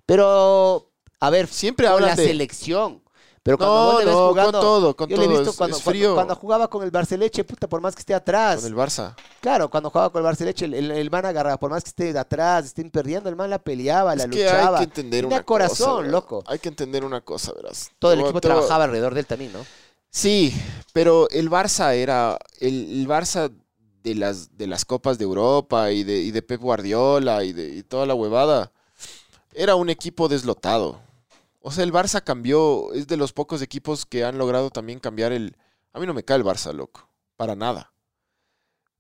Speaker 3: Pero, a ver,
Speaker 2: Siempre
Speaker 3: con la
Speaker 2: hablan de...
Speaker 3: selección. Pero cuando vos
Speaker 2: No,
Speaker 3: le ves
Speaker 2: no,
Speaker 3: jugando-
Speaker 2: con todo, con
Speaker 3: yo
Speaker 2: todo.
Speaker 3: le he visto
Speaker 2: es,
Speaker 3: cuando,
Speaker 2: es
Speaker 3: cuando-
Speaker 2: frío
Speaker 3: cuando jugaba con el Barceleche, puta, por más que esté atrás.
Speaker 2: con el Barça.
Speaker 3: Claro, cuando jugaba con el Barceleche, el, el, el man agarraba, por más que esté de atrás, estén perdiendo, el man la peleaba, la
Speaker 2: es que hay
Speaker 3: luchaba.
Speaker 2: que entender
Speaker 3: Tenía
Speaker 2: una cosa,
Speaker 3: corazón,
Speaker 2: verás.
Speaker 3: loco.
Speaker 2: Hay que entender una cosa, verás.
Speaker 3: Todo el
Speaker 2: Te voy-
Speaker 3: equipo
Speaker 2: te voy-
Speaker 3: trabajaba alrededor de él también, ¿no?
Speaker 2: Sí, pero el Barça era el, el Barça de las de las copas de Europa y de, y de Pep Guardiola y de y toda la huevada. Era un equipo deslotado. O sea, el Barça cambió, es de los pocos equipos que han logrado también cambiar el A mí no me cae el Barça, loco, para nada.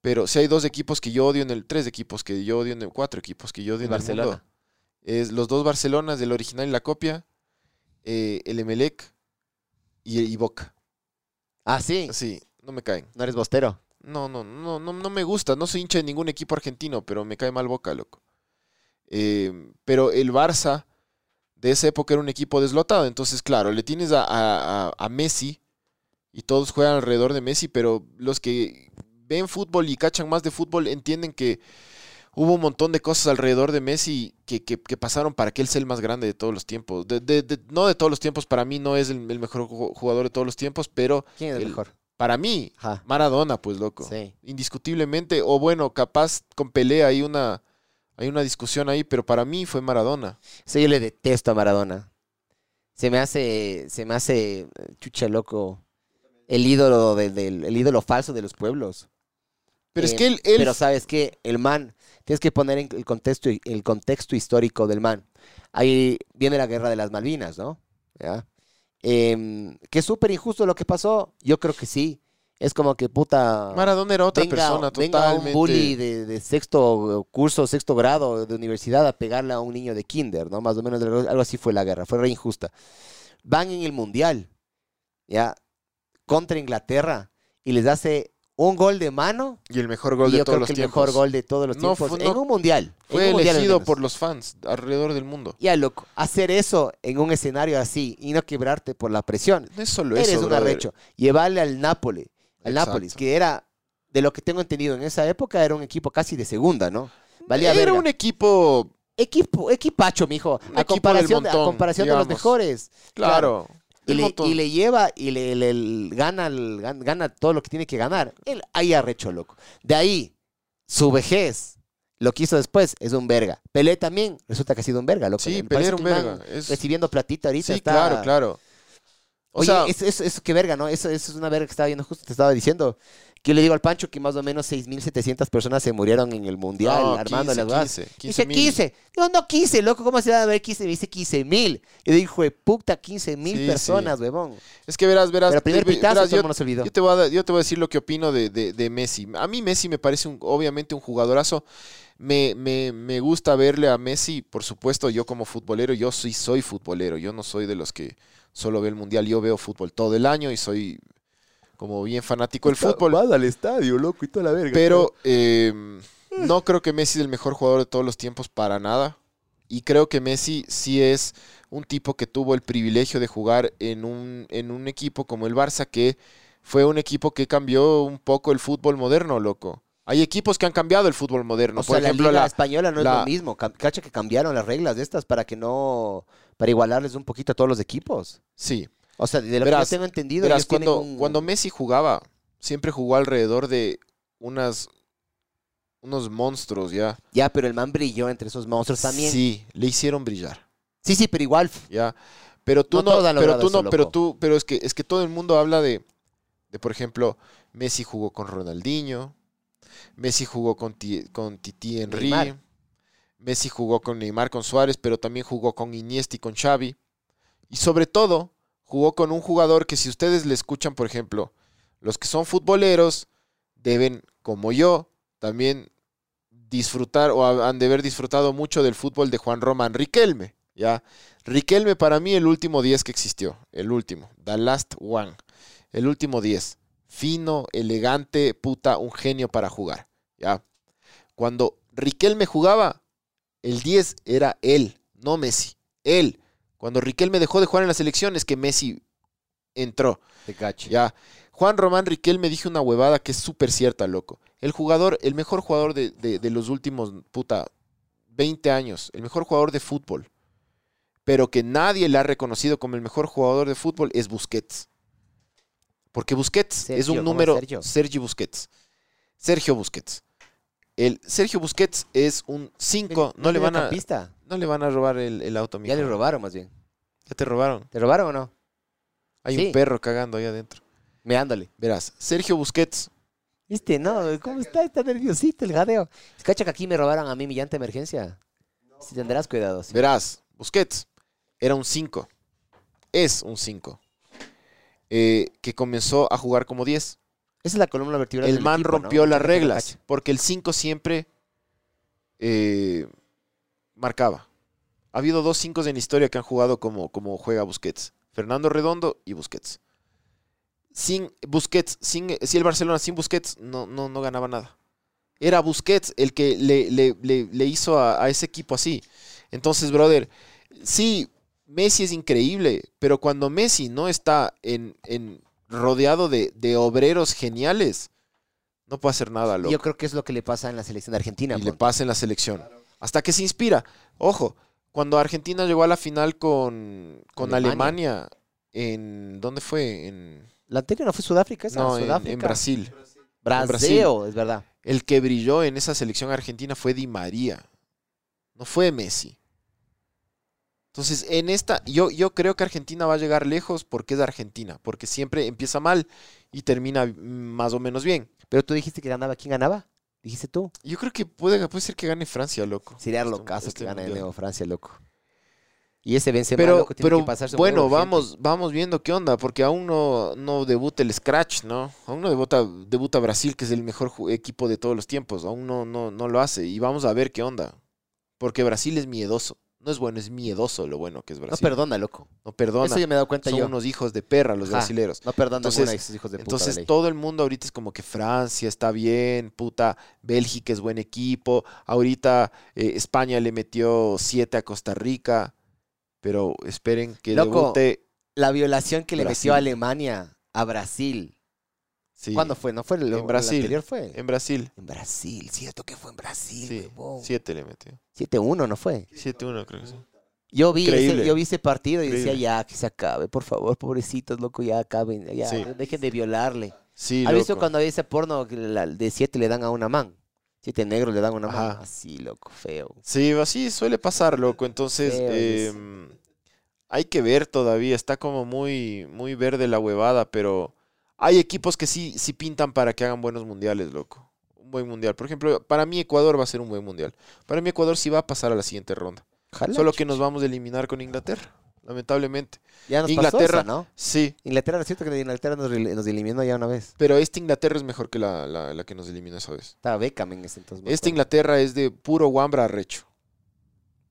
Speaker 2: Pero si hay dos equipos que yo odio en el tres equipos que yo odio en el cuatro equipos que yo odio en
Speaker 3: Barcelona.
Speaker 2: el mundo. Es los dos Barcelonas, el original y la copia, eh, el Emelec y, y Boca.
Speaker 3: Ah, sí.
Speaker 2: Sí, no me caen.
Speaker 3: No eres bostero.
Speaker 2: No, no, no, no, no me gusta. No soy hincha de ningún equipo argentino, pero me cae mal Boca, loco. Eh, pero el Barça de esa época era un equipo deslotado. Entonces, claro, le tienes a, a- a- a Messi y todos juegan alrededor de Messi, pero los que ven fútbol y cachan más de fútbol entienden que hubo un montón de cosas alrededor de Messi que, que- que pasaron para que él sea el más grande de todos los tiempos. De- de- de- no de todos los tiempos, para mí no es el- el mejor ju- jugador de todos los tiempos, pero
Speaker 3: ¿Quién es
Speaker 2: El-
Speaker 3: mejor?
Speaker 2: para mí
Speaker 3: Ajá.
Speaker 2: Maradona, pues loco.
Speaker 3: Sí.
Speaker 2: Indiscutiblemente, o bueno, capaz con pelea hay una, hay una discusión ahí, pero para mí fue Maradona.
Speaker 3: Sí, yo le detesto a Maradona. Se me hace, se me hace, eh, chucha loco, el ídolo, de- del, el ídolo falso de los pueblos.
Speaker 2: Pero es
Speaker 3: Eh,
Speaker 2: que él, él-
Speaker 3: Pero sabes que el man, tienes que poner en el contexto, el contexto histórico del man. Ahí viene la guerra de las Malvinas, ¿no? ¿Ya? Em, que es súper injusto lo que pasó. Yo creo que sí. Es como que puta.
Speaker 2: Maradona era otra
Speaker 3: venga-
Speaker 2: persona
Speaker 3: venga
Speaker 2: totalmente.
Speaker 3: un bully de, de sexto curso, sexto grado de universidad a pegarle a un niño de kinder, ¿no? Más o menos algo algo así fue la guerra, fue re injusta. Van en el mundial, ¿ya? Contra Inglaterra y les hace un gol de mano
Speaker 2: Y el mejor gol
Speaker 3: y yo
Speaker 2: de todos
Speaker 3: creo
Speaker 2: los
Speaker 3: que el
Speaker 2: tiempos.
Speaker 3: mejor gol de todos los
Speaker 2: No,
Speaker 3: tiempos
Speaker 2: fue-
Speaker 3: en
Speaker 2: no-
Speaker 3: un mundial. en
Speaker 2: Fue
Speaker 3: un mundial al
Speaker 2: elegido
Speaker 3: menos.
Speaker 2: por los fans alrededor del mundo.
Speaker 3: Ya, loco, hacer eso en un escenario así y no quebrarte por la presión.
Speaker 2: No es solo
Speaker 3: Eres
Speaker 2: eso,
Speaker 3: un
Speaker 2: brother.
Speaker 3: arrecho. Llevarle al Nápoles, al
Speaker 2: Exacto.
Speaker 3: Nápoles, que era, de lo que tengo entendido en esa época, era un equipo casi de segunda, ¿no? Valía
Speaker 2: Era
Speaker 3: verga.
Speaker 2: un equipo,
Speaker 3: equipo, equipacho, mijo.
Speaker 2: Un
Speaker 3: A
Speaker 2: equipo del
Speaker 3: comparación, de- a
Speaker 2: montón,
Speaker 3: comparación de los
Speaker 2: digamos.
Speaker 3: mejores.
Speaker 2: claro.
Speaker 3: Y
Speaker 2: del
Speaker 3: le,
Speaker 2: montón.
Speaker 3: y le lleva y le, le- le- gana, el- gan- gana todo lo que tiene que ganar. Él ahí arrecho, loco. De ahí, su vejez, lo que hizo después, es un verga. Pelé también, resulta que ha sido un verga, loco.
Speaker 2: Sí,
Speaker 3: Me parece
Speaker 2: Pelé era un
Speaker 3: que el man pues,
Speaker 2: verga. Es-
Speaker 3: Recibiendo platita ahorita.
Speaker 2: Sí,
Speaker 3: está-
Speaker 2: claro, claro. O
Speaker 3: Oye,
Speaker 2: sea,
Speaker 3: eso, eso, eso qué verga, ¿no? Eso, eso es una verga que estaba viendo, justo te estaba diciendo. Que yo le digo al Pancho que más o menos 6.700 personas se murieron en el Mundial
Speaker 2: no,
Speaker 3: armando
Speaker 2: 15,
Speaker 3: las huevas.
Speaker 2: 15, 15
Speaker 3: Dice
Speaker 2: mil.
Speaker 3: 15. Yo no quise, loco. ¿Cómo se va a ver 15? Me dice 15 mil. Y dijo, "Jue puta, 15 mil
Speaker 2: Sí,
Speaker 3: personas, huevón.
Speaker 2: Es que verás, verás.
Speaker 3: Pero primer
Speaker 2: te-
Speaker 3: pitazo,
Speaker 2: verás,
Speaker 3: todo
Speaker 2: yo,
Speaker 3: el mundo se olvidó.
Speaker 2: yo te voy a, dar- yo te voy a decir lo que opino de, de- de Messi. A mí Messi me parece un- obviamente un jugadorazo. Me, me- me gusta verle a Messi, por supuesto, yo como futbolero, yo sí soy futbolero. Yo no soy de los que solo ve el mundial. Yo veo fútbol todo el año y soy como bien fanático del fútbol.
Speaker 3: al estadio, loco, y toda la verga.
Speaker 2: Pero eh, no creo que Messi es el mejor jugador de todos los tiempos para nada. Y creo que Messi sí es un tipo que tuvo el privilegio de jugar en un, en un equipo como el Barça, que fue un equipo que cambió un poco el fútbol moderno, loco. Hay equipos que han cambiado el fútbol moderno.
Speaker 3: o
Speaker 2: Por
Speaker 3: sea,
Speaker 2: ejemplo,
Speaker 3: la Liga
Speaker 2: la,
Speaker 3: Española no es
Speaker 2: la-
Speaker 3: lo mismo. Ca- Cacha que cambiaron las reglas de estas para que no. para igualarles un poquito a todos los equipos.
Speaker 2: sí,
Speaker 3: O sea, de lo
Speaker 2: Verás,
Speaker 3: que yo tengo entendido.
Speaker 2: Verás,
Speaker 3: ellos tienen
Speaker 2: cuando,
Speaker 3: un-
Speaker 2: cuando Messi jugaba, siempre jugó alrededor de unas unos monstruos ya.
Speaker 3: Ya, pero el man brilló entre esos monstruos también. Sí,
Speaker 2: Sí, le hicieron brillar.
Speaker 3: sí, pero igual.
Speaker 2: ¿ya? Pero tú
Speaker 3: No
Speaker 2: no,
Speaker 3: todos han
Speaker 2: pero
Speaker 3: logrado
Speaker 2: tú
Speaker 3: eso,
Speaker 2: no, pero
Speaker 3: loco.
Speaker 2: tú, pero es que es que todo el mundo habla de, de por ejemplo, Messi jugó con Ronaldinho, Messi jugó con, Ti- con Titi Henry,
Speaker 3: Neymar.
Speaker 2: Messi jugó con Neymar, con Suárez, pero también jugó con Iniesta y con Xavi. Y sobre todo, jugó con un jugador que si ustedes le escuchan, por ejemplo, los que son futboleros deben, como yo, también disfrutar o ha- han de haber disfrutado mucho del fútbol de Juan Román Riquelme, ¿ya? Riquelme para mí el último 10 que existió, el último, the last one, el último 10. Fino, elegante, puta, un genio para jugar, ¿ya? Cuando Riquelme jugaba, el 10 era él, no Messi, él. Cuando Riquelme dejó de jugar en las elecciones, que Messi entró.
Speaker 3: Te cacho.
Speaker 2: Ya. Juan Román Riquel me dijo una huevada que es súper cierta, loco. El jugador, el mejor jugador de, de- de los últimos, puta, 20 años, el mejor jugador de fútbol, pero que nadie le ha reconocido como el mejor jugador de fútbol es Busquets. Porque Busquets es
Speaker 3: Sergio,
Speaker 2: un
Speaker 3: ¿cómo es
Speaker 2: número.
Speaker 3: Sergio?
Speaker 2: Sergio Busquets. Sergio Busquets. El Sergio Busquets es un 5. No, le van a.
Speaker 3: Pista.
Speaker 2: No le van a robar el, el auto,
Speaker 3: Ya le
Speaker 2: mijo.
Speaker 3: robaron, más bien.
Speaker 2: Ya te robaron.
Speaker 3: ¿Te robaron o no?
Speaker 2: Hay
Speaker 3: Sí.
Speaker 2: un perro cagando ahí adentro.
Speaker 3: Meándole.
Speaker 2: Verás, Sergio Busquets
Speaker 3: ¿Viste? No, ¿cómo está? Está nerviosito el jadeo. Cacha que aquí me robaron a mí mi llanta de emergencia. Si tendrás cuidado. sí.
Speaker 2: Verás, Busquets era un 5. Es un 5. que comenzó a jugar como 10.
Speaker 3: Esa es la columna vertebral
Speaker 2: El
Speaker 3: del
Speaker 2: man
Speaker 3: equipo, ¿no?
Speaker 2: rompió las
Speaker 3: Cacha,
Speaker 2: reglas.
Speaker 3: cacha.
Speaker 2: Porque el 5 siempre eh, marcaba. Ha habido dos 5 en la historia que han jugado como, como juega Busquets. Fernando Redondo y Busquets. Sin Busquets, sin, si el Barcelona sin Busquets no, no, no ganaba nada. Era Busquets el que le, le- le- le hizo a, a ese equipo así. Entonces, brother, sí, Messi es increíble, pero cuando Messi no está en, en- rodeado de, de obreros geniales, no puede hacer nada, loco.
Speaker 3: Yo creo que es lo que le pasa en la selección de Argentina.
Speaker 2: Y le
Speaker 3: mon.
Speaker 2: pasa en la selección. Hasta que se inspira. Ojo, cuando Argentina llegó a la final con, con
Speaker 3: Alemania.
Speaker 2: Alemania. en ¿dónde fue? En,
Speaker 3: La anterior no fue Sudáfrica, esa
Speaker 2: no, en- en,
Speaker 3: Sudáfrica.
Speaker 2: Brasil.
Speaker 3: Brasil,
Speaker 2: en Brasil.
Speaker 3: es verdad.
Speaker 2: El que brilló en esa selección argentina fue Di María. No fue Messi. Entonces, en esta, yo, yo creo que Argentina va a llegar lejos porque es Argentina, porque siempre empieza mal y termina mm, más o menos bien.
Speaker 3: Pero tú dijiste que ganaba. ¿Quién ganaba? Dijiste tú.
Speaker 2: Yo creo que puede, puede ser que gane Francia, loco.
Speaker 3: Sería
Speaker 2: Este-
Speaker 3: locazo
Speaker 2: este
Speaker 3: que gana de
Speaker 2: mundial.
Speaker 3: nuevo Francia, loco. Y ese Benzema,
Speaker 2: pero,
Speaker 3: loco, tiene
Speaker 2: pero
Speaker 3: que pasarse un
Speaker 2: bueno,
Speaker 3: huevo de
Speaker 2: vamos, vamos viendo qué onda, porque aún no, no debuta el Scratch, ¿no? Aún no debuta, debuta Brasil, que es el mejor ju- equipo de todos los tiempos. Aún no, no, no lo hace. Y vamos a ver qué onda. Porque Brasil es miedoso. No es bueno, es miedoso lo bueno que es
Speaker 3: No
Speaker 2: Brasil.
Speaker 3: perdona, loco.
Speaker 2: No perdona.
Speaker 3: Eso yo me he dado cuenta
Speaker 2: Son
Speaker 3: yo.
Speaker 2: unos hijos de perra los
Speaker 3: Ajá.
Speaker 2: brasileros.
Speaker 3: No perdona
Speaker 2: Entonces-
Speaker 3: ninguna de esos hijos de puta.
Speaker 2: Entonces
Speaker 3: de ley.
Speaker 2: todo el mundo ahorita es como que Francia está bien, puta, Bélgica es buen equipo, ahorita eh, España le metió 7 a Costa Rica, pero esperen que
Speaker 3: Loco,
Speaker 2: debute...
Speaker 3: La violación que le
Speaker 2: Brasil.
Speaker 3: metió Alemania a Brasil.
Speaker 2: Sí,
Speaker 3: ¿Cuándo fue? ¿No fue el,
Speaker 2: En Brasil.
Speaker 3: el anterior? fue? En,
Speaker 2: En Brasil,
Speaker 3: Brasil, cierto que fue en Brasil.
Speaker 2: sí,
Speaker 3: huevón.
Speaker 2: 7 le metió.
Speaker 3: 7-1, ¿no fue?
Speaker 2: 7-1 creo que sí.
Speaker 3: Yo vi, ese,
Speaker 2: Increíble.
Speaker 3: yo vi ese partido y
Speaker 2: Increíble.
Speaker 3: decía, ya, que se acabe, por favor, pobrecitos, loco, ya acaben, ya,
Speaker 2: Sí.
Speaker 3: dejen de violarle.
Speaker 2: Sí,
Speaker 3: ¿Has visto
Speaker 2: loco.
Speaker 3: cuando dice porno que la- de siete le dan a una man? Siete negros le dan a una man.
Speaker 2: Ajá.
Speaker 3: Así, loco, feo.
Speaker 2: Sí, así suele pasar, loco. Entonces,
Speaker 3: Feo, dice.
Speaker 2: em, hay que ver todavía. Está como muy, muy verde la huevada, pero hay equipos que sí, sí pintan para que hagan buenos mundiales, loco. Un buen mundial. Por ejemplo, para mí Ecuador va a ser un buen mundial. Para mí Ecuador sí va a pasar a la siguiente ronda.
Speaker 3: Ojalá.
Speaker 2: Solo que nos vamos a eliminar con Inglaterra, lamentablemente.
Speaker 3: ya nos
Speaker 2: Inglaterra-
Speaker 3: pasó esa, ¿no?
Speaker 2: Sí,
Speaker 3: Inglaterra, ¿no es cierto que Inglaterra nos, re- nos eliminó ya una vez?
Speaker 2: pero esta Inglaterra es mejor que la, la- la que nos eliminó esa vez.
Speaker 3: Estaba Beckham en ese entonces. me
Speaker 2: Esta
Speaker 3: acuerdo.
Speaker 2: Inglaterra es de puro guambra recho.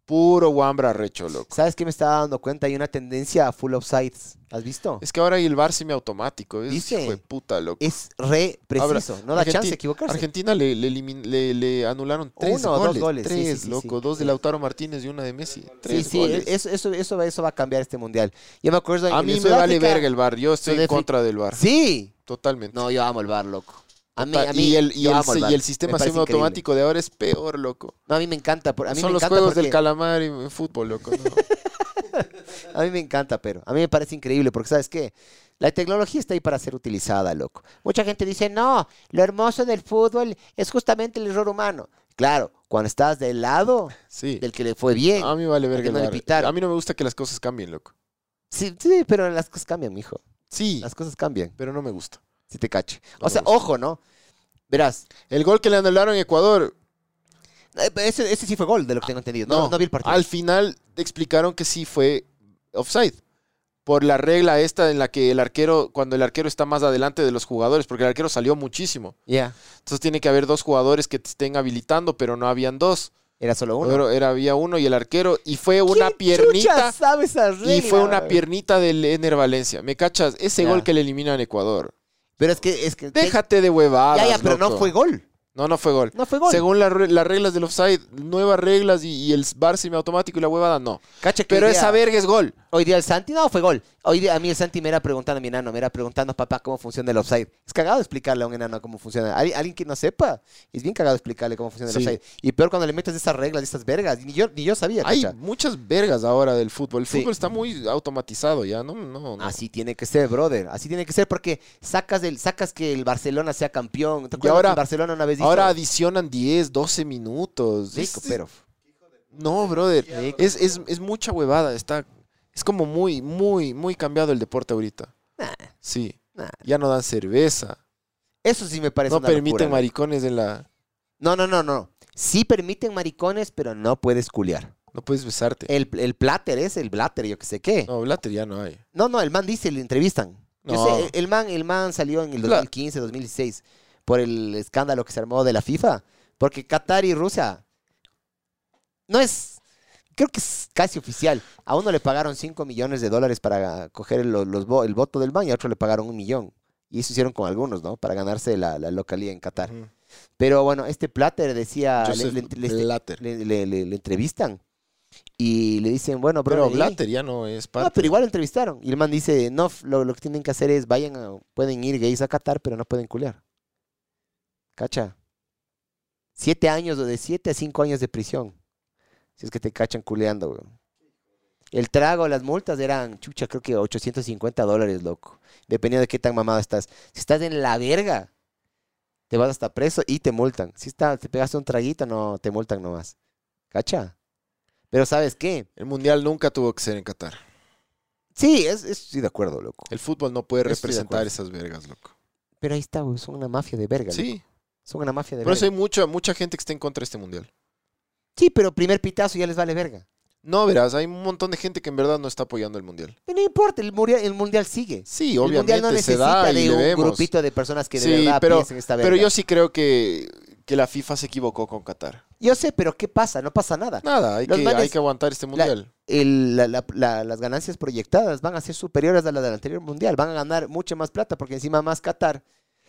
Speaker 2: Puro guambra recho, loco.
Speaker 3: ¿Sabes qué me estaba dando cuenta? Hay una tendencia a full offsides. ¿Has visto? Es,
Speaker 2: Es que ahora hay el VAR semiautomático. Es
Speaker 3: ¿Viste?
Speaker 2: hijo de puta, loco.
Speaker 3: eh, re
Speaker 2: Ahora,
Speaker 3: preciso. no da
Speaker 2: Argenti-
Speaker 3: chance de equivocarse.
Speaker 2: Argentina le, le elimin- le- le anularon tres
Speaker 3: Uno o dos
Speaker 2: goles.
Speaker 3: goles, sí,
Speaker 2: Tres,
Speaker 3: sí, sí,
Speaker 2: loco.
Speaker 3: sí. Eh.
Speaker 2: Dos de Lautaro Martínez y una de Messi.
Speaker 3: Sí,
Speaker 2: Tres
Speaker 3: sí,
Speaker 2: goles.
Speaker 3: eso, eso, eso, va- eso va a cambiar este mundial. Yo me acuerdo. en-
Speaker 2: A
Speaker 3: en
Speaker 2: mí me
Speaker 3: Sudáfrica-
Speaker 2: vale verga el VAR. Yo estoy en
Speaker 3: Sudáfrica-
Speaker 2: contra del VAR.
Speaker 3: Sí.
Speaker 2: Totalmente.
Speaker 3: No, yo amo el bar, loco. A mí,
Speaker 2: Ta-
Speaker 3: a mí,
Speaker 2: y el, y
Speaker 3: yo
Speaker 2: el
Speaker 3: amo
Speaker 2: se-
Speaker 3: VAR.
Speaker 2: y el
Speaker 3: Me
Speaker 2: sistema
Speaker 3: parece increíble.
Speaker 2: semiautomático de ahora es peor, loco.
Speaker 3: No, a mí me encanta. por- A mí
Speaker 2: Son
Speaker 3: me
Speaker 2: los
Speaker 3: encanta
Speaker 2: juegos del
Speaker 3: porque-
Speaker 2: calamar en, en fútbol, loco. no.
Speaker 3: A mí me encanta, pero a mí me parece increíble porque, ¿sabes qué? La tecnología está ahí para ser utilizada, loco. Mucha gente dice, no, lo hermoso del fútbol es justamente el error humano. Claro, cuando estás del lado
Speaker 2: Sí.
Speaker 3: del que le fue bien.
Speaker 2: A mí me vale verga
Speaker 3: que
Speaker 2: el
Speaker 3: no le
Speaker 2: VAR.
Speaker 3: pitaron.
Speaker 2: A mí no me gusta que las cosas cambien, loco.
Speaker 3: Sí, sí, pero las cosas cambian, mijo.
Speaker 2: Sí,
Speaker 3: Las cosas cambian,
Speaker 2: pero no me gusta.
Speaker 3: si te cache.
Speaker 2: No
Speaker 3: O sea,
Speaker 2: me gusta.
Speaker 3: ojo, ¿no? Verás,
Speaker 2: El gol que le anularon a Ecuador,
Speaker 3: eh, ese, ese sí fue gol, de lo que tengo entendido. No, no, vi el partido.
Speaker 2: Ah, Al final explicaron que sí fue offside. Por la regla esta en la que el arquero, cuando el arquero está más adelante de los jugadores, porque el arquero salió muchísimo.
Speaker 3: Ya,
Speaker 2: Entonces tiene que haber dos jugadores que te estén habilitando, pero no habían dos.
Speaker 3: era solo uno.
Speaker 2: Pero era, había uno y el arquero, y fue una
Speaker 3: ¿Quién chucha
Speaker 2: piernita.
Speaker 3: sabe esa regla?
Speaker 2: Y fue una
Speaker 3: güey?
Speaker 2: piernita del Ener Valencia. ¿Me cachas? Ese
Speaker 3: Ya.
Speaker 2: gol que le eliminan a Ecuador.
Speaker 3: Pero es que... Es que
Speaker 2: Déjate de huevadas.
Speaker 3: Ya, ya, pero no
Speaker 2: loco.
Speaker 3: fue gol.
Speaker 2: No, no fue gol.
Speaker 3: No fue gol.
Speaker 2: Según la re- las reglas del offside, nuevas reglas y, y el VAR semiautomático y la huevada, no.
Speaker 3: Cacha que
Speaker 2: Pero
Speaker 3: hoy día-
Speaker 2: esa verga es gol.
Speaker 3: Hoy día el Santi, no, fue gol. Hoy día a mí el Santi me era preguntando, mi enano, me era preguntando, papá, cómo funciona el offside. Es cagado explicarle a un enano cómo funciona. Al- alguien que no sepa, es bien cagado explicarle cómo funciona
Speaker 2: Sí.
Speaker 3: el offside. Y peor cuando le metes esas reglas, esas vergas. Ni yo, ni yo sabía,
Speaker 2: Hay
Speaker 3: cacha.
Speaker 2: muchas vergas ahora del fútbol. El
Speaker 3: Sí.
Speaker 2: fútbol está muy automatizado ya, ¿no? no, no.
Speaker 3: Así tiene que ser, brother. Así tiene que ser porque sacas, del, sacas que el Barcelona sea campeón.
Speaker 2: Y
Speaker 3: ¿Te acuerdas
Speaker 2: ahora-
Speaker 3: que el Barcelona una vez dijo?
Speaker 2: ahora adicionan 10, 12 minutos. Es-
Speaker 3: Rico,
Speaker 2: es-
Speaker 3: pero...
Speaker 2: No, brother.
Speaker 4: Rico.
Speaker 2: Es, es- es mucha huevada. Está, es como muy, muy, muy cambiado el deporte ahorita.
Speaker 3: Nah.
Speaker 2: Sí.
Speaker 3: Nah.
Speaker 2: Ya no dan cerveza.
Speaker 3: Eso sí me parece
Speaker 2: no
Speaker 3: una
Speaker 2: permiten
Speaker 3: locura.
Speaker 2: maricones en la...
Speaker 3: No, no, no, no. Sí permiten maricones, pero no puedes culiar.
Speaker 2: No puedes besarte.
Speaker 3: El, el plater es el blatter, yo qué sé qué.
Speaker 2: No, blatter ya no hay.
Speaker 3: No, no, el man dice, le entrevistan. Yo
Speaker 2: No.
Speaker 3: sé, el- el man, el man salió en el
Speaker 2: Claro.
Speaker 3: 2015, 2016, por el escándalo que se armó de la FIFA, porque Qatar y Rusia no es, creo que es casi oficial. A uno le pagaron 5 millones de dólares para coger los, los vo- el voto del man y a otro le pagaron un millón. Y eso hicieron con algunos, ¿no? Para ganarse la, la localía en Qatar.
Speaker 2: Ujú.
Speaker 3: Pero bueno, este Plater decía, le-
Speaker 2: Joseph
Speaker 3: le, le- este
Speaker 2: Blatter.
Speaker 3: le- le- le- le entrevistan y le dicen, bueno, bro,
Speaker 2: Pero
Speaker 3: vení.
Speaker 2: Blatter ya no es parte.
Speaker 3: No, pero igual lo entrevistaron. Y el man dice, no, f- lo, lo que tienen que hacer es, vayan a, pueden ir gays a Qatar, pero no pueden culear. ¿Cacha? Siete años, o de siete a cinco años de prisión. Si es que te cachan culeando, weón. El trago, las multas eran, chucha, creo que 850 dólares, loco. Dependiendo de qué tan mamado estás. Si estás en la verga, te vas hasta preso y te multan. Si está, te pegaste un traguito, no, te multan nomás. ¿Cacha? Pero ¿sabes qué?
Speaker 2: El mundial nunca tuvo que ser en Qatar.
Speaker 3: Sí, es, es- sí, de acuerdo, loco.
Speaker 2: El fútbol no puede
Speaker 3: Yo estoy de
Speaker 2: representar
Speaker 3: acuerdo.
Speaker 2: esas vergas, loco.
Speaker 3: Pero ahí está, güey, son una mafia de verga. loco.
Speaker 2: Sí.
Speaker 3: Son una mafia de
Speaker 2: Por eso hay
Speaker 3: verga.
Speaker 2: mucha, mucha gente que está en contra de este mundial.
Speaker 3: Sí, pero primer pitazo ya les vale verga.
Speaker 2: No, verás, hay un montón de gente que en verdad no está apoyando el mundial.
Speaker 3: Pero no importa, el, muria- el mundial sigue.
Speaker 2: Sí,
Speaker 3: el
Speaker 2: obviamente
Speaker 3: mundial no
Speaker 2: se
Speaker 3: necesita
Speaker 2: da
Speaker 3: de
Speaker 2: y le
Speaker 3: un
Speaker 2: vemos.
Speaker 3: grupito de personas que de
Speaker 2: Sí,
Speaker 3: verdad
Speaker 2: pero-
Speaker 3: piensen esta verga.
Speaker 2: Pero yo sí creo que, que la FIFA se equivocó con Qatar.
Speaker 3: Yo sé, pero ¿qué pasa? No pasa nada.
Speaker 2: Nada, hay que,
Speaker 3: Los manes-
Speaker 2: hay que aguantar este
Speaker 3: La-
Speaker 2: mundial.
Speaker 3: el- la- la- la- las ganancias proyectadas van a ser superiores a las del anterior mundial. Van a ganar mucha más plata porque encima más Qatar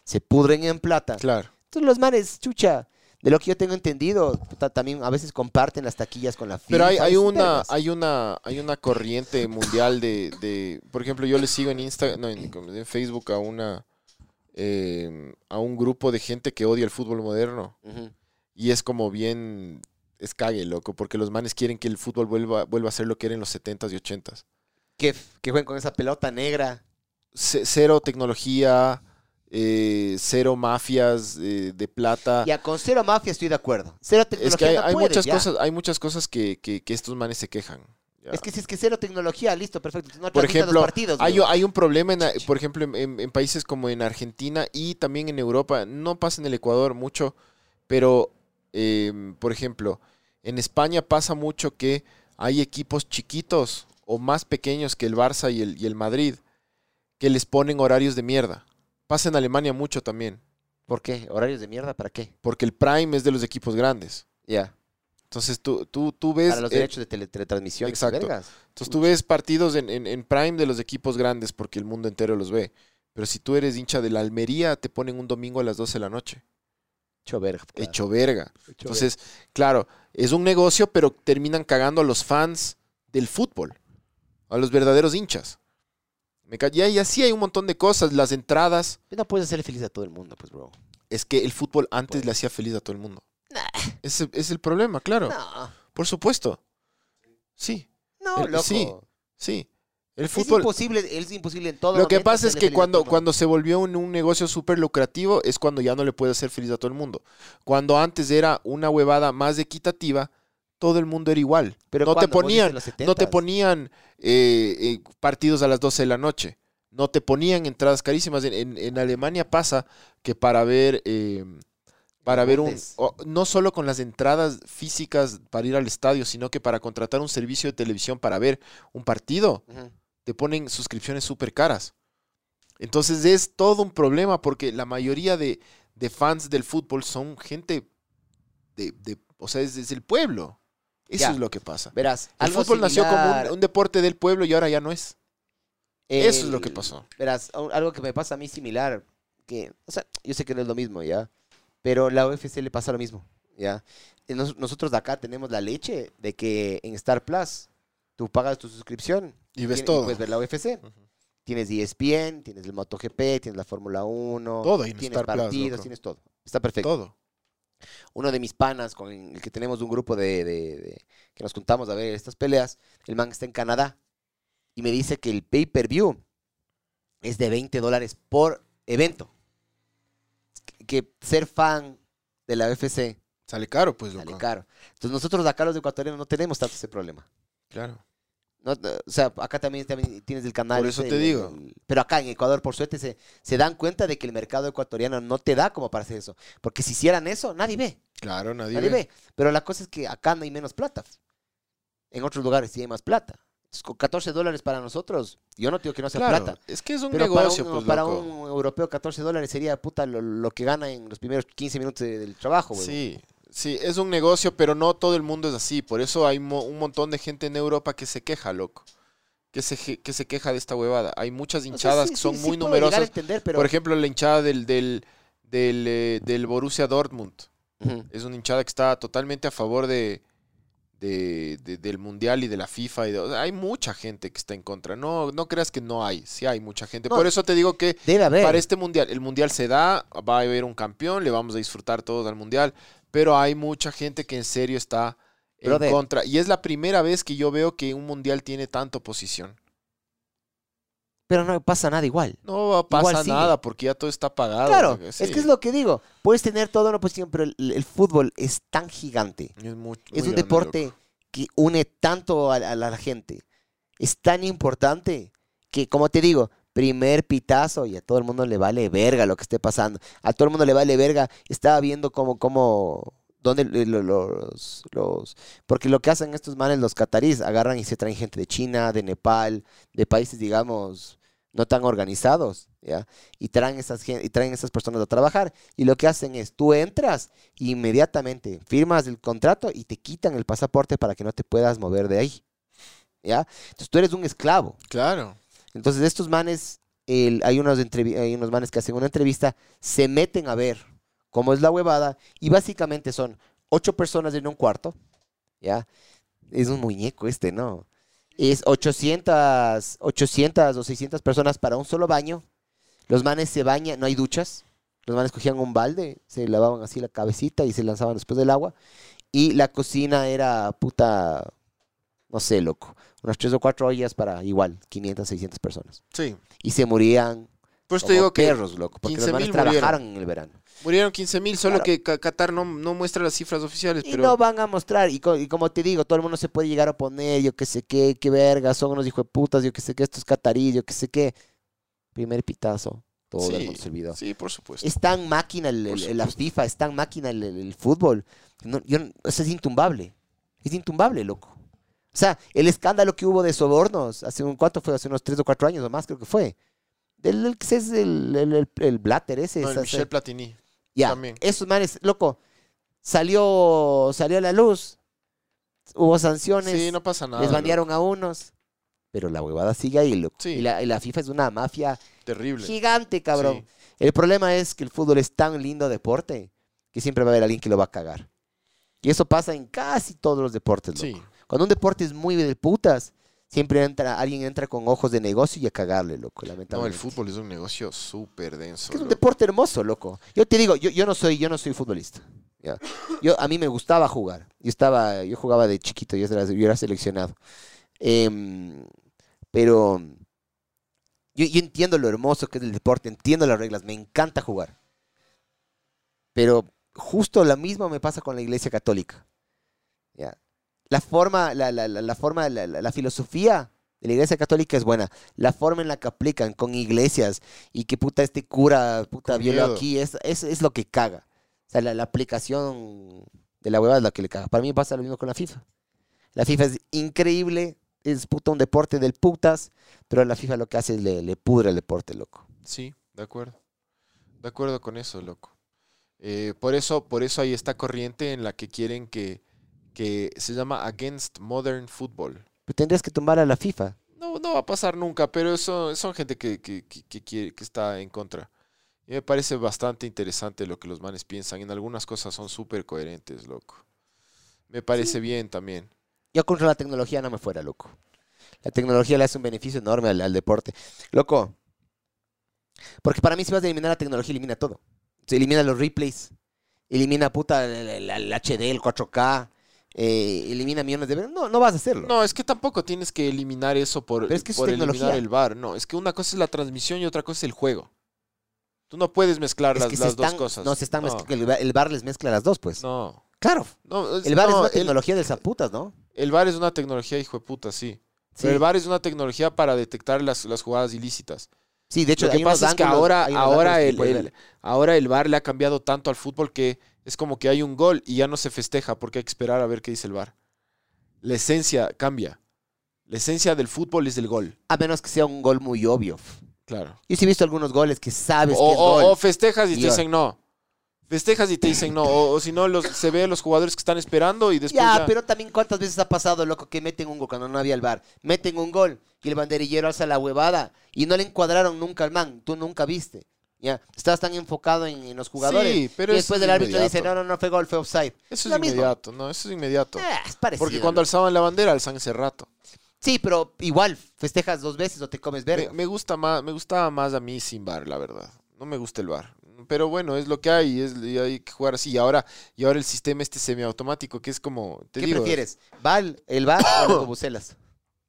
Speaker 3: se pudren en plata.
Speaker 2: Claro.
Speaker 3: Entonces los manes, chucha, de lo que yo tengo entendido, puta, también a veces comparten las taquillas con la FIFA.
Speaker 2: Pero hay, hay
Speaker 3: es
Speaker 2: una,
Speaker 3: vergas.
Speaker 2: hay una, hay una corriente mundial de, de- por ejemplo, yo le sigo en Instagram, no, en, en Facebook a una, eh, a un grupo de gente que odia el fútbol moderno
Speaker 3: Ujú.
Speaker 2: y es como bien, es cague, loco, porque los manes quieren que el fútbol vuelva, vuelva a ser lo que era en los 70s y 80s.
Speaker 3: que, que juegan con esa pelota negra.
Speaker 2: Ce- Cero tecnología, eh, cero mafias eh, de plata.
Speaker 3: Ya, con cero mafia estoy de acuerdo. Cero tecnología
Speaker 2: Es que hay,
Speaker 3: no
Speaker 2: hay
Speaker 3: puede,
Speaker 2: muchas
Speaker 3: ya.
Speaker 2: cosas, hay muchas cosas que, que- que estos manes se quejan. ya.
Speaker 3: Es que si es que cero tecnología, listo, perfecto. No
Speaker 2: por
Speaker 3: transmitas los
Speaker 2: ejemplo,
Speaker 3: partidos,
Speaker 2: hay,
Speaker 3: güey.
Speaker 2: hay un problema, en, por ejemplo, en, en- en países como en Argentina y también en Europa. No pasa en el Ecuador mucho, pero, eh, por ejemplo, en España pasa mucho que hay equipos chiquitos o más pequeños que el Barça y el, y el Madrid que les ponen horarios de mierda. Pasa en Alemania mucho también,
Speaker 3: ¿Por qué? ¿Horarios de mierda? ¿Para qué?
Speaker 2: porque el Prime es de los equipos grandes.
Speaker 3: Ya.
Speaker 2: Entonces tú, tú, tú ves...
Speaker 3: Para los
Speaker 2: eh,
Speaker 3: derechos de tele- teletransmisión.
Speaker 2: exacto.
Speaker 3: vergas.
Speaker 2: Entonces tú ves partidos en, en- en Prime de los equipos grandes porque el mundo entero los ve. Pero si tú eres hincha de la Almería, te ponen un domingo a las 12 de la noche.
Speaker 3: Hecho verga.
Speaker 2: Hecho verga. pues. Entonces, claro, es un negocio, pero terminan cagando a los fans del fútbol. A los verdaderos hinchas. Me ca- y, y así hay un montón de cosas. Las entradas.
Speaker 3: no puedes hacer feliz a todo el mundo, pues, bro.
Speaker 2: Es que el fútbol antes
Speaker 3: Pues.
Speaker 2: le hacía feliz a todo el mundo. Ese es el problema, claro.
Speaker 3: No,
Speaker 2: Por supuesto. Sí,
Speaker 3: no,
Speaker 2: El-
Speaker 3: loco.
Speaker 2: Eh, sí, sí. El
Speaker 3: Es
Speaker 2: fútbol.
Speaker 3: imposible, es imposible en todo
Speaker 2: Lo que
Speaker 3: momento
Speaker 2: pasa es
Speaker 3: hacerle
Speaker 2: que
Speaker 3: feliz a
Speaker 2: cuando,
Speaker 3: todo el mundo.
Speaker 2: cuando se volvió un, un negocio súper lucrativo es cuando ya no le puede hacer feliz a todo el mundo. Cuando antes era una huevada más equitativa, todo el mundo era igual.
Speaker 3: Pero
Speaker 2: no, te
Speaker 3: cuando, vos dices
Speaker 2: ponían,
Speaker 3: los
Speaker 2: no te
Speaker 3: 70s.
Speaker 2: ponían eh, eh, partidos a las 12 de la noche. No te ponían entradas carísimas. En, en- en Alemania pasa que para ver... eh, para ver un...
Speaker 3: Deportes.
Speaker 2: o- no solo con las entradas físicas para ir al estadio, sino que para contratar un servicio de televisión para ver un partido,
Speaker 3: Ujú.
Speaker 2: te ponen suscripciones súper caras. Entonces es todo un problema porque la mayoría de, de fans del fútbol son gente de, de- o sea, es, es el pueblo. Eso
Speaker 3: Ya.
Speaker 2: es lo que pasa. El
Speaker 3: Verás, algo
Speaker 2: fútbol nació como
Speaker 3: similar,
Speaker 2: un, un deporte del pueblo y ahora ya no es. Eso es lo que
Speaker 3: el-
Speaker 2: pasó.
Speaker 3: Verás, a- algo que me pasa a mí similar, que, o sea, yo sé que no es lo mismo, ¿ya? Pero la UFC le pasa lo mismo, ¿ya? Eh, nos- nosotros de acá tenemos la leche de que en Star Plus tú pagas tu suscripción
Speaker 2: Y ves
Speaker 3: tien-
Speaker 2: todo.
Speaker 3: puedes ver la UFC.
Speaker 2: Ujú.
Speaker 3: Tienes E ESPN, tienes el MotoGP, tienes la Fórmula 1,
Speaker 2: Todo ahí en
Speaker 3: tienes
Speaker 2: Star Plus,
Speaker 3: partidos,
Speaker 2: loco.
Speaker 3: tienes todo. Está perfecto.
Speaker 2: Todo.
Speaker 3: Uno de mis panas con el que tenemos un grupo de, de- de- que nos juntamos a ver estas peleas, el man está en Canadá y me dice que el pay-per-view es de 20 dólares por evento. Que ser fan de la UFC
Speaker 2: Sale caro, pues, loco.
Speaker 3: sale caro. Entonces nosotros acá los ecuatorianos no tenemos tanto ese problema.
Speaker 2: Claro.
Speaker 3: No, no, o sea, acá también, también tienes el canal.
Speaker 2: Por eso
Speaker 3: ese,
Speaker 2: te
Speaker 3: el-
Speaker 2: digo.
Speaker 3: el- pero acá en Ecuador, por suerte, se, se dan cuenta de que el mercado ecuatoriano no te da como para hacer eso. Porque si hicieran eso, nadie ve.
Speaker 2: Claro, nadie,
Speaker 3: Nadie
Speaker 2: ve.
Speaker 3: ve. Pero la cosa es que acá no hay menos plata. En otros lugares sí hay más plata. Entonces, con 14 dólares para nosotros, yo no digo que no sea
Speaker 2: Claro,
Speaker 3: plata.
Speaker 2: es que es un
Speaker 3: Pero
Speaker 2: negocio,
Speaker 3: para, un,
Speaker 2: pues,
Speaker 3: para
Speaker 2: loco.
Speaker 3: un europeo 14 dólares sería puta lo, lo que gana en los primeros 15 minutos de- del trabajo, güey.
Speaker 2: Sí, sí, es un negocio, pero no todo el mundo es así. Por eso hay mo- un montón de gente en Europa que se queja, loco. Que se, je- que se queja de esta huevada. Hay muchas
Speaker 3: O sea,
Speaker 2: hinchadas
Speaker 3: sí,
Speaker 2: que
Speaker 3: sí,
Speaker 2: son
Speaker 3: sí
Speaker 2: muy
Speaker 3: puedo llegar a
Speaker 2: numerosas.
Speaker 3: entender, pero...
Speaker 2: Por ejemplo, la hinchada del, del, del, eh, del Borussia Dortmund.
Speaker 3: Ujú.
Speaker 2: Es una hinchada que está totalmente a favor de, de- de- del Mundial y de la FIFA. y de- o sea, hay mucha gente que está en contra. No, no creas que no hay. Sí hay mucha gente.
Speaker 3: No.
Speaker 2: Por eso te digo que
Speaker 3: Debe haber.
Speaker 2: para este mundial, el mundial se da, va a haber un campeón, le vamos a disfrutar todos al mundial, pero hay mucha gente que en serio está en
Speaker 3: Brother.
Speaker 2: contra. Y es la primera vez que yo veo que un mundial tiene tanta oposición.
Speaker 3: Pero no pasa nada igual.
Speaker 2: No pasa
Speaker 3: sigue.
Speaker 2: nada porque ya todo está pagado.
Speaker 3: Claro,
Speaker 2: porque sí,
Speaker 3: es que es lo que digo. Puedes tener toda una oposición, pero el- el fútbol es tan gigante.
Speaker 2: es mu- muy
Speaker 3: Es un
Speaker 2: grande,
Speaker 3: deporte
Speaker 2: loco.
Speaker 3: que une tanto a, la- a la gente. Es tan importante que, como te digo, primer pitazo y a todo el mundo le vale verga lo que esté pasando. A todo el mundo le vale verga. Estaba viendo como, como, dónde le- lo- los, los... Porque lo que hacen estos manes, los catarís, agarran y se traen gente de China, de Nepal, de países, digamos, no tan organizados. ¿ya? Y traen, esas, gen- y traen esas personas a trabajar. Y lo que hacen es, tú entras y inmediatamente firmas el contrato y te quitan el pasaporte para que no te puedas mover de ahí. ¿Ya? Entonces tú eres un esclavo.
Speaker 2: Claro.
Speaker 3: Entonces estos manes, el- hay, unos entrevi- hay unos manes que hacen una entrevista, se meten a ver cómo es la huevada y básicamente son ocho personas en un cuarto, ¿ya? Es un muñeco este, ¿no? Es 800, 800 o 600 personas para un solo baño. Los manes se bañan, no hay duchas. Los manes cogían un balde, se lavaban así la cabecita y se lanzaban después del agua. Y la cocina era puta, no sé, loco. Unas tres o cuatro ollas para igual, 500, 600 personas.
Speaker 2: Sí.
Speaker 3: Y se morían
Speaker 2: Por eso te
Speaker 3: como
Speaker 2: digo que
Speaker 3: perros, loco, porque los
Speaker 2: 15.000
Speaker 3: manes
Speaker 2: murieron.
Speaker 3: trabajaron en el verano.
Speaker 2: murieron 15.000, solo
Speaker 3: Claro.
Speaker 2: que Ca- Qatar no, no muestra las cifras oficiales,
Speaker 3: Y
Speaker 2: Pues, pero
Speaker 3: no van a mostrar. Y, co- y como te digo, todo el mundo se puede llegar a poner, yo qué sé qué, qué verga, son unos hijos de putas, yo qué sé qué, estos catarí, yo qué sé qué. Primer pitazo, todo el
Speaker 2: Sí,
Speaker 3: mundo se olvidó.
Speaker 2: sí, por supuesto.
Speaker 3: Es tan máquina el,
Speaker 2: Por
Speaker 3: el- la FIFA, es tan máquina el, el- el fútbol. No, yo no- o sea, es intumbable. Es intumbable, loco. O sea, el escándalo que hubo de sobornos, hace un cuánto fue, hace unos tres o cuatro años o más, creo que fue. El, el, que es el, el, el- el Blatter ese.
Speaker 2: No, el
Speaker 3: esa-
Speaker 2: Michel Platini.
Speaker 3: ya,
Speaker 2: También.
Speaker 3: esos manes, loco, salió, salió a la luz, hubo sanciones,
Speaker 2: Sí, no pasa nada.
Speaker 3: les
Speaker 2: loco.
Speaker 3: bandearon a unos, pero la huevada sigue ahí, loco.
Speaker 2: Sí.
Speaker 3: Y, la, y la FIFA es una mafia
Speaker 2: Terrible.
Speaker 3: gigante, cabrón. El problema es que el fútbol es tan lindo deporte que siempre va a haber alguien que lo va a cagar. Y eso pasa en casi todos los deportes, loco.
Speaker 2: Sí.
Speaker 3: Cuando un deporte es muy de putas, siempre entra, alguien entra con ojos de negocio y a cagarle, loco, lamentablemente.
Speaker 2: No, el fútbol es un negocio súper denso.
Speaker 3: Es que es un
Speaker 2: loco.
Speaker 3: deporte hermoso, loco. Yo te digo, yo, yo no soy, yo no soy futbolista. ya. Yo, a mí me gustaba jugar. Yo estaba, yo jugaba de chiquito, yo era, yo era seleccionado. Em, pero yo, yo entiendo lo hermoso que es el deporte, entiendo las reglas, me encanta jugar. Pero justo lo mismo me pasa con la iglesia católica. ya. La forma, la, la- la- la forma, la- la- la filosofía de la iglesia católica es buena. La forma en la que aplican con iglesias, y que puta este cura, puta,
Speaker 2: Con
Speaker 3: violó
Speaker 2: miedo.
Speaker 3: aquí, es, es, es lo que caga. O sea, la, la aplicación de la huevada es la que le caga. Para mí pasa lo mismo con la FIFA. La FIFA es increíble, es puta un deporte del putas, pero la FIFA lo que hace es le, le pudre el deporte, loco.
Speaker 2: Sí, de acuerdo. De acuerdo con eso, loco. Eh, por eso, por eso hay esta corriente en la que quieren que, que se llama Against Modern Football.
Speaker 3: Pero tendrías que tomar a la FIFA.
Speaker 2: No, no va a pasar nunca, pero eso son gente que, que, que- que quiere, que está en contra. Y me parece bastante interesante lo que los manes piensan. En algunas cosas son súper coherentes, loco. Me parece bien también.
Speaker 3: Yo contra la tecnología no me fuera, loco. La tecnología le hace un beneficio enorme al, al deporte. Loco, porque para mí si vas a eliminar la tecnología, elimina todo. Se elimina los replays, elimina puta el, el- el HD, el 4K, eh, elimina millones de... No, no vas a hacerlo.
Speaker 2: No, es que tampoco tienes que eliminar eso por,
Speaker 3: Pero es que es
Speaker 2: por eliminar
Speaker 3: tecnología.
Speaker 2: el bar. No, es que una cosa es la transmisión y otra cosa es el juego. Tú no puedes mezclar
Speaker 3: Es
Speaker 2: las,
Speaker 3: que se
Speaker 2: las
Speaker 3: están-
Speaker 2: dos cosas.
Speaker 3: No, se están
Speaker 2: no,
Speaker 3: mezcla- el, ba- el bar les mezcla las dos, pues.
Speaker 2: no,
Speaker 3: Claro,
Speaker 2: no, es-
Speaker 3: el bar es
Speaker 2: no,
Speaker 3: una
Speaker 2: el,
Speaker 3: tecnología del zaputas, ¿no?
Speaker 2: el bar es una tecnología, hijo de puta, sí.
Speaker 3: Sí,
Speaker 2: Pero el bar es una tecnología para detectar las, las jugadas ilícitas.
Speaker 3: sí de hecho,
Speaker 2: lo que
Speaker 3: hay unos
Speaker 2: pasa es que
Speaker 3: ángulos-
Speaker 2: ahora,
Speaker 3: hay unos
Speaker 2: ahora,
Speaker 3: ángulos que
Speaker 2: el,
Speaker 3: puedes
Speaker 2: el-
Speaker 3: ver.
Speaker 2: ahora el VAR le ha cambiado tanto al fútbol que es como que hay un gol y ya no se festeja porque hay que esperar a ver qué dice el VAR. La esencia cambia. La esencia del fútbol es el gol.
Speaker 3: A menos que sea un gol muy obvio.
Speaker 2: Claro.
Speaker 3: Yo sí he visto algunos goles que
Speaker 2: O,
Speaker 3: sabes que es
Speaker 2: o-
Speaker 3: gol.
Speaker 2: o festejas y te
Speaker 3: Guión.
Speaker 2: dicen no. Festejas y te dicen no. O, o si no, los- se ve a los jugadores que están esperando y después.
Speaker 3: Ya,
Speaker 2: ya-
Speaker 3: pero también cuántas veces ha pasado, loco, que meten un gol cuando no había el bar. Meten un gol y el banderillero alza la huevada y no le encuadraron nunca al man. Tú nunca viste. Ya, estás tan enfocado en, en los jugadores.
Speaker 2: Sí, pero
Speaker 3: y
Speaker 2: eso
Speaker 3: después
Speaker 2: es
Speaker 3: el árbitro dice, no,
Speaker 2: inmediato.
Speaker 3: no, no fue gol, fue offside.
Speaker 2: Eso
Speaker 3: Lo
Speaker 2: es
Speaker 3: mismo.
Speaker 2: inmediato, ¿no? Eso es inmediato.
Speaker 3: Ah, es parecido.
Speaker 2: Porque cuando
Speaker 3: loco.
Speaker 2: alzaban la bandera, alzan ese rato.
Speaker 3: Sí, pero igual, festejas dos veces o te comes verga.
Speaker 2: Me, me gusta más, me gustaba más a mí sin bar, la verdad. No me gusta el bar. Pero bueno, es lo que hay, es, y hay que jugar así. Y ahora, y ahora el sistema este semiautomático, que es como, te
Speaker 3: ¿Qué
Speaker 2: digo,
Speaker 3: prefieres? ¿Val, el bar o las bubucelas?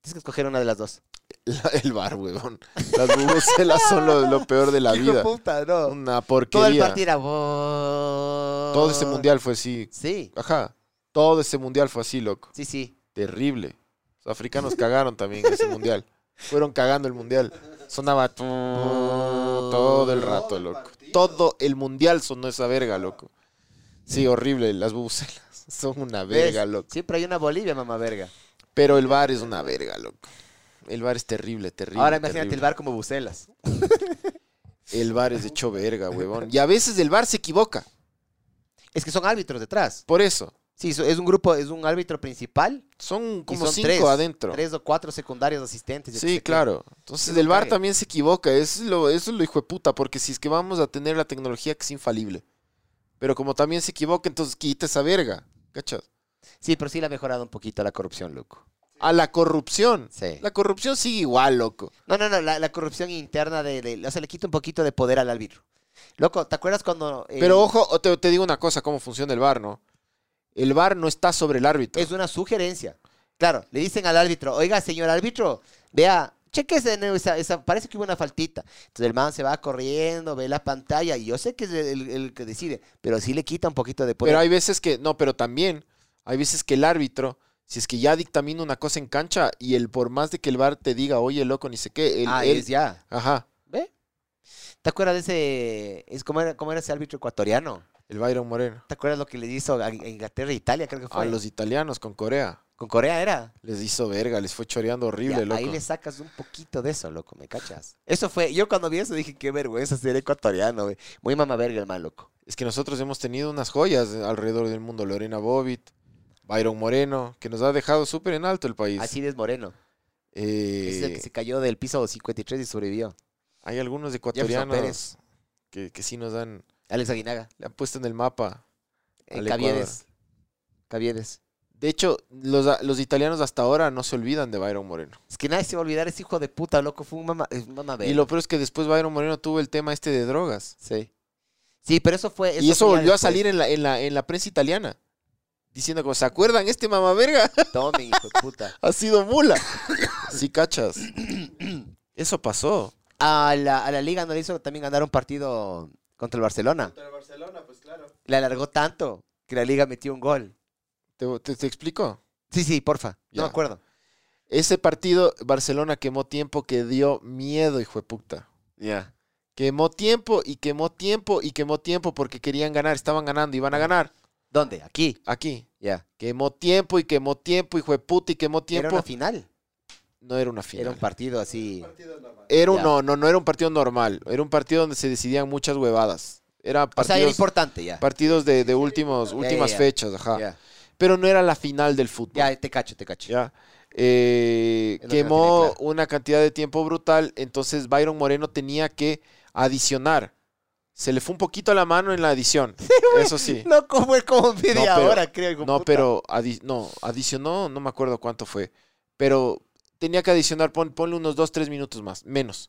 Speaker 3: Tienes que escoger una de las dos.
Speaker 2: la- el bar, huevón. Las bubucelas son lo, lo peor de la
Speaker 3: Hijo de
Speaker 2: vida.
Speaker 3: puta, no.
Speaker 2: Una
Speaker 3: Todo el
Speaker 2: porquería.
Speaker 3: partido era... Todo
Speaker 2: Todo ese mundial fue así.
Speaker 3: Sí,
Speaker 2: Ajá. Todo ese mundial fue así, loco.
Speaker 3: sí, sí.
Speaker 2: Terrible. Los africanos cagaron también ese mundial. Fueron cagando el mundial. Sonaba tu-
Speaker 3: Oh.
Speaker 2: todo el rato, loco. Todo el mundial sonó esa verga, loco. Sí, horrible. Las bubucelas son una verga,
Speaker 3: ¿Ves?
Speaker 2: loco.
Speaker 3: Siempre hay una Bolivia, mamá verga.
Speaker 2: Pero el bar es una verga, loco. El bar es terrible, terrible.
Speaker 3: Ahora imagínate
Speaker 2: terrible.
Speaker 3: el bar como bucelas.
Speaker 2: El bar es hecho verga, huevón. Y a veces el bar se equivoca.
Speaker 3: Es que son árbitros detrás.
Speaker 2: Por eso.
Speaker 3: Sí, so- es un grupo, es un árbitro principal.
Speaker 2: Son
Speaker 3: y
Speaker 2: como
Speaker 3: son
Speaker 2: cinco
Speaker 3: tres,
Speaker 2: adentro.
Speaker 3: Tres o cuatro secundarios asistentes. yo qué sé
Speaker 2: Sí,
Speaker 3: qué.
Speaker 2: claro. Entonces
Speaker 3: Eso
Speaker 2: el bar
Speaker 3: cae.
Speaker 2: también se equivoca. Eso es, lo, eso es lo hijo de puta. Porque si es que vamos a tener la tecnología que es infalible. Pero como también se equivoca, entonces quita esa verga. ¿Cachas?
Speaker 3: Sí, pero sí le ha mejorado un poquito la corrupción, loco.
Speaker 2: A la corrupción.
Speaker 3: Sí.
Speaker 2: La corrupción sigue igual, loco.
Speaker 3: No, no, no, la, la corrupción interna de, de- O sea, le quita un poquito de poder al árbitro. Loco, ¿te acuerdas cuando. eh,
Speaker 2: Pero ojo, o te, te digo una cosa, cómo funciona el bar, ¿no? El bar no está sobre el árbitro.
Speaker 3: Es una sugerencia. Claro, le dicen al árbitro, oiga, señor árbitro, vea, chequese, de nuevo esa, esa- parece que hubo una faltita. Entonces el man se va corriendo, ve la pantalla, y yo sé que es el, el que decide, pero sí le quita un poquito de poder.
Speaker 2: Pero hay veces que, no, pero también hay veces que el árbitro, si es que ya dictamina una cosa en cancha y el por más de que el bar te diga, oye, loco, ni sé qué, el,
Speaker 3: ah,
Speaker 2: él-
Speaker 3: es ya.
Speaker 2: ajá,
Speaker 3: ¿Ve? ¿Te acuerdas de ese. Es, ¿cómo, era, cómo era ese árbitro ecuatoriano?
Speaker 2: el Byron Moreno.
Speaker 3: ¿Te acuerdas lo que le hizo a a Inglaterra e Italia? Creo que fue.
Speaker 2: A los italianos con Corea.
Speaker 3: Con Corea era.
Speaker 2: Les hizo verga, les fue choreando
Speaker 3: Ya,
Speaker 2: horrible, loco.
Speaker 3: ahí le sacas un poquito de eso, loco, ¿me cachas? Eso fue, yo cuando vi eso dije, qué vergüenza ser ecuatoriano, güey. Muy mamá verga el man, loco.
Speaker 2: Es que nosotros hemos tenido unas joyas eh, alrededor del mundo. Lorena Bobbitt, Byron Moreno, que nos ha dejado súper en alto el país.
Speaker 3: Así es Moreno.
Speaker 2: Eh,
Speaker 3: Es el que se cayó del piso 53 y sobrevivió.
Speaker 2: Hay algunos
Speaker 3: Pérez.
Speaker 2: ecuatorianos que, que sí nos dan,
Speaker 3: Alex Aguinaga.
Speaker 2: le han puesto en el mapa.
Speaker 3: eh,
Speaker 2: Al
Speaker 3: Caviedes. Caviedes.
Speaker 2: De hecho, los, a- los italianos hasta ahora no se olvidan de Byron Moreno.
Speaker 3: Es que nadie se va a olvidar, ese hijo de puta, loco. Fue un mamá, es un mamá verga.
Speaker 2: Y lo peor es que después Byron Moreno tuvo el tema este de drogas.
Speaker 3: Sí. Sí, pero eso fue...
Speaker 2: y eso
Speaker 3: fue ya
Speaker 2: volvió a
Speaker 3: después.
Speaker 2: salir en la, en la, en la prensa italiana. Diciendo como, ¿se acuerdan? Este mamá verga
Speaker 3: Tomen, hijo de puta.
Speaker 2: ha sido mula. sí, cachas. Eso pasó.
Speaker 3: A la, a la Liga no le hizo también ganar un partido contra el Barcelona.
Speaker 4: Contra el Barcelona, pues claro.
Speaker 3: Le alargó tanto que la Liga metió un gol.
Speaker 2: ¿Te, te- te explico?
Speaker 3: Sí, sí, porfa.
Speaker 2: Ya.
Speaker 3: No me acuerdo.
Speaker 2: Ese partido, Barcelona quemó tiempo que dio miedo, hijo de puta.
Speaker 3: Ya.
Speaker 2: Quemó tiempo y quemó tiempo y quemó tiempo porque querían ganar, estaban ganando, iban a ganar.
Speaker 3: ¿Dónde? Aquí.
Speaker 2: Aquí.
Speaker 3: Ya.
Speaker 2: Quemó tiempo y quemó tiempo, hijo de puta, y quemó tiempo.
Speaker 3: Era una final.
Speaker 2: no era una final.
Speaker 3: Era un partido así.
Speaker 4: Partido normal.
Speaker 2: Era un-
Speaker 3: Ya.
Speaker 2: no, no, no era un partido normal. Era un partido donde se decidían muchas huevadas. Era
Speaker 3: O sea, era
Speaker 2: partidos,
Speaker 3: importante ya.
Speaker 2: partidos de, de últimos,
Speaker 3: Ya,
Speaker 2: últimas
Speaker 3: ya, ya.
Speaker 2: fechas, ajá.
Speaker 3: Ya.
Speaker 2: Pero no era la final del fútbol.
Speaker 3: Ya, te cacho, te cacho.
Speaker 2: Ya. Eh,
Speaker 3: Es lo que la
Speaker 2: quemó
Speaker 3: tiene
Speaker 2: una cantidad de tiempo brutal, entonces Byron Moreno tenía que adicionar. Se le fue un poquito la mano en la adición. Eso sí.
Speaker 3: Loco, fue como media
Speaker 2: pero-
Speaker 3: hora, creo. hijo
Speaker 2: No,
Speaker 3: puta.
Speaker 2: pero adi- no, adicionó, no me acuerdo cuánto fue. Pero tenía que adicionar, pon- ponle unos 2, 3 minutos más, menos.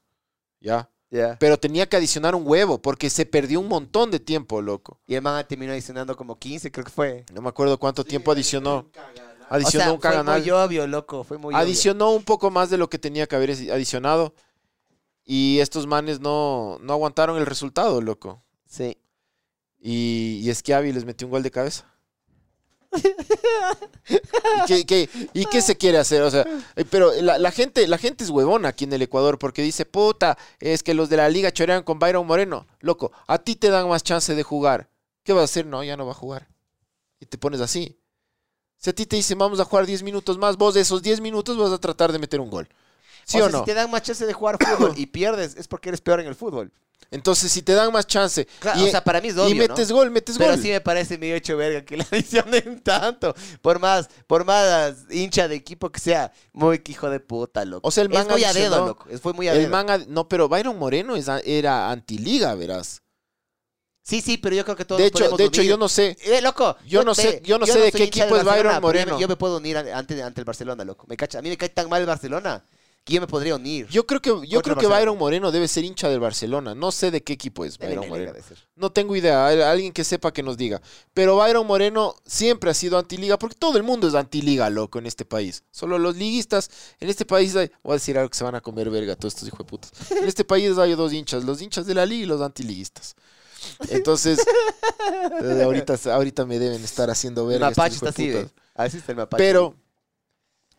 Speaker 2: ¿Ya?
Speaker 3: Ya.
Speaker 2: Pero tenía que adicionar un huevo porque se perdió un montón de tiempo, loco.
Speaker 3: Y el man terminó adicionando como 15, creo que fue.
Speaker 2: No me acuerdo cuánto
Speaker 4: Sí,
Speaker 2: tiempo adicionó.
Speaker 4: un caganal.
Speaker 2: Adicionó
Speaker 3: o sea,
Speaker 2: un caganal.
Speaker 3: Fue muy obvio, loco. Fue muy
Speaker 2: adicionó un poco más de lo que tenía que haber adicionado. Y estos manes no, no aguantaron el resultado, loco.
Speaker 3: obvio. Sí.
Speaker 2: Y, y Schiavi les metió un gol de cabeza. ¿Y qué, qué- y qué se quiere hacer? O sea, eh, pero la, la gente, la gente es huevona aquí en el Ecuador porque dice, puta, es que los de la liga chorean con Byron Moreno. Loco, a ti te dan más chance de jugar. ¿Qué vas a hacer? No, ya no va a jugar. Y te pones así. Si a ti te dicen, vamos a jugar 10 minutos más, vos de esos 10 minutos vas a tratar de meter un gol. ¿Sí o,
Speaker 3: sea,
Speaker 2: no?
Speaker 3: Si te dan más chance de jugar fútbol y pierdes, es porque eres peor en el fútbol.
Speaker 2: Entonces, si te dan más chance
Speaker 3: Claro,
Speaker 2: y,
Speaker 3: o sea, para mí es obvio.
Speaker 2: y metes
Speaker 3: ¿no?
Speaker 2: gol, metes
Speaker 3: Pero
Speaker 2: gol.
Speaker 3: sí me parece medio hecho verga que le adicionen tanto. Por más, por más hincha de equipo que sea, muy que hijo de puta, loco.
Speaker 2: O sea, el man
Speaker 3: es muy a
Speaker 2: adicionó-
Speaker 3: dedo, loco. Es, fue muy a
Speaker 2: El
Speaker 3: dedo.
Speaker 2: man ad- no, pero Byron Moreno es a- era antiliga, verás.
Speaker 3: Sí, sí, pero yo creo que todos
Speaker 2: De
Speaker 3: nos
Speaker 2: hecho,
Speaker 3: podemos
Speaker 2: de hecho
Speaker 3: unir.
Speaker 2: yo no sé.
Speaker 3: Eh, loco.
Speaker 2: Yo no
Speaker 3: te-
Speaker 2: sé- yo no sé de
Speaker 3: soy
Speaker 2: qué
Speaker 3: hincha del
Speaker 2: equipo es
Speaker 3: Barcelona,
Speaker 2: Byron
Speaker 3: pero yo me-
Speaker 2: Moreno.
Speaker 3: Yo me puedo unir a- ante, ante el Barcelona, loco. Me cacha. A mí me cae tan mal el Barcelona que yo me podría unir.
Speaker 2: Yo creo que yo
Speaker 3: Otro
Speaker 2: creo que
Speaker 3: Barcelona.
Speaker 2: Byron Moreno debe ser hincha del Barcelona. No sé de qué equipo es
Speaker 3: Debe
Speaker 2: Byron
Speaker 3: me
Speaker 2: Moreno.
Speaker 3: agradecer.
Speaker 2: No tengo idea. Al- Alguien que sepa que nos diga. Pero Byron Moreno siempre ha sido antiliga porque todo el mundo es antiliga, loco, en este país. Solo los liguistas en este país hay. Voy a decir algo que se van a comer verga todos estos hijos de putas. En este país hay dos hinchas, los hinchas de la liga y los antiliguistas. Entonces, eh, ahorita, ahorita me deben estar haciendo
Speaker 3: El
Speaker 2: verga. estos
Speaker 3: mapache
Speaker 2: hijos de
Speaker 3: está así,
Speaker 2: putas.
Speaker 3: ve. Así está el mapache.
Speaker 2: Pero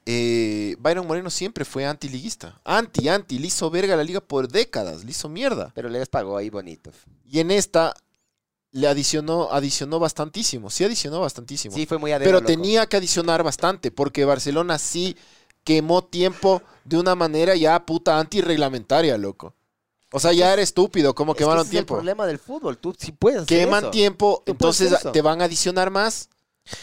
Speaker 2: eh, Byron Moreno siempre fue antiliguista. Anti, anti. Le hizo verga a la liga por décadas. Le hizo mierda.
Speaker 3: Pero les pagó ahí bonito.
Speaker 2: Y en esta le adicionó, adicionó bastantísimo. Sí adicionó bastantísimo.
Speaker 3: Sí, fue muy a dedo,
Speaker 2: pero
Speaker 3: loco.
Speaker 2: tenía que adicionar bastante porque Barcelona sí quemó tiempo de una manera ya puta antirreglamentaria, loco. O sea, ya era estúpido, ¿cómo
Speaker 3: Es que
Speaker 2: quemaron
Speaker 3: ese Es el
Speaker 2: tiempo?
Speaker 3: problema del fútbol. Tú sí puedes hacer
Speaker 2: Queman
Speaker 3: eso.
Speaker 2: tiempo,
Speaker 3: Tú puedes
Speaker 2: entonces
Speaker 3: hacer eso.
Speaker 2: te van a adicionar más.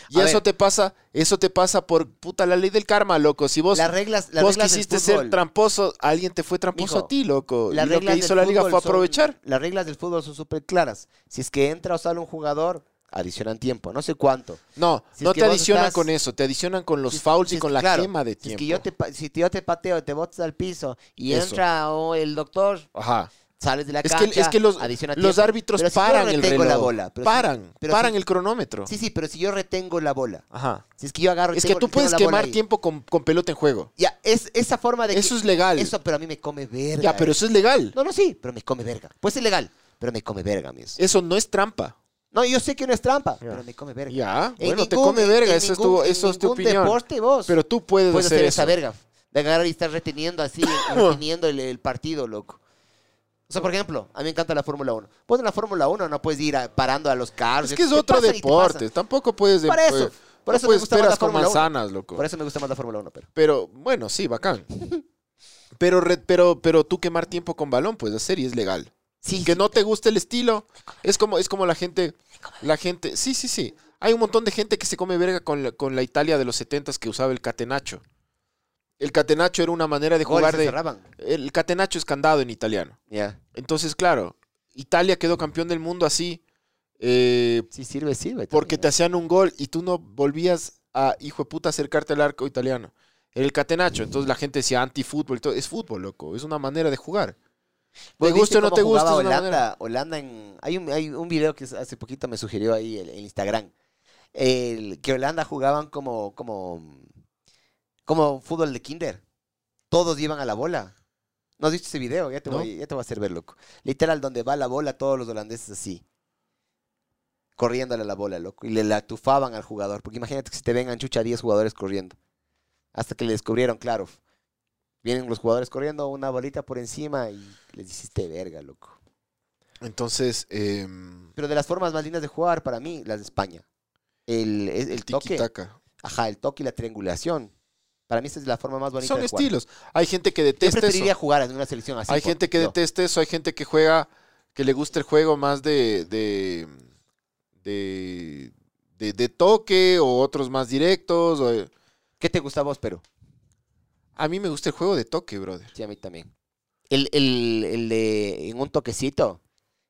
Speaker 2: Y
Speaker 3: A
Speaker 2: eso
Speaker 3: ver.
Speaker 2: te pasa, eso te pasa por puta la ley del karma, loco. Si vos,
Speaker 3: Las reglas, las
Speaker 2: vos
Speaker 3: reglas
Speaker 2: quisiste
Speaker 3: del fútbol,
Speaker 2: ser tramposo, alguien te fue tramposo
Speaker 3: Mijo,
Speaker 2: a ti, loco.
Speaker 3: las
Speaker 2: y lo
Speaker 3: reglas
Speaker 2: que
Speaker 3: del
Speaker 2: hizo la liga
Speaker 3: fútbol
Speaker 2: fue
Speaker 3: son-
Speaker 2: aprovechar.
Speaker 3: Las reglas del fútbol son súper claras. Si es que entra o sale un jugador, adicionan tiempo. No sé cuánto.
Speaker 2: No,
Speaker 3: Si es
Speaker 2: no
Speaker 3: que
Speaker 2: te
Speaker 3: vos
Speaker 2: adicionan
Speaker 3: estás-
Speaker 2: con eso, te adicionan con los
Speaker 3: Si es-
Speaker 2: fouls y
Speaker 3: si es
Speaker 2: con
Speaker 3: que,
Speaker 2: la
Speaker 3: claro,
Speaker 2: quema de
Speaker 3: Si, es
Speaker 2: tiempo.
Speaker 3: que yo te, pa- si yo te pateo, te botas al piso y
Speaker 2: Eso.
Speaker 3: entra o el doctor,
Speaker 2: Ajá.
Speaker 3: sales de la
Speaker 2: Es que,
Speaker 3: cancha,
Speaker 2: es que los,
Speaker 3: adiciona
Speaker 2: los
Speaker 3: tiempo.
Speaker 2: árbitros
Speaker 3: Pero si yo
Speaker 2: paran el
Speaker 3: retengo
Speaker 2: reloj.
Speaker 3: la bola, pero si-
Speaker 2: paran,
Speaker 3: pero
Speaker 2: paran
Speaker 3: si-
Speaker 2: el cronómetro.
Speaker 3: Sí, sí, pero si yo retengo la bola,
Speaker 2: Ajá.
Speaker 3: si es que yo agarro y
Speaker 2: Es que
Speaker 3: tengo-
Speaker 2: tú
Speaker 3: tengo
Speaker 2: puedes
Speaker 3: la bola
Speaker 2: quemar
Speaker 3: ahí.
Speaker 2: tiempo con, con pelota en juego.
Speaker 3: Ya, es esa forma de que-
Speaker 2: Eso es legal.
Speaker 3: Eso, pero a mí me come verga.
Speaker 2: ya, pero eso es legal.
Speaker 3: No, no, sí, pero me come verga. Pues es legal, pero me come verga, mis.
Speaker 2: Eso no es trampa.
Speaker 3: No, yo sé que no es trampa,
Speaker 2: Ya.
Speaker 3: pero me come verga.
Speaker 2: Ya,
Speaker 3: En
Speaker 2: bueno, te
Speaker 3: ningún-
Speaker 2: come verga,
Speaker 3: en
Speaker 2: eso, es tu,
Speaker 3: ningún- en
Speaker 2: eso es tu
Speaker 3: ningún
Speaker 2: opinión.
Speaker 3: deporte vos
Speaker 2: Pero tú puedes,
Speaker 3: puedes hacer, esa
Speaker 2: eso.
Speaker 3: verga. De agarrar y estar reteniendo así, reteniendo el, el partido, loco. O sea, por ejemplo, a mí me encanta la Fórmula 1. Vos en la Fórmula 1 no puedes ir a- parando a los carros.
Speaker 2: Es que es
Speaker 3: te
Speaker 2: otro
Speaker 3: pasan y te
Speaker 2: deporte.
Speaker 3: pasan.
Speaker 2: Tampoco puedes.
Speaker 3: Por
Speaker 2: eh,
Speaker 3: eso, por
Speaker 2: no
Speaker 3: eso me
Speaker 2: puedes
Speaker 3: gusta más la
Speaker 2: peras con
Speaker 3: Fórmula uno.
Speaker 2: manzanas, loco.
Speaker 3: Por eso me gusta más la Fórmula 1, pero.
Speaker 2: Pero bueno, sí, bacán. Pero, re- pero, pero tú quemar tiempo con balón puedes hacer y es legal.
Speaker 3: Sí,
Speaker 2: Que
Speaker 3: sí,
Speaker 2: no te guste el estilo. Es como, es como la gente. La gente. Sí, sí, sí. Hay un montón de gente que se come verga con la, con la Italia de los 70 que usaba el catenacho. El catenacho era una manera de
Speaker 3: goles
Speaker 2: jugar
Speaker 3: se
Speaker 2: de.
Speaker 3: cerraban.
Speaker 2: El catenacho es candado en italiano.
Speaker 3: Ya.
Speaker 2: Entonces, claro, Italia quedó campeón del mundo así eh,
Speaker 3: Sí, sirve, sirve.
Speaker 2: porque te
Speaker 3: también.
Speaker 2: hacían un gol y tú no volvías a, hijo de puta, acercarte al arco italiano. Era el catenacho. Entonces
Speaker 3: Mm.
Speaker 2: la gente decía antifútbol. y todo. Es fútbol, loco. Es una manera de jugar.
Speaker 3: ¿Vos
Speaker 2: Te
Speaker 3: viste
Speaker 2: guste o no
Speaker 3: cómo
Speaker 2: te guste.
Speaker 3: jugaba
Speaker 2: es una manera.
Speaker 3: Holanda, Holanda en. Hay un, hay un video que hace poquito me sugirió ahí el, el Instagram. El, que Holanda jugaban como, como. como fútbol de kinder. Todos iban a la bola. ¿No has visto ese video? Ya te,
Speaker 2: No.
Speaker 3: voy, ya te voy a hacer ver, loco. Literal, donde va la bola, todos los holandeses así. Corriéndole a la bola, loco. Y le la atufaban al jugador. Porque imagínate que si te vengan chucha 10 jugadores corriendo. Hasta que le descubrieron, claro. Vienen los jugadores corriendo, una bolita por encima y les hiciste verga, loco.
Speaker 2: Entonces, em,
Speaker 3: Pero de las formas más lindas de jugar, para mí, las de España. El, es- el toque.
Speaker 2: tiki-taka.
Speaker 3: Ajá, el toque y la triangulación. Para mí esa es la forma más bonita
Speaker 2: Son
Speaker 3: de jugar.
Speaker 2: estilos. Hay gente que
Speaker 3: Yo
Speaker 2: detesta eso.
Speaker 3: preferiría jugar en una selección así.
Speaker 2: Hay
Speaker 3: por-
Speaker 2: gente que
Speaker 3: yo.
Speaker 2: detesta eso, hay gente que juega, que le gusta el juego más de, de, de, de- de toque o otros más directos. o-
Speaker 3: ¿Qué te gusta a vos, pero?
Speaker 2: A mí me gusta el juego de toque, brother.
Speaker 3: Sí, a mí también. El, el, el de en un toquecito,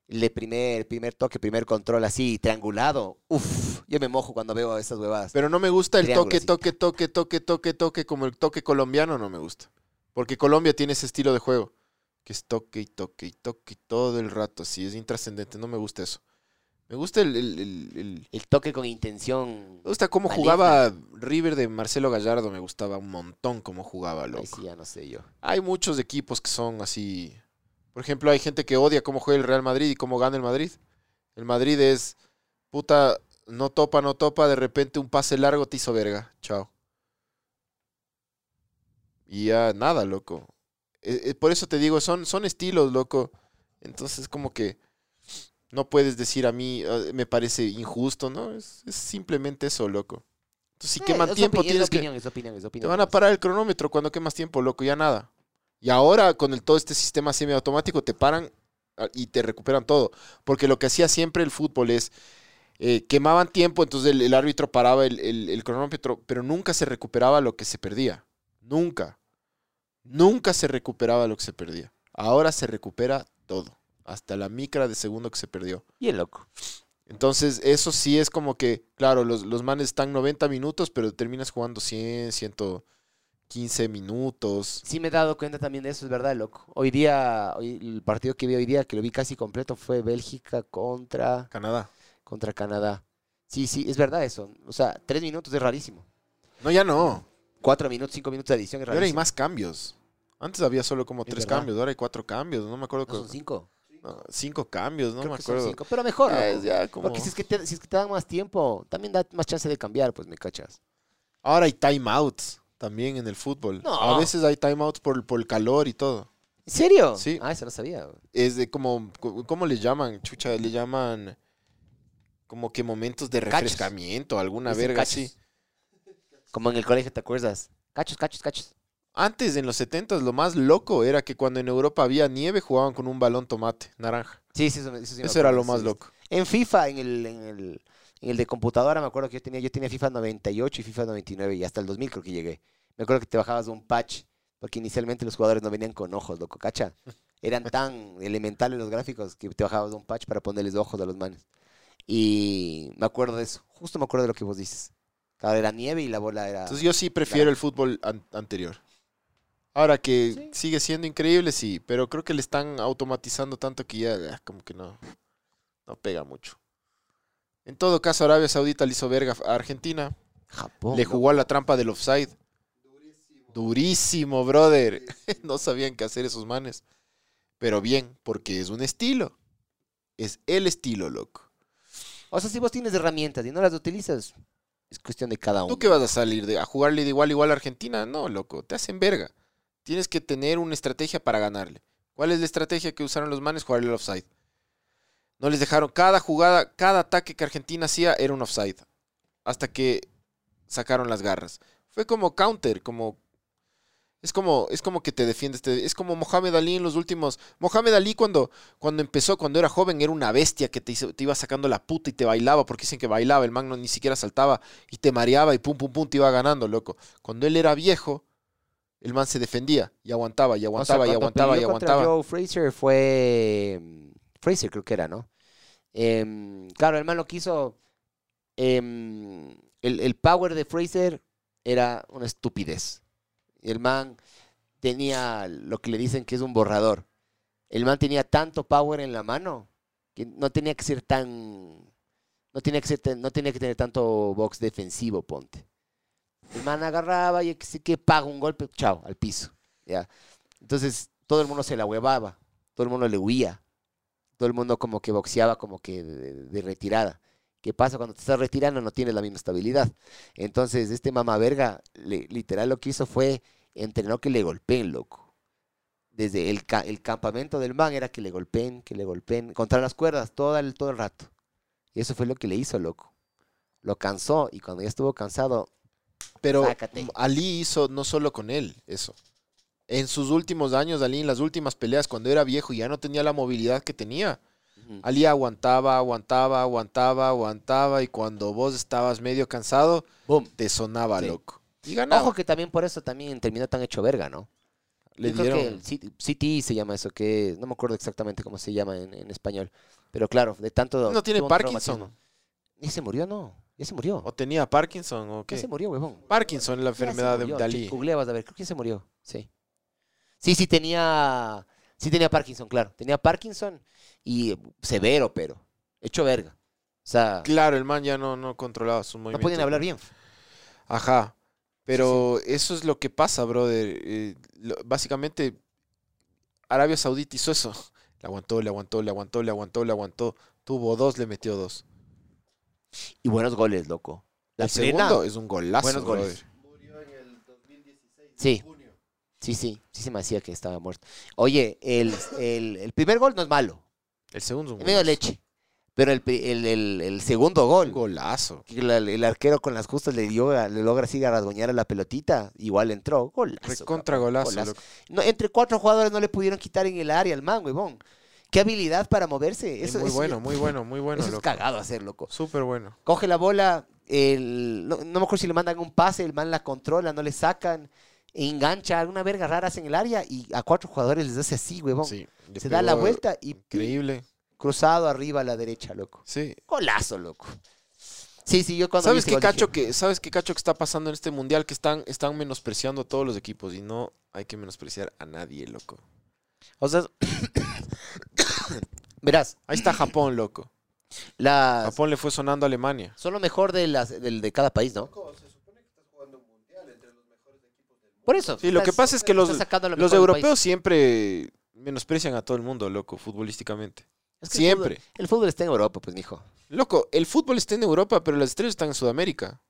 Speaker 3: el de primer, primer toque, primer control así, triangulado. Uf, yo me mojo cuando veo esas huevadas.
Speaker 2: Pero no me gusta el
Speaker 3: Triángulo,
Speaker 2: toque,
Speaker 3: sí.
Speaker 2: toque, toque, toque, toque, toque, como el toque colombiano no me gusta. Porque Colombia tiene ese estilo de juego, que es toque y toque y toque y todo el rato, así, es intrascendente, no me gusta eso. Me gusta el... el- el- el-
Speaker 3: El toque con intención.
Speaker 2: me gusta cómo
Speaker 3: Maligna.
Speaker 2: jugaba River de Marcelo Gallardo, me gustaba un montón cómo jugaba,
Speaker 3: Ahí
Speaker 2: loco.
Speaker 3: sí, ya no sé yo.
Speaker 2: Hay muchos equipos que son así. Por ejemplo, hay gente que odia cómo juega el Real Madrid y cómo gana el Madrid. El Madrid es, puta, no topa, no topa, de repente un pase largo te hizo verga. Chao. Y ya nada, loco. Eh, eh, por eso te digo, son, son estilos, loco. Entonces, como que no puedes decir a mí, "Ah, me parece injusto, ¿no? Es, es simplemente eso, loco. Entonces, si
Speaker 3: Eh,
Speaker 2: queman
Speaker 3: es
Speaker 2: tiempo,
Speaker 3: opinión,
Speaker 2: tienes
Speaker 3: es
Speaker 2: que.
Speaker 3: opinión, es opinión, es
Speaker 2: Te
Speaker 3: opinión,
Speaker 2: van a parar el cronómetro cuando quemas tiempo, loco, ya nada. Y ahora con el, todo este sistema semiautomático te paran ah, y te recuperan todo. Porque lo que hacía siempre el fútbol es eh, quemaban tiempo, entonces el, el árbitro paraba el, el- el cronómetro, pero nunca se recuperaba lo que se perdía. Nunca. Nunca se recuperaba lo que se perdía. Ahora se recupera todo. Hasta la micra de segundo que se perdió.
Speaker 3: Y el loco.
Speaker 2: Entonces, eso sí es como que, claro, los, los manes están 90 minutos, pero terminas jugando 100, 115 minutos.
Speaker 3: Sí me he dado cuenta también de eso, es verdad, loco. Hoy día, hoy- el partido que vi hoy día, que lo vi casi completo, fue Bélgica contra,
Speaker 2: Canadá.
Speaker 3: contra Canadá. Sí, sí, es verdad eso. O sea, tres minutos es rarísimo.
Speaker 2: No, ya no.
Speaker 3: Cuatro minutos, cinco minutos de edición es
Speaker 2: Ahora hay
Speaker 3: rarísimo.
Speaker 2: más cambios. Antes había solo como
Speaker 3: Es
Speaker 2: tres
Speaker 3: verdad.
Speaker 2: cambios, ahora hay cuatro cambios. No me acuerdo.
Speaker 3: No, son
Speaker 2: cu-
Speaker 3: cinco.
Speaker 2: no, cinco cambios, no
Speaker 3: Creo
Speaker 2: me
Speaker 3: que son
Speaker 2: acuerdo.
Speaker 3: cinco, pero mejor.
Speaker 2: Ya
Speaker 3: ¿no?
Speaker 2: es ya como-
Speaker 3: Porque si es, que te, si es que te dan más tiempo, también da más chance de cambiar, pues me cachas.
Speaker 2: Ahora hay timeouts también en el fútbol.
Speaker 3: No.
Speaker 2: A veces hay timeouts por, por el calor y todo.
Speaker 3: ¿En serio?
Speaker 2: Sí.
Speaker 3: Ah, eso no sabía.
Speaker 2: Es de como, co- ¿cómo le llaman? Chucha, le llaman como que momentos de
Speaker 3: Cachos.
Speaker 2: refrescamiento, alguna
Speaker 3: Dicen
Speaker 2: verga
Speaker 3: cachos.
Speaker 2: así.
Speaker 3: Como en el colegio, ¿te acuerdas? Cachos, cachos, cachos.
Speaker 2: Antes, en los 70 lo más loco era que cuando en Europa había nieve jugaban con un balón tomate, naranja.
Speaker 3: Sí, sí, eso, me- eso sí me
Speaker 2: Eso era
Speaker 3: acuerdo,
Speaker 2: lo más
Speaker 3: sí.
Speaker 2: loco.
Speaker 3: En FIFA, en el, en el, en el de computadora, me acuerdo que yo tenía, yo tenía FIFA 98 y FIFA 99 y hasta el 2000 creo que llegué. Me acuerdo que te bajabas un patch porque inicialmente los jugadores no venían con ojos, loco, cacha. Eran tan elementales los gráficos que te bajabas un patch para ponerles ojos a los manes. Y me acuerdo de eso, justo me acuerdo de lo que vos dices. Claro, era nieve y la bola era...
Speaker 2: Entonces yo sí prefiero el fútbol an- anterior. Ahora que sigue siendo increíble, sí, pero creo que le están automatizando tanto que ya ah, como que no, no pega mucho. En todo caso, Arabia Saudita le hizo verga a Argentina.
Speaker 3: Japón.
Speaker 2: Le
Speaker 3: loco.
Speaker 2: jugó a la trampa del offside. Durísimo, brother. No sabían qué hacer esos manes. Pero bien, porque es un estilo. Es el estilo, loco.
Speaker 3: O sea, si vos tienes herramientas y no las utilizas, es cuestión de cada uno.
Speaker 2: ¿Tú qué vas a salir de, a jugarle de igual igual a Argentina? No, loco, te hacen verga. Tienes que tener una estrategia para ganarle. ¿Cuál es la estrategia que usaron los manes? Jugarle el offside. No les dejaron cada jugada, cada ataque que Argentina hacía era un offside. Hasta que sacaron las garras. Fue como counter, como es como es como que te defiendes, te- es como Mohamed Ali en los últimos. Mohamed Ali cuando cuando empezó, cuando era joven era una bestia que te, hizo- te iba sacando la puta y te bailaba, porque dicen que bailaba, el man no, ni siquiera saltaba y te mareaba y pum pum pum te iba ganando, loco. Cuando él era viejo, el man se defendía y aguantaba y
Speaker 3: O sea,
Speaker 2: aguantaba y
Speaker 3: cuando
Speaker 2: aguantaba y
Speaker 3: peleó contra
Speaker 2: aguantaba.
Speaker 3: Joe Fraser fue. mm, Fraser creo que era, ¿no? Em, claro, el man lo quiso. em, el, el power de Fraser era una estupidez. El man tenía lo que le dicen que es un borrador. El man tenía tanto power en la mano que no tenía que ser tan. No tenía que, ser tan- no tenía que tener tanto box defensivo, ponte. El man agarraba y que sí que paga un golpe, chao, al piso. ¿ya? Entonces, todo el mundo se la huevaba, todo el mundo le huía, todo el mundo como que boxeaba como que de, de retirada. ¿Qué pasa cuando te estás retirando? No tienes la misma estabilidad. Entonces, este mamá verga, le- literal lo que hizo fue entrenó que le golpeen, loco. Desde el, ca- el campamento del man era que le golpeen, que le golpeen, contra las cuerdas todo el, todo el rato. Y eso fue lo que le hizo, loco. Lo cansó y cuando ya estuvo cansado,
Speaker 2: Pero
Speaker 3: Sácate.
Speaker 2: Ali hizo no solo con él eso. En sus últimos años, Ali, en las últimas peleas, cuando era viejo y ya no tenía la movilidad que tenía,
Speaker 3: ujú,
Speaker 2: Ali aguantaba, aguantaba, aguantaba, aguantaba y cuando vos estabas medio cansado,
Speaker 3: boom.
Speaker 2: te sonaba
Speaker 3: Sí.
Speaker 2: loco. Y ganaba.
Speaker 3: Ojo que también por eso también terminó tan hecho verga, ¿no?
Speaker 2: Le
Speaker 3: Yo creo que
Speaker 2: dieron
Speaker 3: el C- CTE se llama eso, que no me acuerdo exactamente cómo se llama en, en español. Pero claro, de tanto...
Speaker 2: No tiene
Speaker 3: tuvo un
Speaker 2: Parkinson.
Speaker 3: traumatismo. Ya se murió, no. Ya se murió.
Speaker 2: o tenía Parkinson o
Speaker 3: Ya
Speaker 2: qué?
Speaker 3: se murió, huevón.
Speaker 2: Parkinson es la enfermedad de, de Ali.
Speaker 3: Google vas a ver, creo que ya se murió, sí. Sí, sí tenía... Sí tenía Parkinson, claro. Tenía Parkinson y eh, severo, pero hecho verga. O sea,
Speaker 2: Claro, el man ya no, no controlaba sus
Speaker 3: no
Speaker 2: movimientos.
Speaker 3: podían hablar bien.
Speaker 2: Ajá. Pero eso es lo que pasa, brother. Eh, lo- básicamente, Arabia Saudita hizo eso. Le aguantó, le aguantó, le aguantó, le aguantó, le aguantó. Tuvo dos, le metió dos.
Speaker 3: Y buenos goles, loco. La
Speaker 2: el
Speaker 3: plena-
Speaker 2: segundo es un golazo,
Speaker 3: buenos goles.
Speaker 2: brother.
Speaker 4: Murió en el 2016,
Speaker 3: Sí.
Speaker 4: en junio.
Speaker 3: Sí, sí, sí se me hacía que estaba muerto. Oye, el, el- el primer gol no es malo,
Speaker 2: El segundo es un
Speaker 3: es medio
Speaker 2: golazo.
Speaker 3: leche. Pero el, pri- el- el- el segundo
Speaker 2: Un
Speaker 3: gol,
Speaker 2: golazo.
Speaker 3: que la- el, arquero con las justas le dio, a- le logra así rasgoñar a la pelotita, igual entró. Golazo.
Speaker 2: Recontra golazo.
Speaker 3: Golazo.
Speaker 2: loco.
Speaker 3: cabrón. No, entre cuatro jugadores no le pudieron quitar en el área al man, huevón. Qué habilidad para moverse.
Speaker 2: Y
Speaker 3: Eso,
Speaker 2: muy
Speaker 3: eso-
Speaker 2: bueno, muy bueno, muy bueno,
Speaker 3: eso es
Speaker 2: loco.
Speaker 3: cagado hacer, loco.
Speaker 2: Súper bueno.
Speaker 3: Coge la bola, el- no, no me acuerdo si le mandan un pase, el man la controla, no le sacan, e engancha alguna verga raras en el área y a cuatro jugadores les hace así, huevón.
Speaker 2: Sí, le
Speaker 3: Se da la
Speaker 2: pegó
Speaker 3: vuelta y
Speaker 2: Increíble.
Speaker 3: cruzado arriba a la derecha, loco.
Speaker 2: Sí,
Speaker 3: Golazo, loco. Sí, sí, yo cuando vi
Speaker 2: ¿Sabes
Speaker 3: ese
Speaker 2: qué
Speaker 3: gol dije,
Speaker 2: cacho que sabes qué cacho que está pasando en este mundial que están están menospreciando a todos los equipos y no hay que menospreciar a nadie, loco.
Speaker 3: O sea, verás,
Speaker 2: Ahí está Japón, loco.
Speaker 3: la
Speaker 2: Japón le fue sonando a Alemania.
Speaker 3: son lo mejor de las del de cada país, ¿no?
Speaker 4: Loco, se supone que estás jugando un mundial entre los mejores equipos del mundo.
Speaker 3: Por eso.
Speaker 2: Sí, lo que
Speaker 3: estás-
Speaker 2: pasa es que los,
Speaker 3: estás sacando lo
Speaker 2: los
Speaker 3: mejor del país.
Speaker 2: europeos siempre menosprecian a todo el mundo, loco, futbolísticamente.
Speaker 3: Es que el
Speaker 2: siempre.
Speaker 3: fútbol- El fútbol está en Europa, pues, mijo.
Speaker 2: Loco, el fútbol está en Europa, pero las estrellas están en Sudamérica.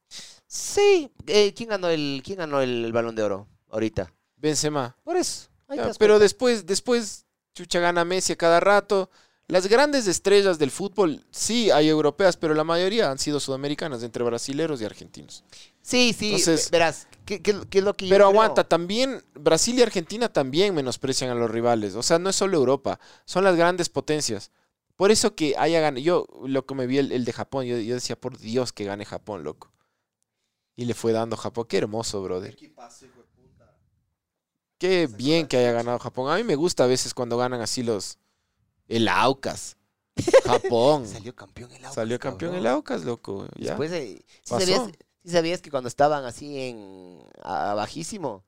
Speaker 3: Sí. eh, ¿Quién ganó el quién ganó el, el Balón de Oro ahorita? Ah,
Speaker 2: Benzema.
Speaker 3: Por eso. Ahí
Speaker 2: Ya,
Speaker 3: te das
Speaker 2: pero
Speaker 3: cuenta.
Speaker 2: después después chucha gana Messi a cada rato. Las grandes estrellas del fútbol, sí, hay europeas, pero la mayoría han sido sudamericanas, entre brasileros y argentinos.
Speaker 3: Sí, sí,
Speaker 2: Entonces-
Speaker 3: verás, ¿qué, qué- qué es lo que yo
Speaker 2: Pero
Speaker 3: creo?
Speaker 2: aguanta, también Brasil y Argentina también menosprecian a los rivales. O sea, no es solo Europa, son las grandes potencias. Por eso que haya ganado. Yo, lo que me vi el, el de Japón, yo, yo decía, por Dios que gane Japón, loco. Y le fue dando Japón. Qué hermoso, brother.
Speaker 4: Equipazo, hijo de puta.
Speaker 2: Qué bien que haya ganado Japón. A mí me gusta a veces cuando ganan así los. El Aucas. Japón.
Speaker 3: Salió campeón el Aucas.
Speaker 2: Salió campeón
Speaker 3: cabrón.
Speaker 2: el Aucas, loco. ya.
Speaker 3: Después, eh, ¿sí,
Speaker 2: Pasó.
Speaker 3: sabías, sí sabías que cuando estaban así en a- abajísimo,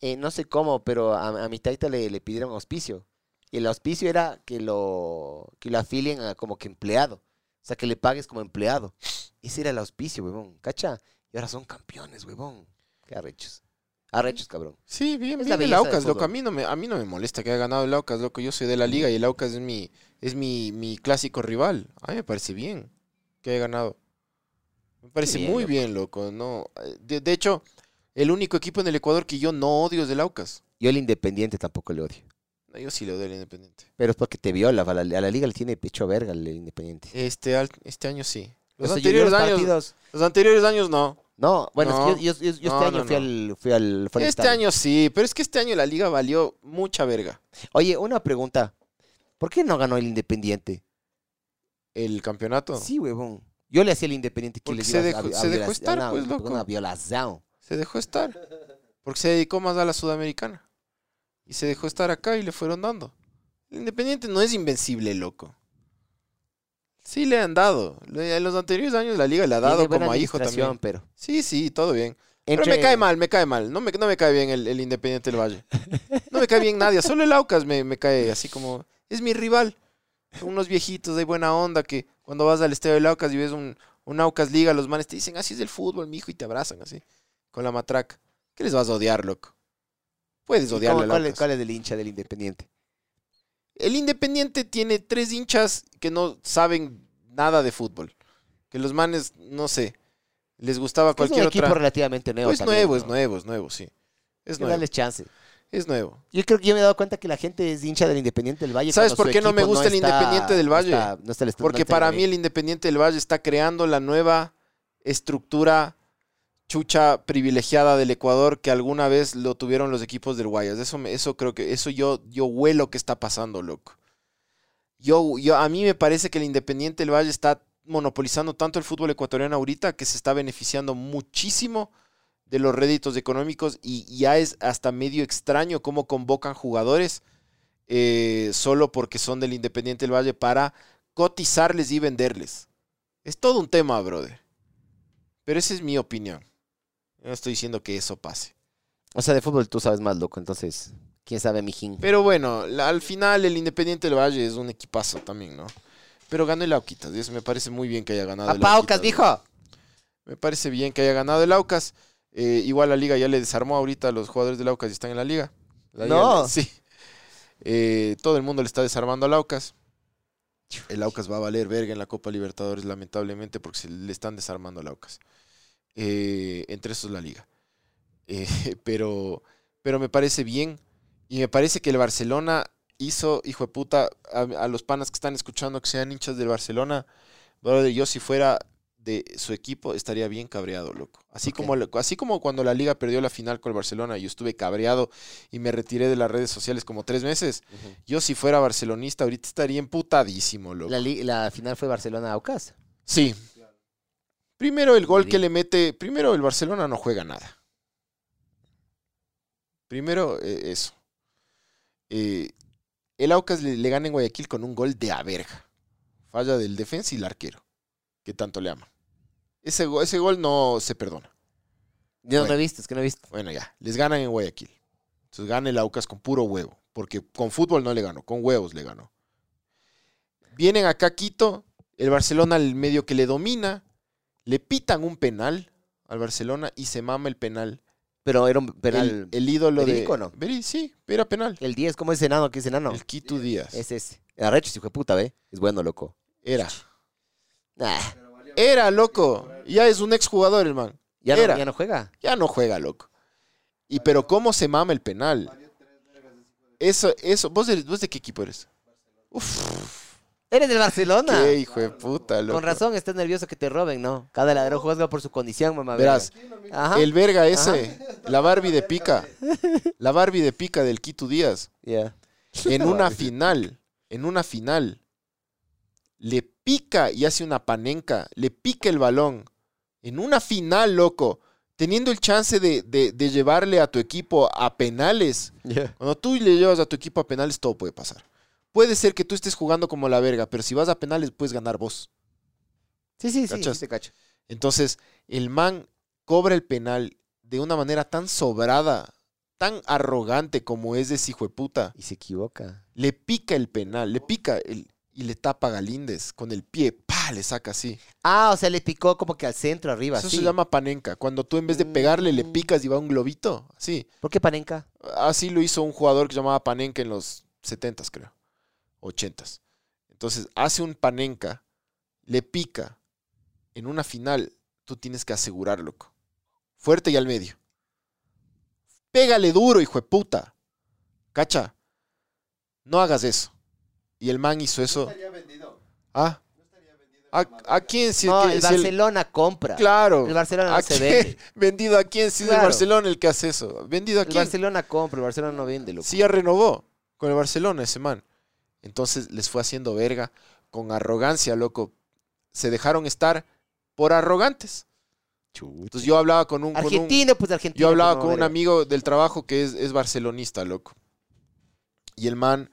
Speaker 3: eh, no sé cómo, pero a, a mi taita le, le pidieron auspicio. Y el auspicio era que lo, que lo afilien a como que empleado. O sea, que le pagues como empleado. Ese era el auspicio, huevón. ¿Cacha? Y ahora son campeones, huevón. Qué arrechos. Arrechos, cabrón.
Speaker 2: Sí, bien,
Speaker 3: Es la
Speaker 2: bien el
Speaker 3: belleza del
Speaker 2: Aucas, loco.
Speaker 3: fútbol.
Speaker 2: A mí, no me, a mí no me molesta que haya ganado el Aucas, loco. Yo soy de la liga y el Aucas es mi, es mi, mi clásico rival. A mí me parece bien que haya ganado. Me parece
Speaker 3: bien,
Speaker 2: muy
Speaker 3: loco.
Speaker 2: bien, loco. No, eh, de, de hecho, el único equipo en el Ecuador que yo no odio es el Aucas.
Speaker 3: Yo el Independiente tampoco le odio.
Speaker 2: No, Yo sí le odio al Independiente.
Speaker 3: Pero es porque te viola. A la, a la liga le tiene pecho verga el Independiente.
Speaker 2: Este, al- este año sí. Los
Speaker 3: O sea, yo- yo
Speaker 2: anteriores años,
Speaker 3: partidos-
Speaker 2: los anteriores años no.
Speaker 3: No, bueno, es que
Speaker 2: No.
Speaker 3: yo, yo- yo- yo
Speaker 2: No,
Speaker 3: este año
Speaker 2: no,
Speaker 3: fui, Al, fui al
Speaker 2: Este
Speaker 3: Forestal.
Speaker 2: año sí, pero es que este año la liga valió mucha verga.
Speaker 3: Oye, una pregunta. ¿Por qué no ganó el Independiente?
Speaker 2: El campeonato
Speaker 3: Sí, huevón. Yo le hacía el Independiente que
Speaker 2: Porque
Speaker 3: les
Speaker 2: se
Speaker 3: iba
Speaker 2: dejó- se dejó
Speaker 3: viola-
Speaker 2: estar,
Speaker 3: una-
Speaker 2: pues, loco.
Speaker 3: Una violación.
Speaker 2: se dejó estar. Porque se dedicó más a la sudamericana. Y se dejó estar acá y le fueron dando. El Independiente no es invencible, loco. Sí le han dado. Le- En los anteriores años la liga le ha dado
Speaker 3: Tiene buena
Speaker 2: como a hijo también.
Speaker 3: administración, Pero,
Speaker 2: Sí, sí, todo bien. Pero
Speaker 3: Entre-
Speaker 2: me cae mal, me cae mal. No me, no me cae bien el, el Independiente del Valle. No me cae bien nadie. Solo el Aucas me, me cae así como... Es mi rival. Son unos viejitos de buena onda que cuando vas al estadio del Aucas y ves un, un Aucas Liga, los manes te dicen, así es el fútbol, mijo, y te abrazan así. Con la matraca. ¿Qué les vas a odiar, loco? Puedes
Speaker 3: ¿Y
Speaker 2: odiarle
Speaker 3: cómo-
Speaker 2: al
Speaker 3: cuál, es-
Speaker 2: Aucas.
Speaker 3: cuál es el hincha del Independiente?
Speaker 2: El Independiente tiene tres hinchas que no saben nada de fútbol. Que los manes, no sé, les gustaba
Speaker 3: Es un
Speaker 2: cualquier
Speaker 3: equipo
Speaker 2: otra... Pues
Speaker 3: relativamente nuevo
Speaker 2: es
Speaker 3: también,
Speaker 2: nuevo,
Speaker 3: ¿no?
Speaker 2: es nuevo, es nuevo, sí.
Speaker 3: Hay
Speaker 2: Es
Speaker 3: que
Speaker 2: nuevo.
Speaker 3: darles chance.
Speaker 2: Es nuevo.
Speaker 3: Yo creo que yo me he dado cuenta que la gente es hincha del Independiente del Valle.
Speaker 2: ¿Sabes
Speaker 3: cuando
Speaker 2: por
Speaker 3: su
Speaker 2: qué no
Speaker 3: equipo
Speaker 2: me gusta el
Speaker 3: está-
Speaker 2: Independiente del
Speaker 3: no
Speaker 2: Valle?
Speaker 3: está- no está el est- no
Speaker 2: Porque
Speaker 3: está el
Speaker 2: para
Speaker 3: nivel.
Speaker 2: mí el Independiente del Valle está creando la nueva estructura chucha privilegiada del Ecuador que alguna vez lo tuvieron los equipos del Guayas. Eso, me- eso creo que, eso yo, yo huelo que está pasando, loco. Yo, yo, a mí me parece que el Independiente del Valle está monopolizando tanto el fútbol ecuatoriano ahorita que se está beneficiando muchísimo de los réditos económicos y ya es hasta medio extraño cómo convocan jugadores eh, solo porque son del Independiente del Valle para cotizarles y venderles. Es todo un tema, brother. Pero esa es mi opinión. Yo no estoy diciendo que eso pase.
Speaker 3: O sea, de fútbol tú sabes más, loco. Entonces, quién sabe, mijín.
Speaker 2: Pero bueno, la- al final el Independiente del Valle es un equipazo también, ¿no? Pero ganó el Auquitas. Y eso me parece muy bien que haya ganado
Speaker 3: ¡A
Speaker 2: el
Speaker 3: Paucas,
Speaker 2: Auquitas.
Speaker 3: mijo!
Speaker 2: ¿no? Me parece bien que haya ganado el Aucas. Eh, igual la liga ya le desarmó ahorita a los jugadores del Aucas y están en la liga. La liga-
Speaker 3: No.
Speaker 2: sí. Eh, todo el mundo le está desarmando al Aucas. El Aucas va a valer verga en la Copa Libertadores, lamentablemente, porque se le están desarmando al Aucas. Eh, entre esos la liga. Eh, pero, pero me parece bien. Y me parece que el Barcelona hizo, hijo de puta, a, a los panas que están escuchando que sean hinchas del Barcelona. brother, yo si fuera de su equipo estaría bien cabreado, loco. Así,
Speaker 3: Ok.
Speaker 2: como, la- así como cuando la liga perdió la final con el Barcelona, yo estuve cabreado y me retiré de las redes sociales como tres meses.
Speaker 3: Ujú.
Speaker 2: Yo si fuera barcelonista ahorita estaría emputadísimo, loco.
Speaker 3: La, li- la final fue Barcelona-Aucas.
Speaker 2: Sí. Primero el gol
Speaker 3: Muy
Speaker 2: que
Speaker 3: bien.
Speaker 2: le mete, primero el Barcelona no juega nada. Primero eh, eso. Eh, el Aucas le, le gana en Guayaquil con un gol de a verga. Falla del defensa y el arquero, que tanto le ama. Ese, go- ese gol no se perdona.
Speaker 3: Yo no
Speaker 2: Bueno.
Speaker 3: he visto, es que no he visto.
Speaker 2: Bueno, ya, les ganan en Guayaquil. Entonces gana el Aucas con puro huevo, porque con fútbol no le ganó, con huevos le ganó. Vienen acá a Quito, el Barcelona al medio que le domina, le pitan un penal al Barcelona y se mama el penal.
Speaker 3: Pero era un penal.
Speaker 2: El, el ídolo
Speaker 3: ¿verídico o
Speaker 2: de...
Speaker 3: no?
Speaker 2: Veri- sí, era penal.
Speaker 3: El 10, ¿cómo es enano? ¿Qué es enano?
Speaker 2: El Quito Díaz.
Speaker 3: Es ese. Arrecho, hijo de puta, ¿ve? Es bueno, loco.
Speaker 2: Era.
Speaker 3: Ah,
Speaker 4: Pero valió.
Speaker 2: Era, loco. Ya es un exjugador, el man.
Speaker 3: ya, no,
Speaker 2: Era.
Speaker 3: ya no juega.
Speaker 2: Ya no juega, loco. Y pero cómo se mama el penal. Eso, eso. ¿Vos de, vos de qué equipo eres? Uf.
Speaker 3: Eres del Barcelona.
Speaker 2: Qué hijo de puta, loco.
Speaker 3: Con razón estás nervioso que te roben, ¿no? Cada ladrón juega por su condición, mamá.
Speaker 2: Verás,
Speaker 4: Tranquilo, mijo.
Speaker 3: verga. Ajá.
Speaker 2: El verga ese, la Barbie de pica, la Barbie de pica del Quito Díaz,
Speaker 3: Ya.
Speaker 2: en una final, en una final, le pica y hace una panenca, le pica el balón. En una final, loco, teniendo el chance de, de- de llevarle a tu equipo a penales. Cuando tú le llevas a tu equipo a penales, todo puede pasar. Puede ser que tú estés jugando como la verga, pero si vas a penales, puedes ganar vos.
Speaker 3: Sí, sí, sí.
Speaker 2: ¿Cachas?
Speaker 3: sí te cacho.
Speaker 2: Entonces, el man cobra el penal de una manera tan sobrada, tan arrogante como es de ese hijo de puta.
Speaker 3: Y se equivoca.
Speaker 2: Le pica el penal, le pica el- y le tapa a Galíndez con el pie, pa, le saca así.
Speaker 3: Ah, o sea, le picó como que al centro, arriba.
Speaker 2: Eso
Speaker 3: sí. Mm.
Speaker 2: se llama panenca. Cuando tú en vez de pegarle le picas y va un globito, así.
Speaker 3: ¿Por qué Panenka?
Speaker 2: Así lo hizo un jugador que se llamaba Panenka en los 70s, creo. 80s. Entonces, hace un Panenka, le pica. En una final, tú tienes que asegurar, loco. Fuerte y al medio. Pégale duro, hijo de puta. Cacha. No hagas eso. Y el man hizo
Speaker 4: No
Speaker 2: eso.
Speaker 4: estaría vendido.
Speaker 2: Ah,
Speaker 4: No estaría vendido.
Speaker 2: ¿a,
Speaker 4: esa
Speaker 2: a
Speaker 4: madre.
Speaker 2: quién? Si
Speaker 3: no,
Speaker 2: que
Speaker 3: el
Speaker 2: es el-
Speaker 3: Barcelona compra.
Speaker 2: Claro.
Speaker 3: El Barcelona no
Speaker 2: ¿A
Speaker 3: se
Speaker 2: quién?
Speaker 3: vende.
Speaker 2: ¿Vendido a quién? Si es el
Speaker 3: Claro.
Speaker 2: Barcelona el que hace eso. ¿Vendido a
Speaker 3: El
Speaker 2: quién?
Speaker 3: Barcelona compra, el Barcelona no vende, loco.
Speaker 2: Sí, ya renovó con el Barcelona ese man. Entonces les fue haciendo verga con arrogancia, loco. Se dejaron estar por arrogantes. Entonces yo hablaba con un... con un-
Speaker 3: Argentino, pues argentino.
Speaker 2: yo hablaba
Speaker 3: pues,
Speaker 2: con un
Speaker 3: mamá, verga.
Speaker 2: amigo del trabajo que es, es barcelonista, loco. Y el man,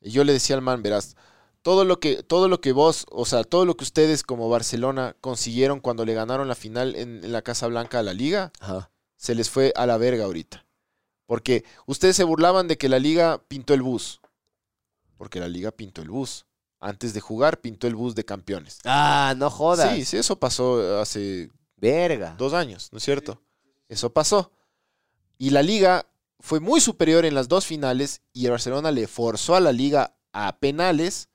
Speaker 2: yo le decía al man, verás, todo lo que, todo lo que vos, o sea, todo lo que ustedes como Barcelona consiguieron cuando le ganaron la final en- en la Casa Blanca a la liga,
Speaker 3: Ajá.
Speaker 2: se les fue a la verga ahorita. Porque ustedes se burlaban de que la liga pintó el bus. Porque la liga pintó el bus. Antes de jugar, pintó el bus de campeones.
Speaker 3: Ah, no jodas.
Speaker 2: Sí, sí, eso pasó hace
Speaker 3: Verga.
Speaker 2: dos años, ¿no es cierto? Eso pasó. Y la liga fue muy superior en las dos finales y el Barcelona le forzó a la liga a penales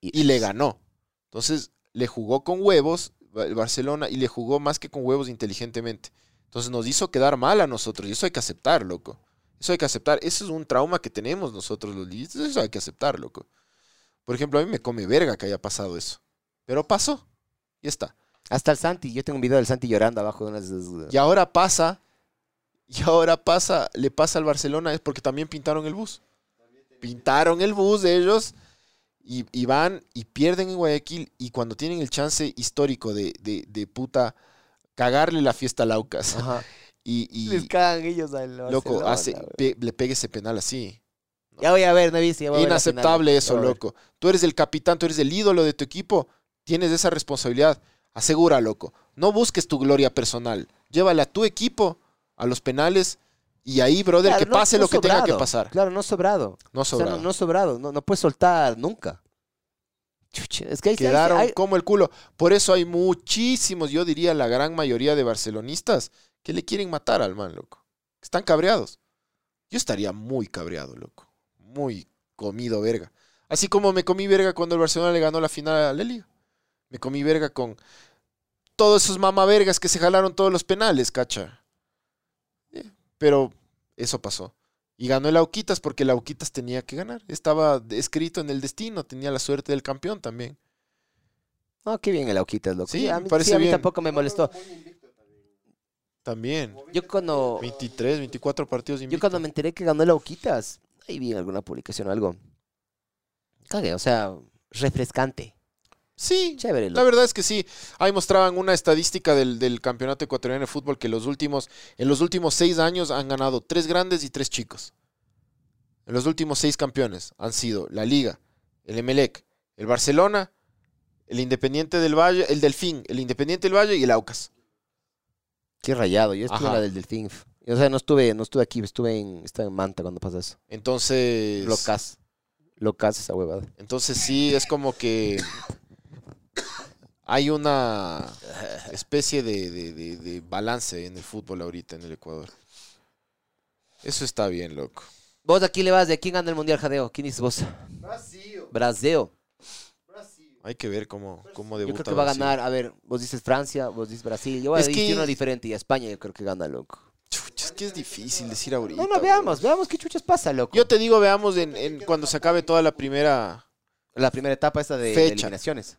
Speaker 2: y le ganó. Entonces le jugó con huevos ba- el Barcelona y le jugó más que con huevos inteligentemente. Entonces nos hizo quedar mal a nosotros y eso hay que aceptar, loco. Eso hay que aceptar. Eso es un trauma que tenemos nosotros los listos. Eso hay que aceptar, loco. Por ejemplo, a mí me come verga que haya pasado eso. Pero pasó. Ya está.
Speaker 3: Hasta el Santi. Yo tengo un video del Santi llorando abajo de unas.
Speaker 2: Y ahora pasa, y ahora pasa, le pasa al Barcelona, es porque también pintaron el bus. Pintaron el bus de ellos y, y van y pierden en Guayaquil y cuando tienen el chance histórico de, de- de puta cagarle la fiesta a Laucas
Speaker 3: Ajá.
Speaker 2: y, y,
Speaker 3: Les cagan ellos al
Speaker 2: loco,
Speaker 3: Barcelona,
Speaker 2: hace,
Speaker 3: güey.
Speaker 2: pe- le pegue ese penal así.
Speaker 3: Ya voy a ver, no he visto, ya voy a ver la
Speaker 2: Inaceptable
Speaker 3: final.
Speaker 2: eso,
Speaker 3: Ya voy a ver.
Speaker 2: loco. Tú eres el capitán, tú eres el ídolo de tu equipo. Tienes esa responsabilidad. Asegura, loco. No busques tu gloria personal. Llévala a tu equipo a los penales y ahí, brother,
Speaker 3: Claro,
Speaker 2: que
Speaker 3: no-
Speaker 2: pase
Speaker 3: no
Speaker 2: lo que tenga que
Speaker 3: sobrado.
Speaker 2: pasar.
Speaker 3: Claro, no sobrado.
Speaker 2: No
Speaker 3: O sea,
Speaker 2: sobrado.
Speaker 3: no, no sobrado, no, no puedes soltar nunca. Chucha, es que ahí
Speaker 2: Quedaron
Speaker 3: ahí- ahí-
Speaker 2: como el culo. Por eso hay muchísimos, yo diría la gran mayoría de barcelonistas que le quieren matar al man, loco. Están cabreados. Yo estaría muy cabreado, loco. Muy comido verga. Así como me comí verga cuando el Barcelona le ganó la final a la Liga. Me comí verga con todos esos mamavergas que se jalaron todos los penales, cacha. Eh, Pero eso pasó. Y ganó el Auquitas porque el Auquitas tenía que ganar. Estaba escrito en el destino, tenía la suerte del campeón también.
Speaker 3: No, qué bien el Auquitas, loco.
Speaker 2: Sí,
Speaker 3: Sí, a
Speaker 2: me
Speaker 3: mí,
Speaker 2: parece
Speaker 3: sí, a mí
Speaker 2: bien.
Speaker 3: tampoco me molestó.
Speaker 4: Muy invicto también.
Speaker 2: También.
Speaker 4: Como viste,
Speaker 3: Yo cuando,
Speaker 2: 23, 24 partidos
Speaker 3: yo
Speaker 2: invicto.
Speaker 3: cuando me enteré que ganó el Auquitas, ahí vi alguna publicación o algo. Cague, o sea, refrescante.
Speaker 2: Sí,
Speaker 3: Chévere,
Speaker 2: la
Speaker 3: loco.
Speaker 2: verdad es que sí. Ahí mostraban una estadística del, del campeonato ecuatoriano de fútbol que los últimos, en los últimos seis años han ganado tres grandes y tres chicos. En los últimos seis campeones han sido la Liga, el Emelec, el Barcelona, el Independiente del Valle, el Delfín, el Independiente del Valle y el Aucas.
Speaker 3: Qué rayado, yo estuve en
Speaker 2: Ajá.
Speaker 3: la del Delfín. O sea, no estuve, no estuve aquí, estuve en, estaba en Manta cuando pasó eso.
Speaker 2: Entonces,
Speaker 3: Locas. Locas esa huevada.
Speaker 2: Entonces sí, es como que hay una especie de, de- de- de balance en el fútbol ahorita en el Ecuador. Eso está bien, loco.
Speaker 3: Vos aquí le vas de quién gana el Mundial Jadeo, quién dices vos.
Speaker 4: Brasil,
Speaker 3: Braseo.
Speaker 4: Brasil.
Speaker 2: Hay que ver cómo, cómo
Speaker 3: Yo
Speaker 2: debuta
Speaker 3: creo que va a
Speaker 2: Brasil.
Speaker 3: ganar, a ver, vos dices Francia, vos dices Brasil, yo voy
Speaker 2: Es
Speaker 3: a
Speaker 2: que-
Speaker 3: decir uno diferente y a España yo creo que gana, loco.
Speaker 2: Chuch, es que es difícil decir ahorita.
Speaker 3: No, no, veamos, veamos qué chuchas pasa, loco.
Speaker 2: Yo te digo, veamos en, en cuando se acabe toda la primera
Speaker 3: La primera etapa esta de, de
Speaker 2: Fecha.
Speaker 3: eliminaciones.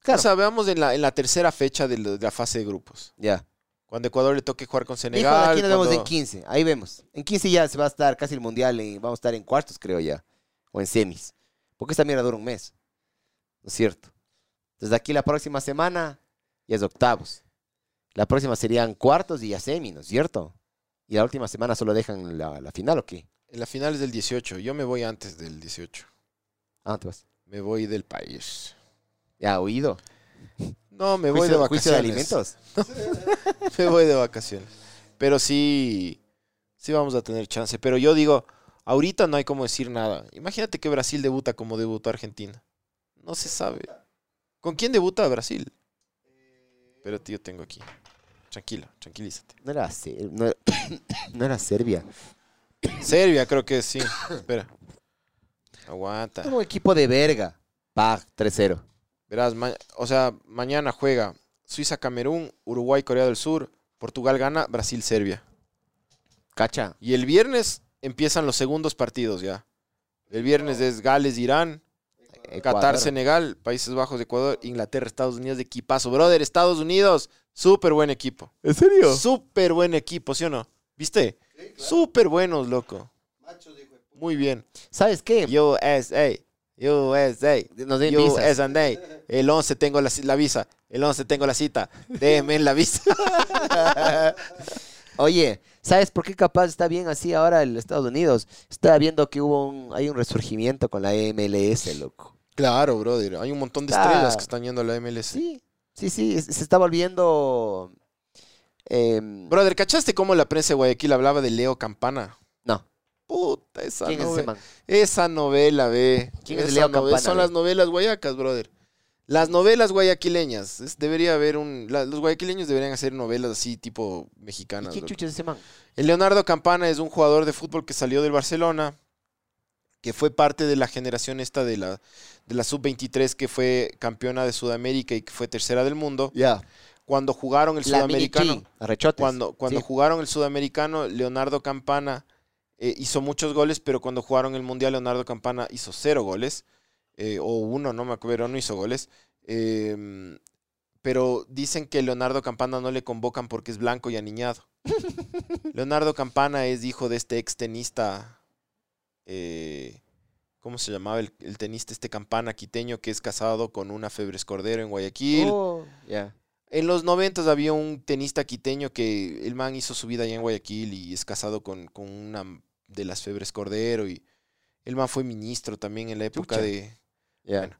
Speaker 3: Claro.
Speaker 2: O sea, veamos en la, en la tercera fecha de, la- de la fase de grupos.
Speaker 3: ya.
Speaker 2: Cuando Ecuador le toque jugar con
Speaker 3: Dijo, de
Speaker 2: Senegal.
Speaker 3: aquí nos vemos
Speaker 2: cuando-
Speaker 3: en 15. Ahí vemos. En 15 ya se va a estar casi el mundial. y vamos a estar en cuartos, creo ya. O en semis. Porque esta mierda dura un mes. ¿No es cierto? Desde aquí la próxima semana ya es octavos. La próxima serían cuartos y ya semis, ¿no es cierto? Y la última semana solo dejan la, la final o qué?
Speaker 2: en la final es del 18. Yo me voy antes del 18.
Speaker 3: ¿A dónde te vas?
Speaker 2: Me voy del país.
Speaker 3: Ya, oído.
Speaker 2: No, me voy de
Speaker 3: Juicio-
Speaker 2: vacaciones.
Speaker 3: juicio de alimentos.
Speaker 2: Me voy de vacaciones. Pero sí, sí vamos a tener chance. Pero yo digo, ahorita no hay como decir nada. Imagínate que Brasil debuta como debutó Argentina. No se sabe. ¿Con quién debuta Brasil? Pero yo tengo aquí. Tranquilo, tranquilízate.
Speaker 3: No era, Ser- no era- no era Serbia.
Speaker 2: Serbia, creo que sí. Espera. Aguanta.
Speaker 3: Era un equipo de verga. Pag, 3-0.
Speaker 2: Verás, ma- o sea, mañana juega Suiza-Camerún, Uruguay-Corea del Sur, Portugal-Gana, Brasil-Serbia.
Speaker 3: Cacha.
Speaker 2: Y el viernes empiezan los segundos partidos ya. El viernes es Gales-Irán,
Speaker 3: Ecuador.
Speaker 2: Qatar-Senegal, Países Bajos-Ecuador, Inglaterra-Estados Unidos de equipazo. Brother, Estados Unidos, súper buen equipo.
Speaker 3: ¿En serio?
Speaker 2: Súper buen equipo, ¿sí o no? ¿Viste? Súper buenos, loco.
Speaker 4: Machos, dijo.
Speaker 2: Muy bien.
Speaker 3: ¿Sabes qué?
Speaker 2: USA, USA.
Speaker 3: Nos den
Speaker 2: Yo,
Speaker 3: visas.
Speaker 2: es Anday. El 11 tengo la, ci- la visa. El 11 tengo la cita. Déjeme la visa.
Speaker 3: Oye, ¿sabes por qué capaz está bien así ahora el Estados Unidos? Estaba viendo que hubo un, hay un resurgimiento con la MLS, loco.
Speaker 2: Claro, brother. Hay un montón de
Speaker 3: Claro.
Speaker 2: estrellas que están yendo a la MLS.
Speaker 3: Sí, sí, sí, es- se está volviendo... em,
Speaker 2: Brother, ¿cachaste cómo la prensa de Guayaquil hablaba de Leo Campana?
Speaker 3: no,
Speaker 2: Puta, esa
Speaker 3: ¿quién es ese
Speaker 2: novela.
Speaker 3: man?
Speaker 2: esa novela, ve.
Speaker 3: ¿Quién es
Speaker 2: Esa
Speaker 3: Leo
Speaker 2: novela-
Speaker 3: Campana,
Speaker 2: Son
Speaker 3: ve?
Speaker 2: las novelas guayacas, brother. Las novelas guayaquileñas. Es- debería haber un. la- los guayaquileños deberían hacer novelas así, tipo
Speaker 3: ¿Y
Speaker 2: mexicanas.
Speaker 3: quién
Speaker 2: loco.
Speaker 3: chucha es ese man?
Speaker 2: El Leonardo Campana es un jugador de fútbol que salió del Barcelona, que fue parte de la generación esta de la, de la sub-23 que fue campeona de Sudamérica y que fue tercera del mundo.
Speaker 3: Ya,
Speaker 2: Cuando jugaron el
Speaker 3: la mini
Speaker 2: sudamericano,
Speaker 3: G, arrechotes.
Speaker 2: cuando, cuando
Speaker 3: Sí.
Speaker 2: jugaron el sudamericano, Leonardo Campana eh, hizo muchos goles, pero cuando jugaron el mundial, Leonardo Campana hizo cero goles eh, o uno, no me acuerdo, no hizo goles. Eh, pero dicen que Leonardo Campana no le convocan porque es blanco y aniñado. Leonardo Campana es hijo de este ex tenista. eh, ¿Cómo se llamaba el, el tenista este campana quiteño que es casado con una Febres Cordero en Guayaquil?
Speaker 3: Oh, ya.
Speaker 2: En los noventas había un tenista quiteño que el man hizo su vida allá en Guayaquil y es casado con, con una de las Febres Cordero y el man fue ministro también en la época
Speaker 3: Chucha.
Speaker 2: de...
Speaker 3: ya.
Speaker 2: Bueno.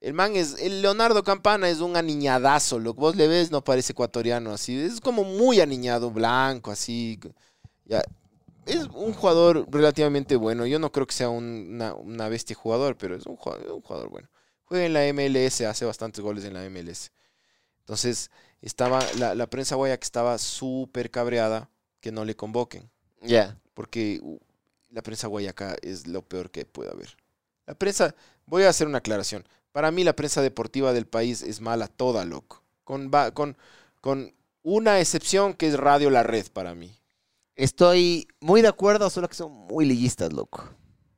Speaker 2: El man es... El Leonardo Campana es un aniñadazo, lo que vos le ves no parece ecuatoriano, así. Es como muy aniñado, blanco, así. Ya. Es un jugador relativamente bueno. Yo no creo que sea un- una, una bestia jugador, pero es un jugador, un jugador bueno. Juega en la MLS, hace bastantes goles en la MLS. Entonces, estaba la, la prensa guaya que estaba súper cabreada que no le convoquen.
Speaker 3: ya.
Speaker 2: Porque u- la prensa guayaca es lo peor que puede haber. La prensa, voy a hacer una aclaración. Para mí la prensa deportiva del país es mala toda, loco. Con, va- con, con una excepción que es Radio La Red para mí.
Speaker 3: Estoy muy de acuerdo, solo que son muy liguistas, loco.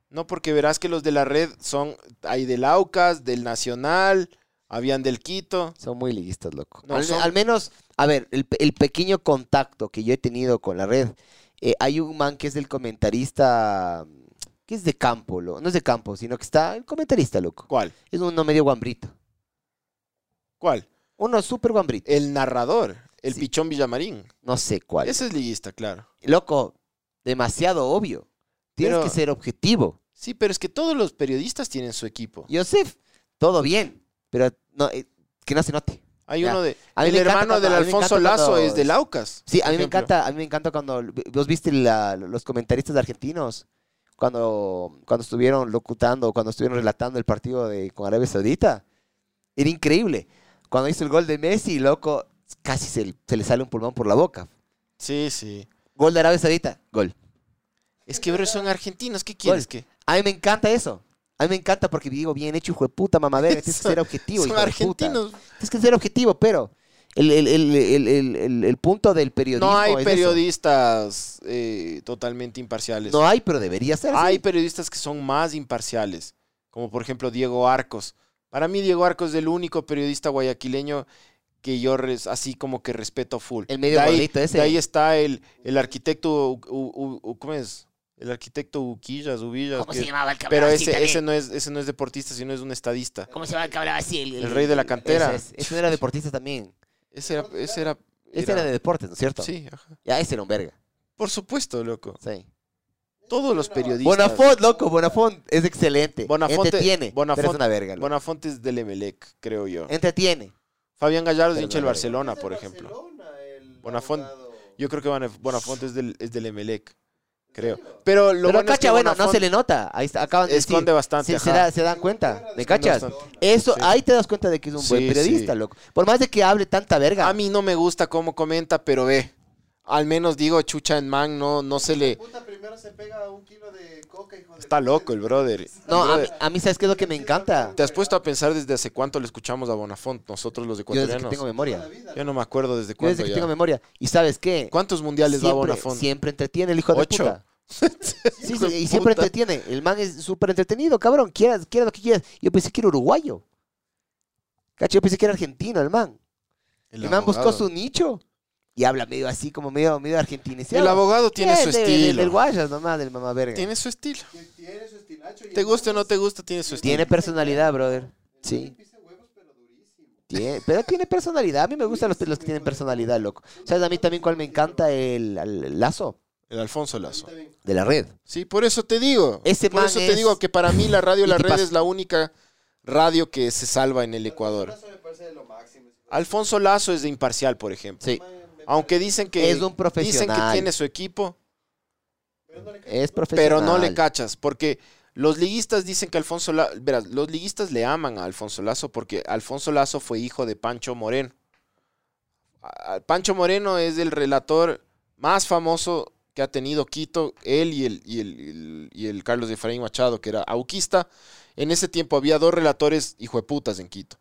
Speaker 2: No, porque verás que los de la red son, hay del Aucas, del Nacional, habían del Quito.
Speaker 3: Son muy liguistas, loco.
Speaker 2: No,
Speaker 3: al,
Speaker 2: son-
Speaker 3: al menos, a ver, el, pe- el pequeño contacto que yo he tenido con la red, eh, hay un man que es el comentarista, mm, que es de campo, lo- no es de campo, sino que está el comentarista, loco.
Speaker 2: ¿Cuál?
Speaker 3: Es uno medio guambrito.
Speaker 2: ¿Cuál?
Speaker 3: Uno súper guambrito.
Speaker 2: El narrador, el
Speaker 3: Sí.
Speaker 2: Pichón Villamarín.
Speaker 3: No sé cuál.
Speaker 2: Ese es liguista, claro.
Speaker 3: Loco, demasiado obvio. Tienes
Speaker 2: Pero-
Speaker 3: que ser objetivo.
Speaker 2: Sí, pero es que todos los periodistas tienen su equipo.
Speaker 3: Joseph, todo bien, pero no, eh, que no se note.
Speaker 2: Hay
Speaker 3: Ya.
Speaker 2: uno de.
Speaker 3: A mí
Speaker 2: El
Speaker 3: me encanta
Speaker 2: hermano
Speaker 3: cuando-
Speaker 2: del
Speaker 3: a mí me
Speaker 2: Alfonso
Speaker 3: encanta
Speaker 2: Lazo
Speaker 3: cuando-
Speaker 2: es del Aucas.
Speaker 3: Sí,
Speaker 2: por
Speaker 3: a mí me
Speaker 2: ejemplo.
Speaker 3: encanta, a mí me encanta cuando vos viste la- los comentaristas argentinos cuando, cuando estuvieron locutando, cuando estuvieron relatando el partido de, con Arabia Saudita. Era increíble. Cuando hizo el gol de Messi, loco, casi se, se le sale un pulmón por la boca.
Speaker 2: Sí, sí.
Speaker 3: Gol de Arabia Saudita, gol.
Speaker 2: Es que, bro, son argentinos. ¿Qué quieres que?
Speaker 3: A mí me encanta eso. A mí me encanta porque digo, bien hecho, hijo de puta, mamadera, tienes que
Speaker 2: Son-
Speaker 3: ser objetivo,
Speaker 2: Son
Speaker 3: hijo de puta.
Speaker 2: argentinos.
Speaker 3: Tienes que ser objetivo, pero el, el- el- el- el- el- el punto del periodismo
Speaker 2: No hay
Speaker 3: es eso.
Speaker 2: periodistas eh, totalmente imparciales.
Speaker 3: No hay, pero debería ser. así.
Speaker 2: hay periodistas que son más imparciales. como por ejemplo Diego Arcos. Para mí Diego Arcos es el único periodista guayaquileño que yo res- así como que respeto full.
Speaker 3: El medio
Speaker 2: De ahí-
Speaker 3: gordito ese.
Speaker 2: De ahí está el, el arquitecto, U- U- U- ¿cómo es? El arquitecto Uquillas, Ubillas.
Speaker 5: ¿Cómo
Speaker 2: que-
Speaker 5: se llamaba el que
Speaker 2: pero
Speaker 5: hablaba así
Speaker 2: ese,
Speaker 5: también?
Speaker 2: ese, no es, ese no es deportista, sino es un estadista.
Speaker 5: ¿Cómo se llamaba el que hablaba así?
Speaker 2: El rey de la cantera.
Speaker 3: Ese, es- ese era deportista también.
Speaker 2: Ese era... Ese era,
Speaker 3: Ese era de deportes, ¿no es cierto?
Speaker 2: Sí, ajá.
Speaker 3: Ya, ese era un verga.
Speaker 2: Por supuesto, loco.
Speaker 3: Sí.
Speaker 2: Todos los periodistas.
Speaker 3: Bonafont, loco, Bonafont es excelente.
Speaker 2: Bonafonte-
Speaker 3: Entretiene.
Speaker 2: Bonafont-
Speaker 3: pero es una verga. loco.
Speaker 2: Bonafonte es del Emelec, creo yo.
Speaker 3: Entretiene.
Speaker 2: Fabián Gallardo es
Speaker 3: Pero
Speaker 2: hincha del
Speaker 3: no,
Speaker 2: Barcelona, por ejemplo. Bonafont. Yo creo que Bonaf- Bonafont es del, es del Emelec, creo. Pero lo bueno
Speaker 3: pero
Speaker 2: es
Speaker 3: cacha,
Speaker 2: que
Speaker 3: bueno, no
Speaker 2: Bonafont
Speaker 3: se le nota. Ahí está, acaban de
Speaker 2: esconde
Speaker 3: decir.
Speaker 2: bastante.
Speaker 3: Se, se
Speaker 2: ajá.
Speaker 3: da- se dan cuenta. ¿Me cachas?
Speaker 2: bastante.
Speaker 3: Eso,
Speaker 2: Sí.
Speaker 3: ahí te das cuenta de que es un buen
Speaker 2: Sí,
Speaker 3: periodista,
Speaker 2: sí.
Speaker 3: loco. Por más de que hable tanta verga.
Speaker 2: A mí no me gusta cómo comenta, pero ve. Al menos digo, chucha en man, no, no se le...
Speaker 4: Puta, primero se pega un kilo de coca, hijo de...
Speaker 2: Está loco el brother.
Speaker 3: no, a mí,
Speaker 2: Brother,
Speaker 3: a mí, ¿sabes qué es lo que me encanta?
Speaker 2: ¿Te has puesto a pensar desde hace cuánto le escuchamos a Bonafont, nosotros los
Speaker 3: Yo desde que
Speaker 2: ecuatorianos?
Speaker 3: tengo
Speaker 2: Yo,
Speaker 3: memoria.
Speaker 2: no me acuerdo desde
Speaker 3: Yo
Speaker 2: cuándo
Speaker 3: desde que
Speaker 2: ya.
Speaker 3: tengo memoria. ¿Y sabes qué?
Speaker 2: ¿Cuántos mundiales va
Speaker 3: siempre,
Speaker 2: Bonafont?
Speaker 3: siempre entretiene el hijo de
Speaker 2: Ocho.
Speaker 3: puta. Sí,
Speaker 2: Hijo
Speaker 3: sí,
Speaker 2: de
Speaker 3: y siempre
Speaker 2: puta.
Speaker 3: entretiene. El man es súper entretenido, cabrón. Quieras, quieras lo que quieras. Yo pensé que era uruguayo. Cacho, yo pensé que era argentino el man. El, man buscó
Speaker 2: abogado.
Speaker 3: su nicho y habla medio así, como medio, medio argentineseado.
Speaker 2: El abogado tiene
Speaker 3: Es
Speaker 2: su
Speaker 3: de- de-
Speaker 2: estilo.
Speaker 3: del guayas nomás, del mamá verga. Tiene,
Speaker 2: Tiene su estilo.
Speaker 4: Tiene su estilacho. y
Speaker 2: Te
Speaker 4: el
Speaker 2: gusta o no
Speaker 4: man
Speaker 2: te gusta, tiene su estilo.
Speaker 3: personalidad,
Speaker 4: es-
Speaker 3: brother.
Speaker 4: el man
Speaker 3: Sí.
Speaker 4: pisa huevos, pero durísimo.
Speaker 3: Tiene- pero tiene personalidad. A mí me gustan los, los que tienen personalidad, loco. ¿Sabes a mí también cuál me encanta? El, el lazo
Speaker 2: El Alfonso
Speaker 4: A mí
Speaker 2: Lazo.
Speaker 4: también.
Speaker 3: de la red.
Speaker 2: Sí, por eso te digo.
Speaker 3: Ese
Speaker 2: por
Speaker 3: man
Speaker 2: eso te
Speaker 3: es-
Speaker 2: digo que para mí la radio
Speaker 3: Y
Speaker 2: La
Speaker 3: te
Speaker 2: Red
Speaker 3: pasa.
Speaker 2: es la única radio que se salva en el Ecuador.
Speaker 4: Eso este me parece de lo máximo.
Speaker 2: Alfonso Lazo es de imparcial, por ejemplo.
Speaker 3: Sí.
Speaker 4: Man, me
Speaker 2: Aunque dicen que
Speaker 3: Es un
Speaker 2: dicen que
Speaker 3: profesional.
Speaker 2: tiene su equipo,
Speaker 4: Pero no le cae
Speaker 3: Es profesional.
Speaker 2: pero no le cachas, porque los liguistas dicen que Alfonso Lazo, verás, los liguistas le aman a Alfonso Lazo porque Alfonso Lazo fue hijo de Pancho Moreno. A- a- Pancho Moreno es el relator más famoso que ha tenido Quito, él y el, y el, y el- y el Carlos Efraín Machado, que era auquista. En ese tiempo había dos relatores hijueputas en Quito.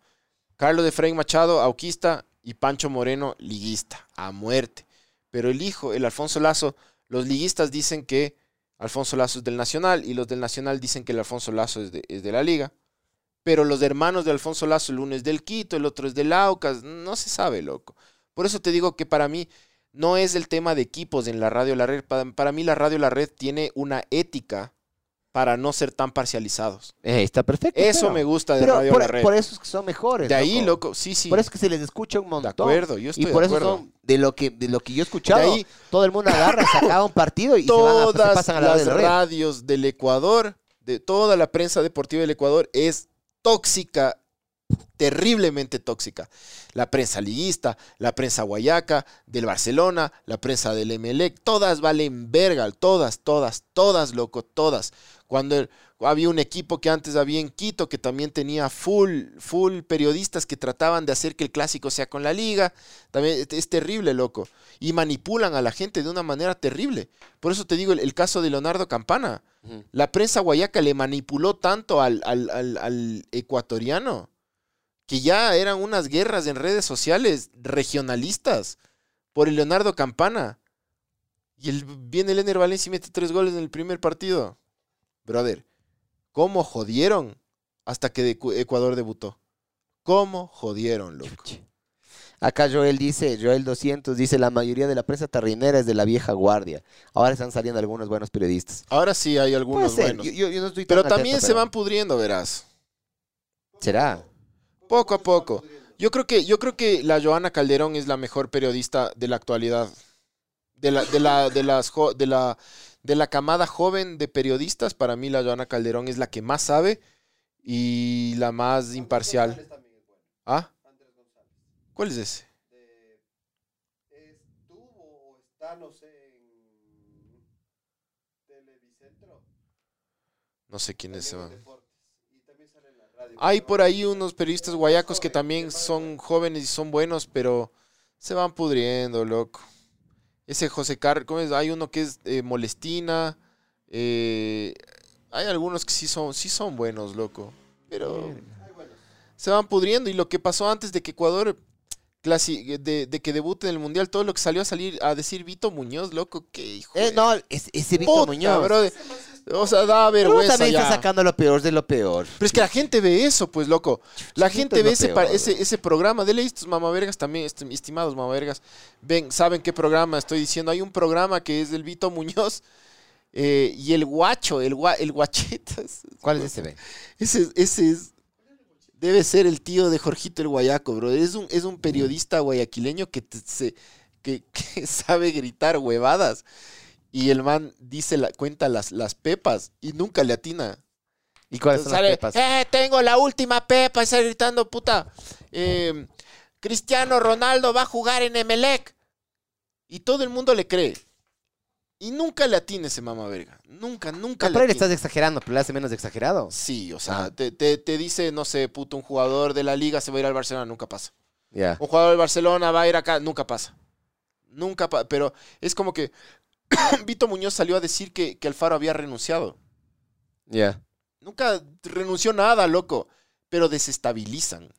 Speaker 2: Carlos Efraín Machado, auquista, y Pancho Moreno, liguista, a muerte. Pero el hijo, el Alfonso Lazo, los liguistas dicen que Alfonso Lazo es del Nacional y los del Nacional dicen que el Alfonso Lazo es de, es de la Liga. Pero los hermanos de Alfonso Lazo, el uno es del Quito, el otro es del Aucas, no se sabe, loco. Por eso te digo que para mí no es el tema de equipos en la radio La Red. Para, para mí la radio La Red tiene una ética para no ser tan parcializados.
Speaker 3: Eh, está perfecto.
Speaker 2: Eso
Speaker 3: pero-
Speaker 2: me gusta de
Speaker 3: Pero
Speaker 2: Radio
Speaker 3: por, e-
Speaker 2: La Red.
Speaker 3: por eso es que son mejores.
Speaker 2: de ahí, loco, sí, sí.
Speaker 3: Por eso es que se les escucha un
Speaker 2: de
Speaker 3: montón.
Speaker 2: acuerdo, yo estoy
Speaker 3: y por
Speaker 2: de
Speaker 3: eso
Speaker 2: acuerdo.
Speaker 3: son de lo que de lo que yo he escuchado.
Speaker 2: De ahí-
Speaker 3: todo el mundo agarra, sacaba un partido y se, van a- se
Speaker 2: todas
Speaker 3: pasan a la hora
Speaker 2: las
Speaker 3: de la red.
Speaker 2: radios del Ecuador, de toda la prensa deportiva del Ecuador, es tóxica, terriblemente tóxica. La prensa liguista, la prensa guayaca, del Barcelona, la prensa del Emelec, todas valen verga, todas, todas, todas, loco, todas. Cuando el- había un equipo que antes había en Quito que también tenía full, full periodistas que trataban de hacer que el clásico sea con la liga, también es- es terrible, loco. Y manipulan a la gente de una manera terrible. Por eso te digo el, el caso de Leonardo Campana.
Speaker 3: Ujú.
Speaker 2: La prensa guayaca le manipuló tanto al, al- al- al ecuatoriano que ya eran unas guerras en redes sociales regionalistas por el Leonardo Campana. Y el, viene el Ener Valencia y mete tres goles en el primer partido. Brother, ¿cómo jodieron hasta que de- Ecuador debutó? ¿Cómo jodieron, loco?
Speaker 3: Acá Joel dice, Joel 200 dice, la mayoría de la prensa tarrinera es de la vieja guardia. Ahora están saliendo algunos buenos periodistas.
Speaker 2: Ahora sí hay
Speaker 3: Puede
Speaker 2: algunos
Speaker 3: ser,
Speaker 2: buenos.
Speaker 3: Pues, eh, yo, yo- yo no estoy tan
Speaker 2: pero
Speaker 3: atento,
Speaker 2: también se
Speaker 3: pero
Speaker 2: van pudriendo, verás.
Speaker 3: Será.
Speaker 2: Poco a poco. Yo creo que, yo creo que la Joana Calderón es la mejor periodista de la actualidad. De la, de la, de las jo- de la, de la camada joven de periodistas, para mí la Joana Calderón es la que más sabe y la más imparcial.
Speaker 4: González también es bueno.
Speaker 2: ¿Ah?
Speaker 4: Andrés González.
Speaker 2: ¿Cuál es ese?
Speaker 4: de- estuvo o está, no sé, en Televicentro.
Speaker 2: No sé quién es ese
Speaker 4: también
Speaker 2: man.
Speaker 4: deportes, y también sale en la radio.
Speaker 2: Hay
Speaker 4: ¿no?
Speaker 2: por ahí unos periodistas guayacos que
Speaker 4: Joven,
Speaker 2: también
Speaker 4: que van
Speaker 2: son jóvenes y son buenos, pero se van pudriendo, loco. Ese José Carlos, ¿cómo es? Hay uno que es eh, Molestina. eh, hay algunos que sí son, sí son buenos, loco. Pero
Speaker 4: Ay, bueno,
Speaker 2: se van pudriendo. Y lo que pasó antes de que Ecuador, clasi- de, de que debute en el Mundial, todo lo que salió a salir a decir Vito Muñoz, loco, qué hijo.
Speaker 3: Eh,
Speaker 2: de
Speaker 3: no, es- ese Víctor
Speaker 2: puta,
Speaker 3: Muñoz.
Speaker 2: brother.
Speaker 4: ese man sí es
Speaker 2: O sea, da
Speaker 3: Pero uno
Speaker 2: vergüenza
Speaker 3: también
Speaker 2: ya.
Speaker 3: está sacando lo peor de lo peor.
Speaker 2: Pero es que la gente ve eso, pues, loco. La
Speaker 3: Chuchito
Speaker 2: gente
Speaker 3: es lo
Speaker 2: ve ese, pa-
Speaker 3: peor,
Speaker 2: ese, ese programa. Dele estos mamavergas también, est- estimados mamavergas. Ven, ¿saben qué programa estoy diciendo? Hay un programa que es del Vito Muñoz eh, y el guacho, el, gua- el guachetas.
Speaker 3: ¿Cuál es ese, ve?
Speaker 2: Ese, es- ese es... Debe ser el tío de Jorgito el Guayaco, bro. Es un, es un periodista guayaquileño que, te- se, que, que sabe gritar huevadas. Y el man dice la, cuenta las, las pepas y nunca le atina.
Speaker 3: ¿Y cuáles son las
Speaker 2: Sale,
Speaker 3: pepas?
Speaker 2: "Eh, tengo la última pepa. Y sale gritando, puta. eh, Cristiano Ronaldo va a jugar en Emelec. Y todo el mundo le cree. Y nunca le atina ese mamá verga. Nunca, nunca
Speaker 3: Ah, Pero ahí le
Speaker 2: atina.
Speaker 3: estás exagerando, pero le hace menos de exagerado.
Speaker 2: Sí, o sea, te, te- te dice, no sé, puto, un jugador de la liga se va a ir al Barcelona, nunca pasa.
Speaker 3: Ya.
Speaker 2: Un jugador del Barcelona va a ir acá, nunca pasa. Nunca pasa. Pero es como que Vito Muñoz salió a decir que, que Alfaro había renunciado.
Speaker 3: Ya.
Speaker 2: Nunca renunció nada, loco. Pero desestabilizan.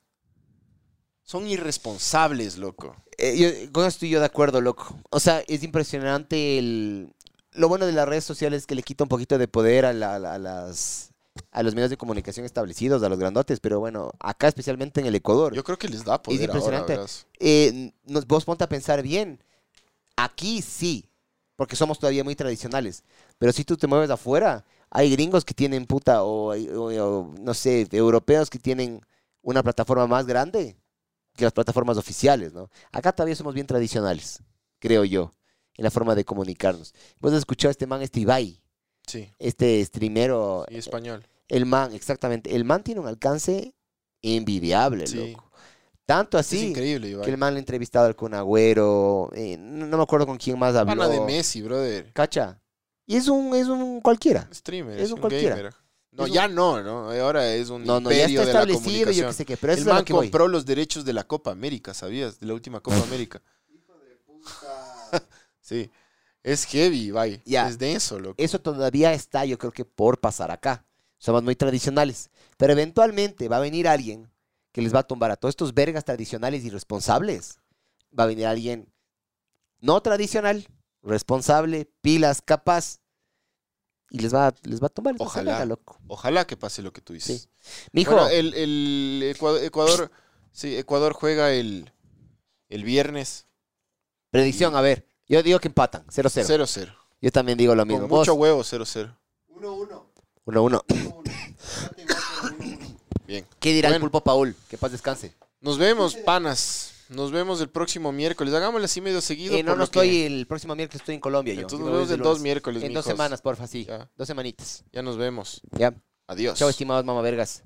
Speaker 2: Son irresponsables, loco.
Speaker 3: Eh, yo, con eso estoy yo de acuerdo, loco. O sea, es impresionante el... Lo bueno de las redes sociales es que le quita un poquito de poder a, la- a las... A los medios de comunicación establecidos, a los grandotes, pero bueno, acá especialmente en el Ecuador.
Speaker 2: Yo creo que les da poder ahora,
Speaker 3: impresionante.
Speaker 2: verás.
Speaker 3: eh, nos, vos ponte a pensar bien. Aquí sí, porque somos todavía muy tradicionales. Pero si tú te mueves afuera, hay gringos que tienen puta, o, hay- o- o, no sé, europeos que tienen una plataforma más grande que las plataformas oficiales, ¿no? Acá todavía somos bien tradicionales, creo yo, en la forma de comunicarnos. Vos has escuchado a este man, este Ibai,
Speaker 2: Sí,
Speaker 3: este streamero,
Speaker 2: y español.
Speaker 3: el man, exactamente. El man tiene un alcance envidiable,
Speaker 2: Sí.
Speaker 3: loco. Tanto
Speaker 2: Es
Speaker 3: así
Speaker 2: increíble, Iván.
Speaker 3: que el man le ha entrevistado al Kun Agüero, eh, no no me acuerdo con quién más habló.
Speaker 2: Pana de Messi, brother.
Speaker 3: Cacha. Y es un, es un cualquiera.
Speaker 2: Streamer,
Speaker 3: Es
Speaker 2: es
Speaker 3: un
Speaker 2: un
Speaker 3: cualquiera.
Speaker 2: gamer. No,
Speaker 3: Es un-
Speaker 2: ya no, ¿no? Ahora es un
Speaker 3: No, no, ya
Speaker 2: imperio
Speaker 3: está
Speaker 2: de la
Speaker 3: establecido y yo
Speaker 2: comunicación.
Speaker 3: qué sé qué, pero eso
Speaker 2: el
Speaker 3: es a
Speaker 2: man
Speaker 3: lo que voy.
Speaker 2: compró los derechos de la Copa América, ¿sabías? De la última Copa América.
Speaker 4: Hijo de puta.
Speaker 2: Sí. Es heavy, bye.
Speaker 3: Ya.
Speaker 2: Es denso, loco.
Speaker 3: Eso todavía está, yo creo que por pasar acá. Somos muy tradicionales. Pero eventualmente va a venir alguien que les va a tumbar a todos estos vergas tradicionales y responsables. Va a venir alguien no tradicional, responsable, pilas, capaz. Y les va, les va a tumbar. esa
Speaker 2: Ojalá.
Speaker 3: saga, loco.
Speaker 2: Ojalá que pase lo que tú dices.
Speaker 3: Sí. Mijo,
Speaker 2: Bueno, el, el Ecua- Ecuador, sí, Ecuador juega el, el viernes
Speaker 3: predicción, a ver. Yo digo que empatan, 0-0.
Speaker 2: 0-0.
Speaker 3: Yo también digo lo mismo.
Speaker 2: Con
Speaker 3: Vos,
Speaker 2: mucho huevo 0-0.
Speaker 4: 1-1.
Speaker 3: 1-1.
Speaker 4: 1-1.
Speaker 2: Bien.
Speaker 3: ¿Qué dirá el
Speaker 2: Bueno.
Speaker 3: pulpo Paul? Que paz descanse.
Speaker 2: Nos vemos, panas. Nos vemos el próximo miércoles. Hagámosle así medio seguido.
Speaker 3: Eh, no,
Speaker 2: por
Speaker 3: no
Speaker 2: lo que-
Speaker 3: estoy el próximo miércoles, estoy en Colombia. Yo.
Speaker 2: Entonces
Speaker 3: Yo
Speaker 2: nos
Speaker 3: me voy
Speaker 2: vemos
Speaker 3: desde
Speaker 2: en dos
Speaker 3: lunes.
Speaker 2: miércoles,
Speaker 3: En dos
Speaker 2: mijos.
Speaker 3: semanas, porfa, sí.
Speaker 2: Ya.
Speaker 3: Dos semanitas.
Speaker 2: Ya nos vemos.
Speaker 3: Ya.
Speaker 2: Adiós.
Speaker 3: Chao, estimados mamavergas.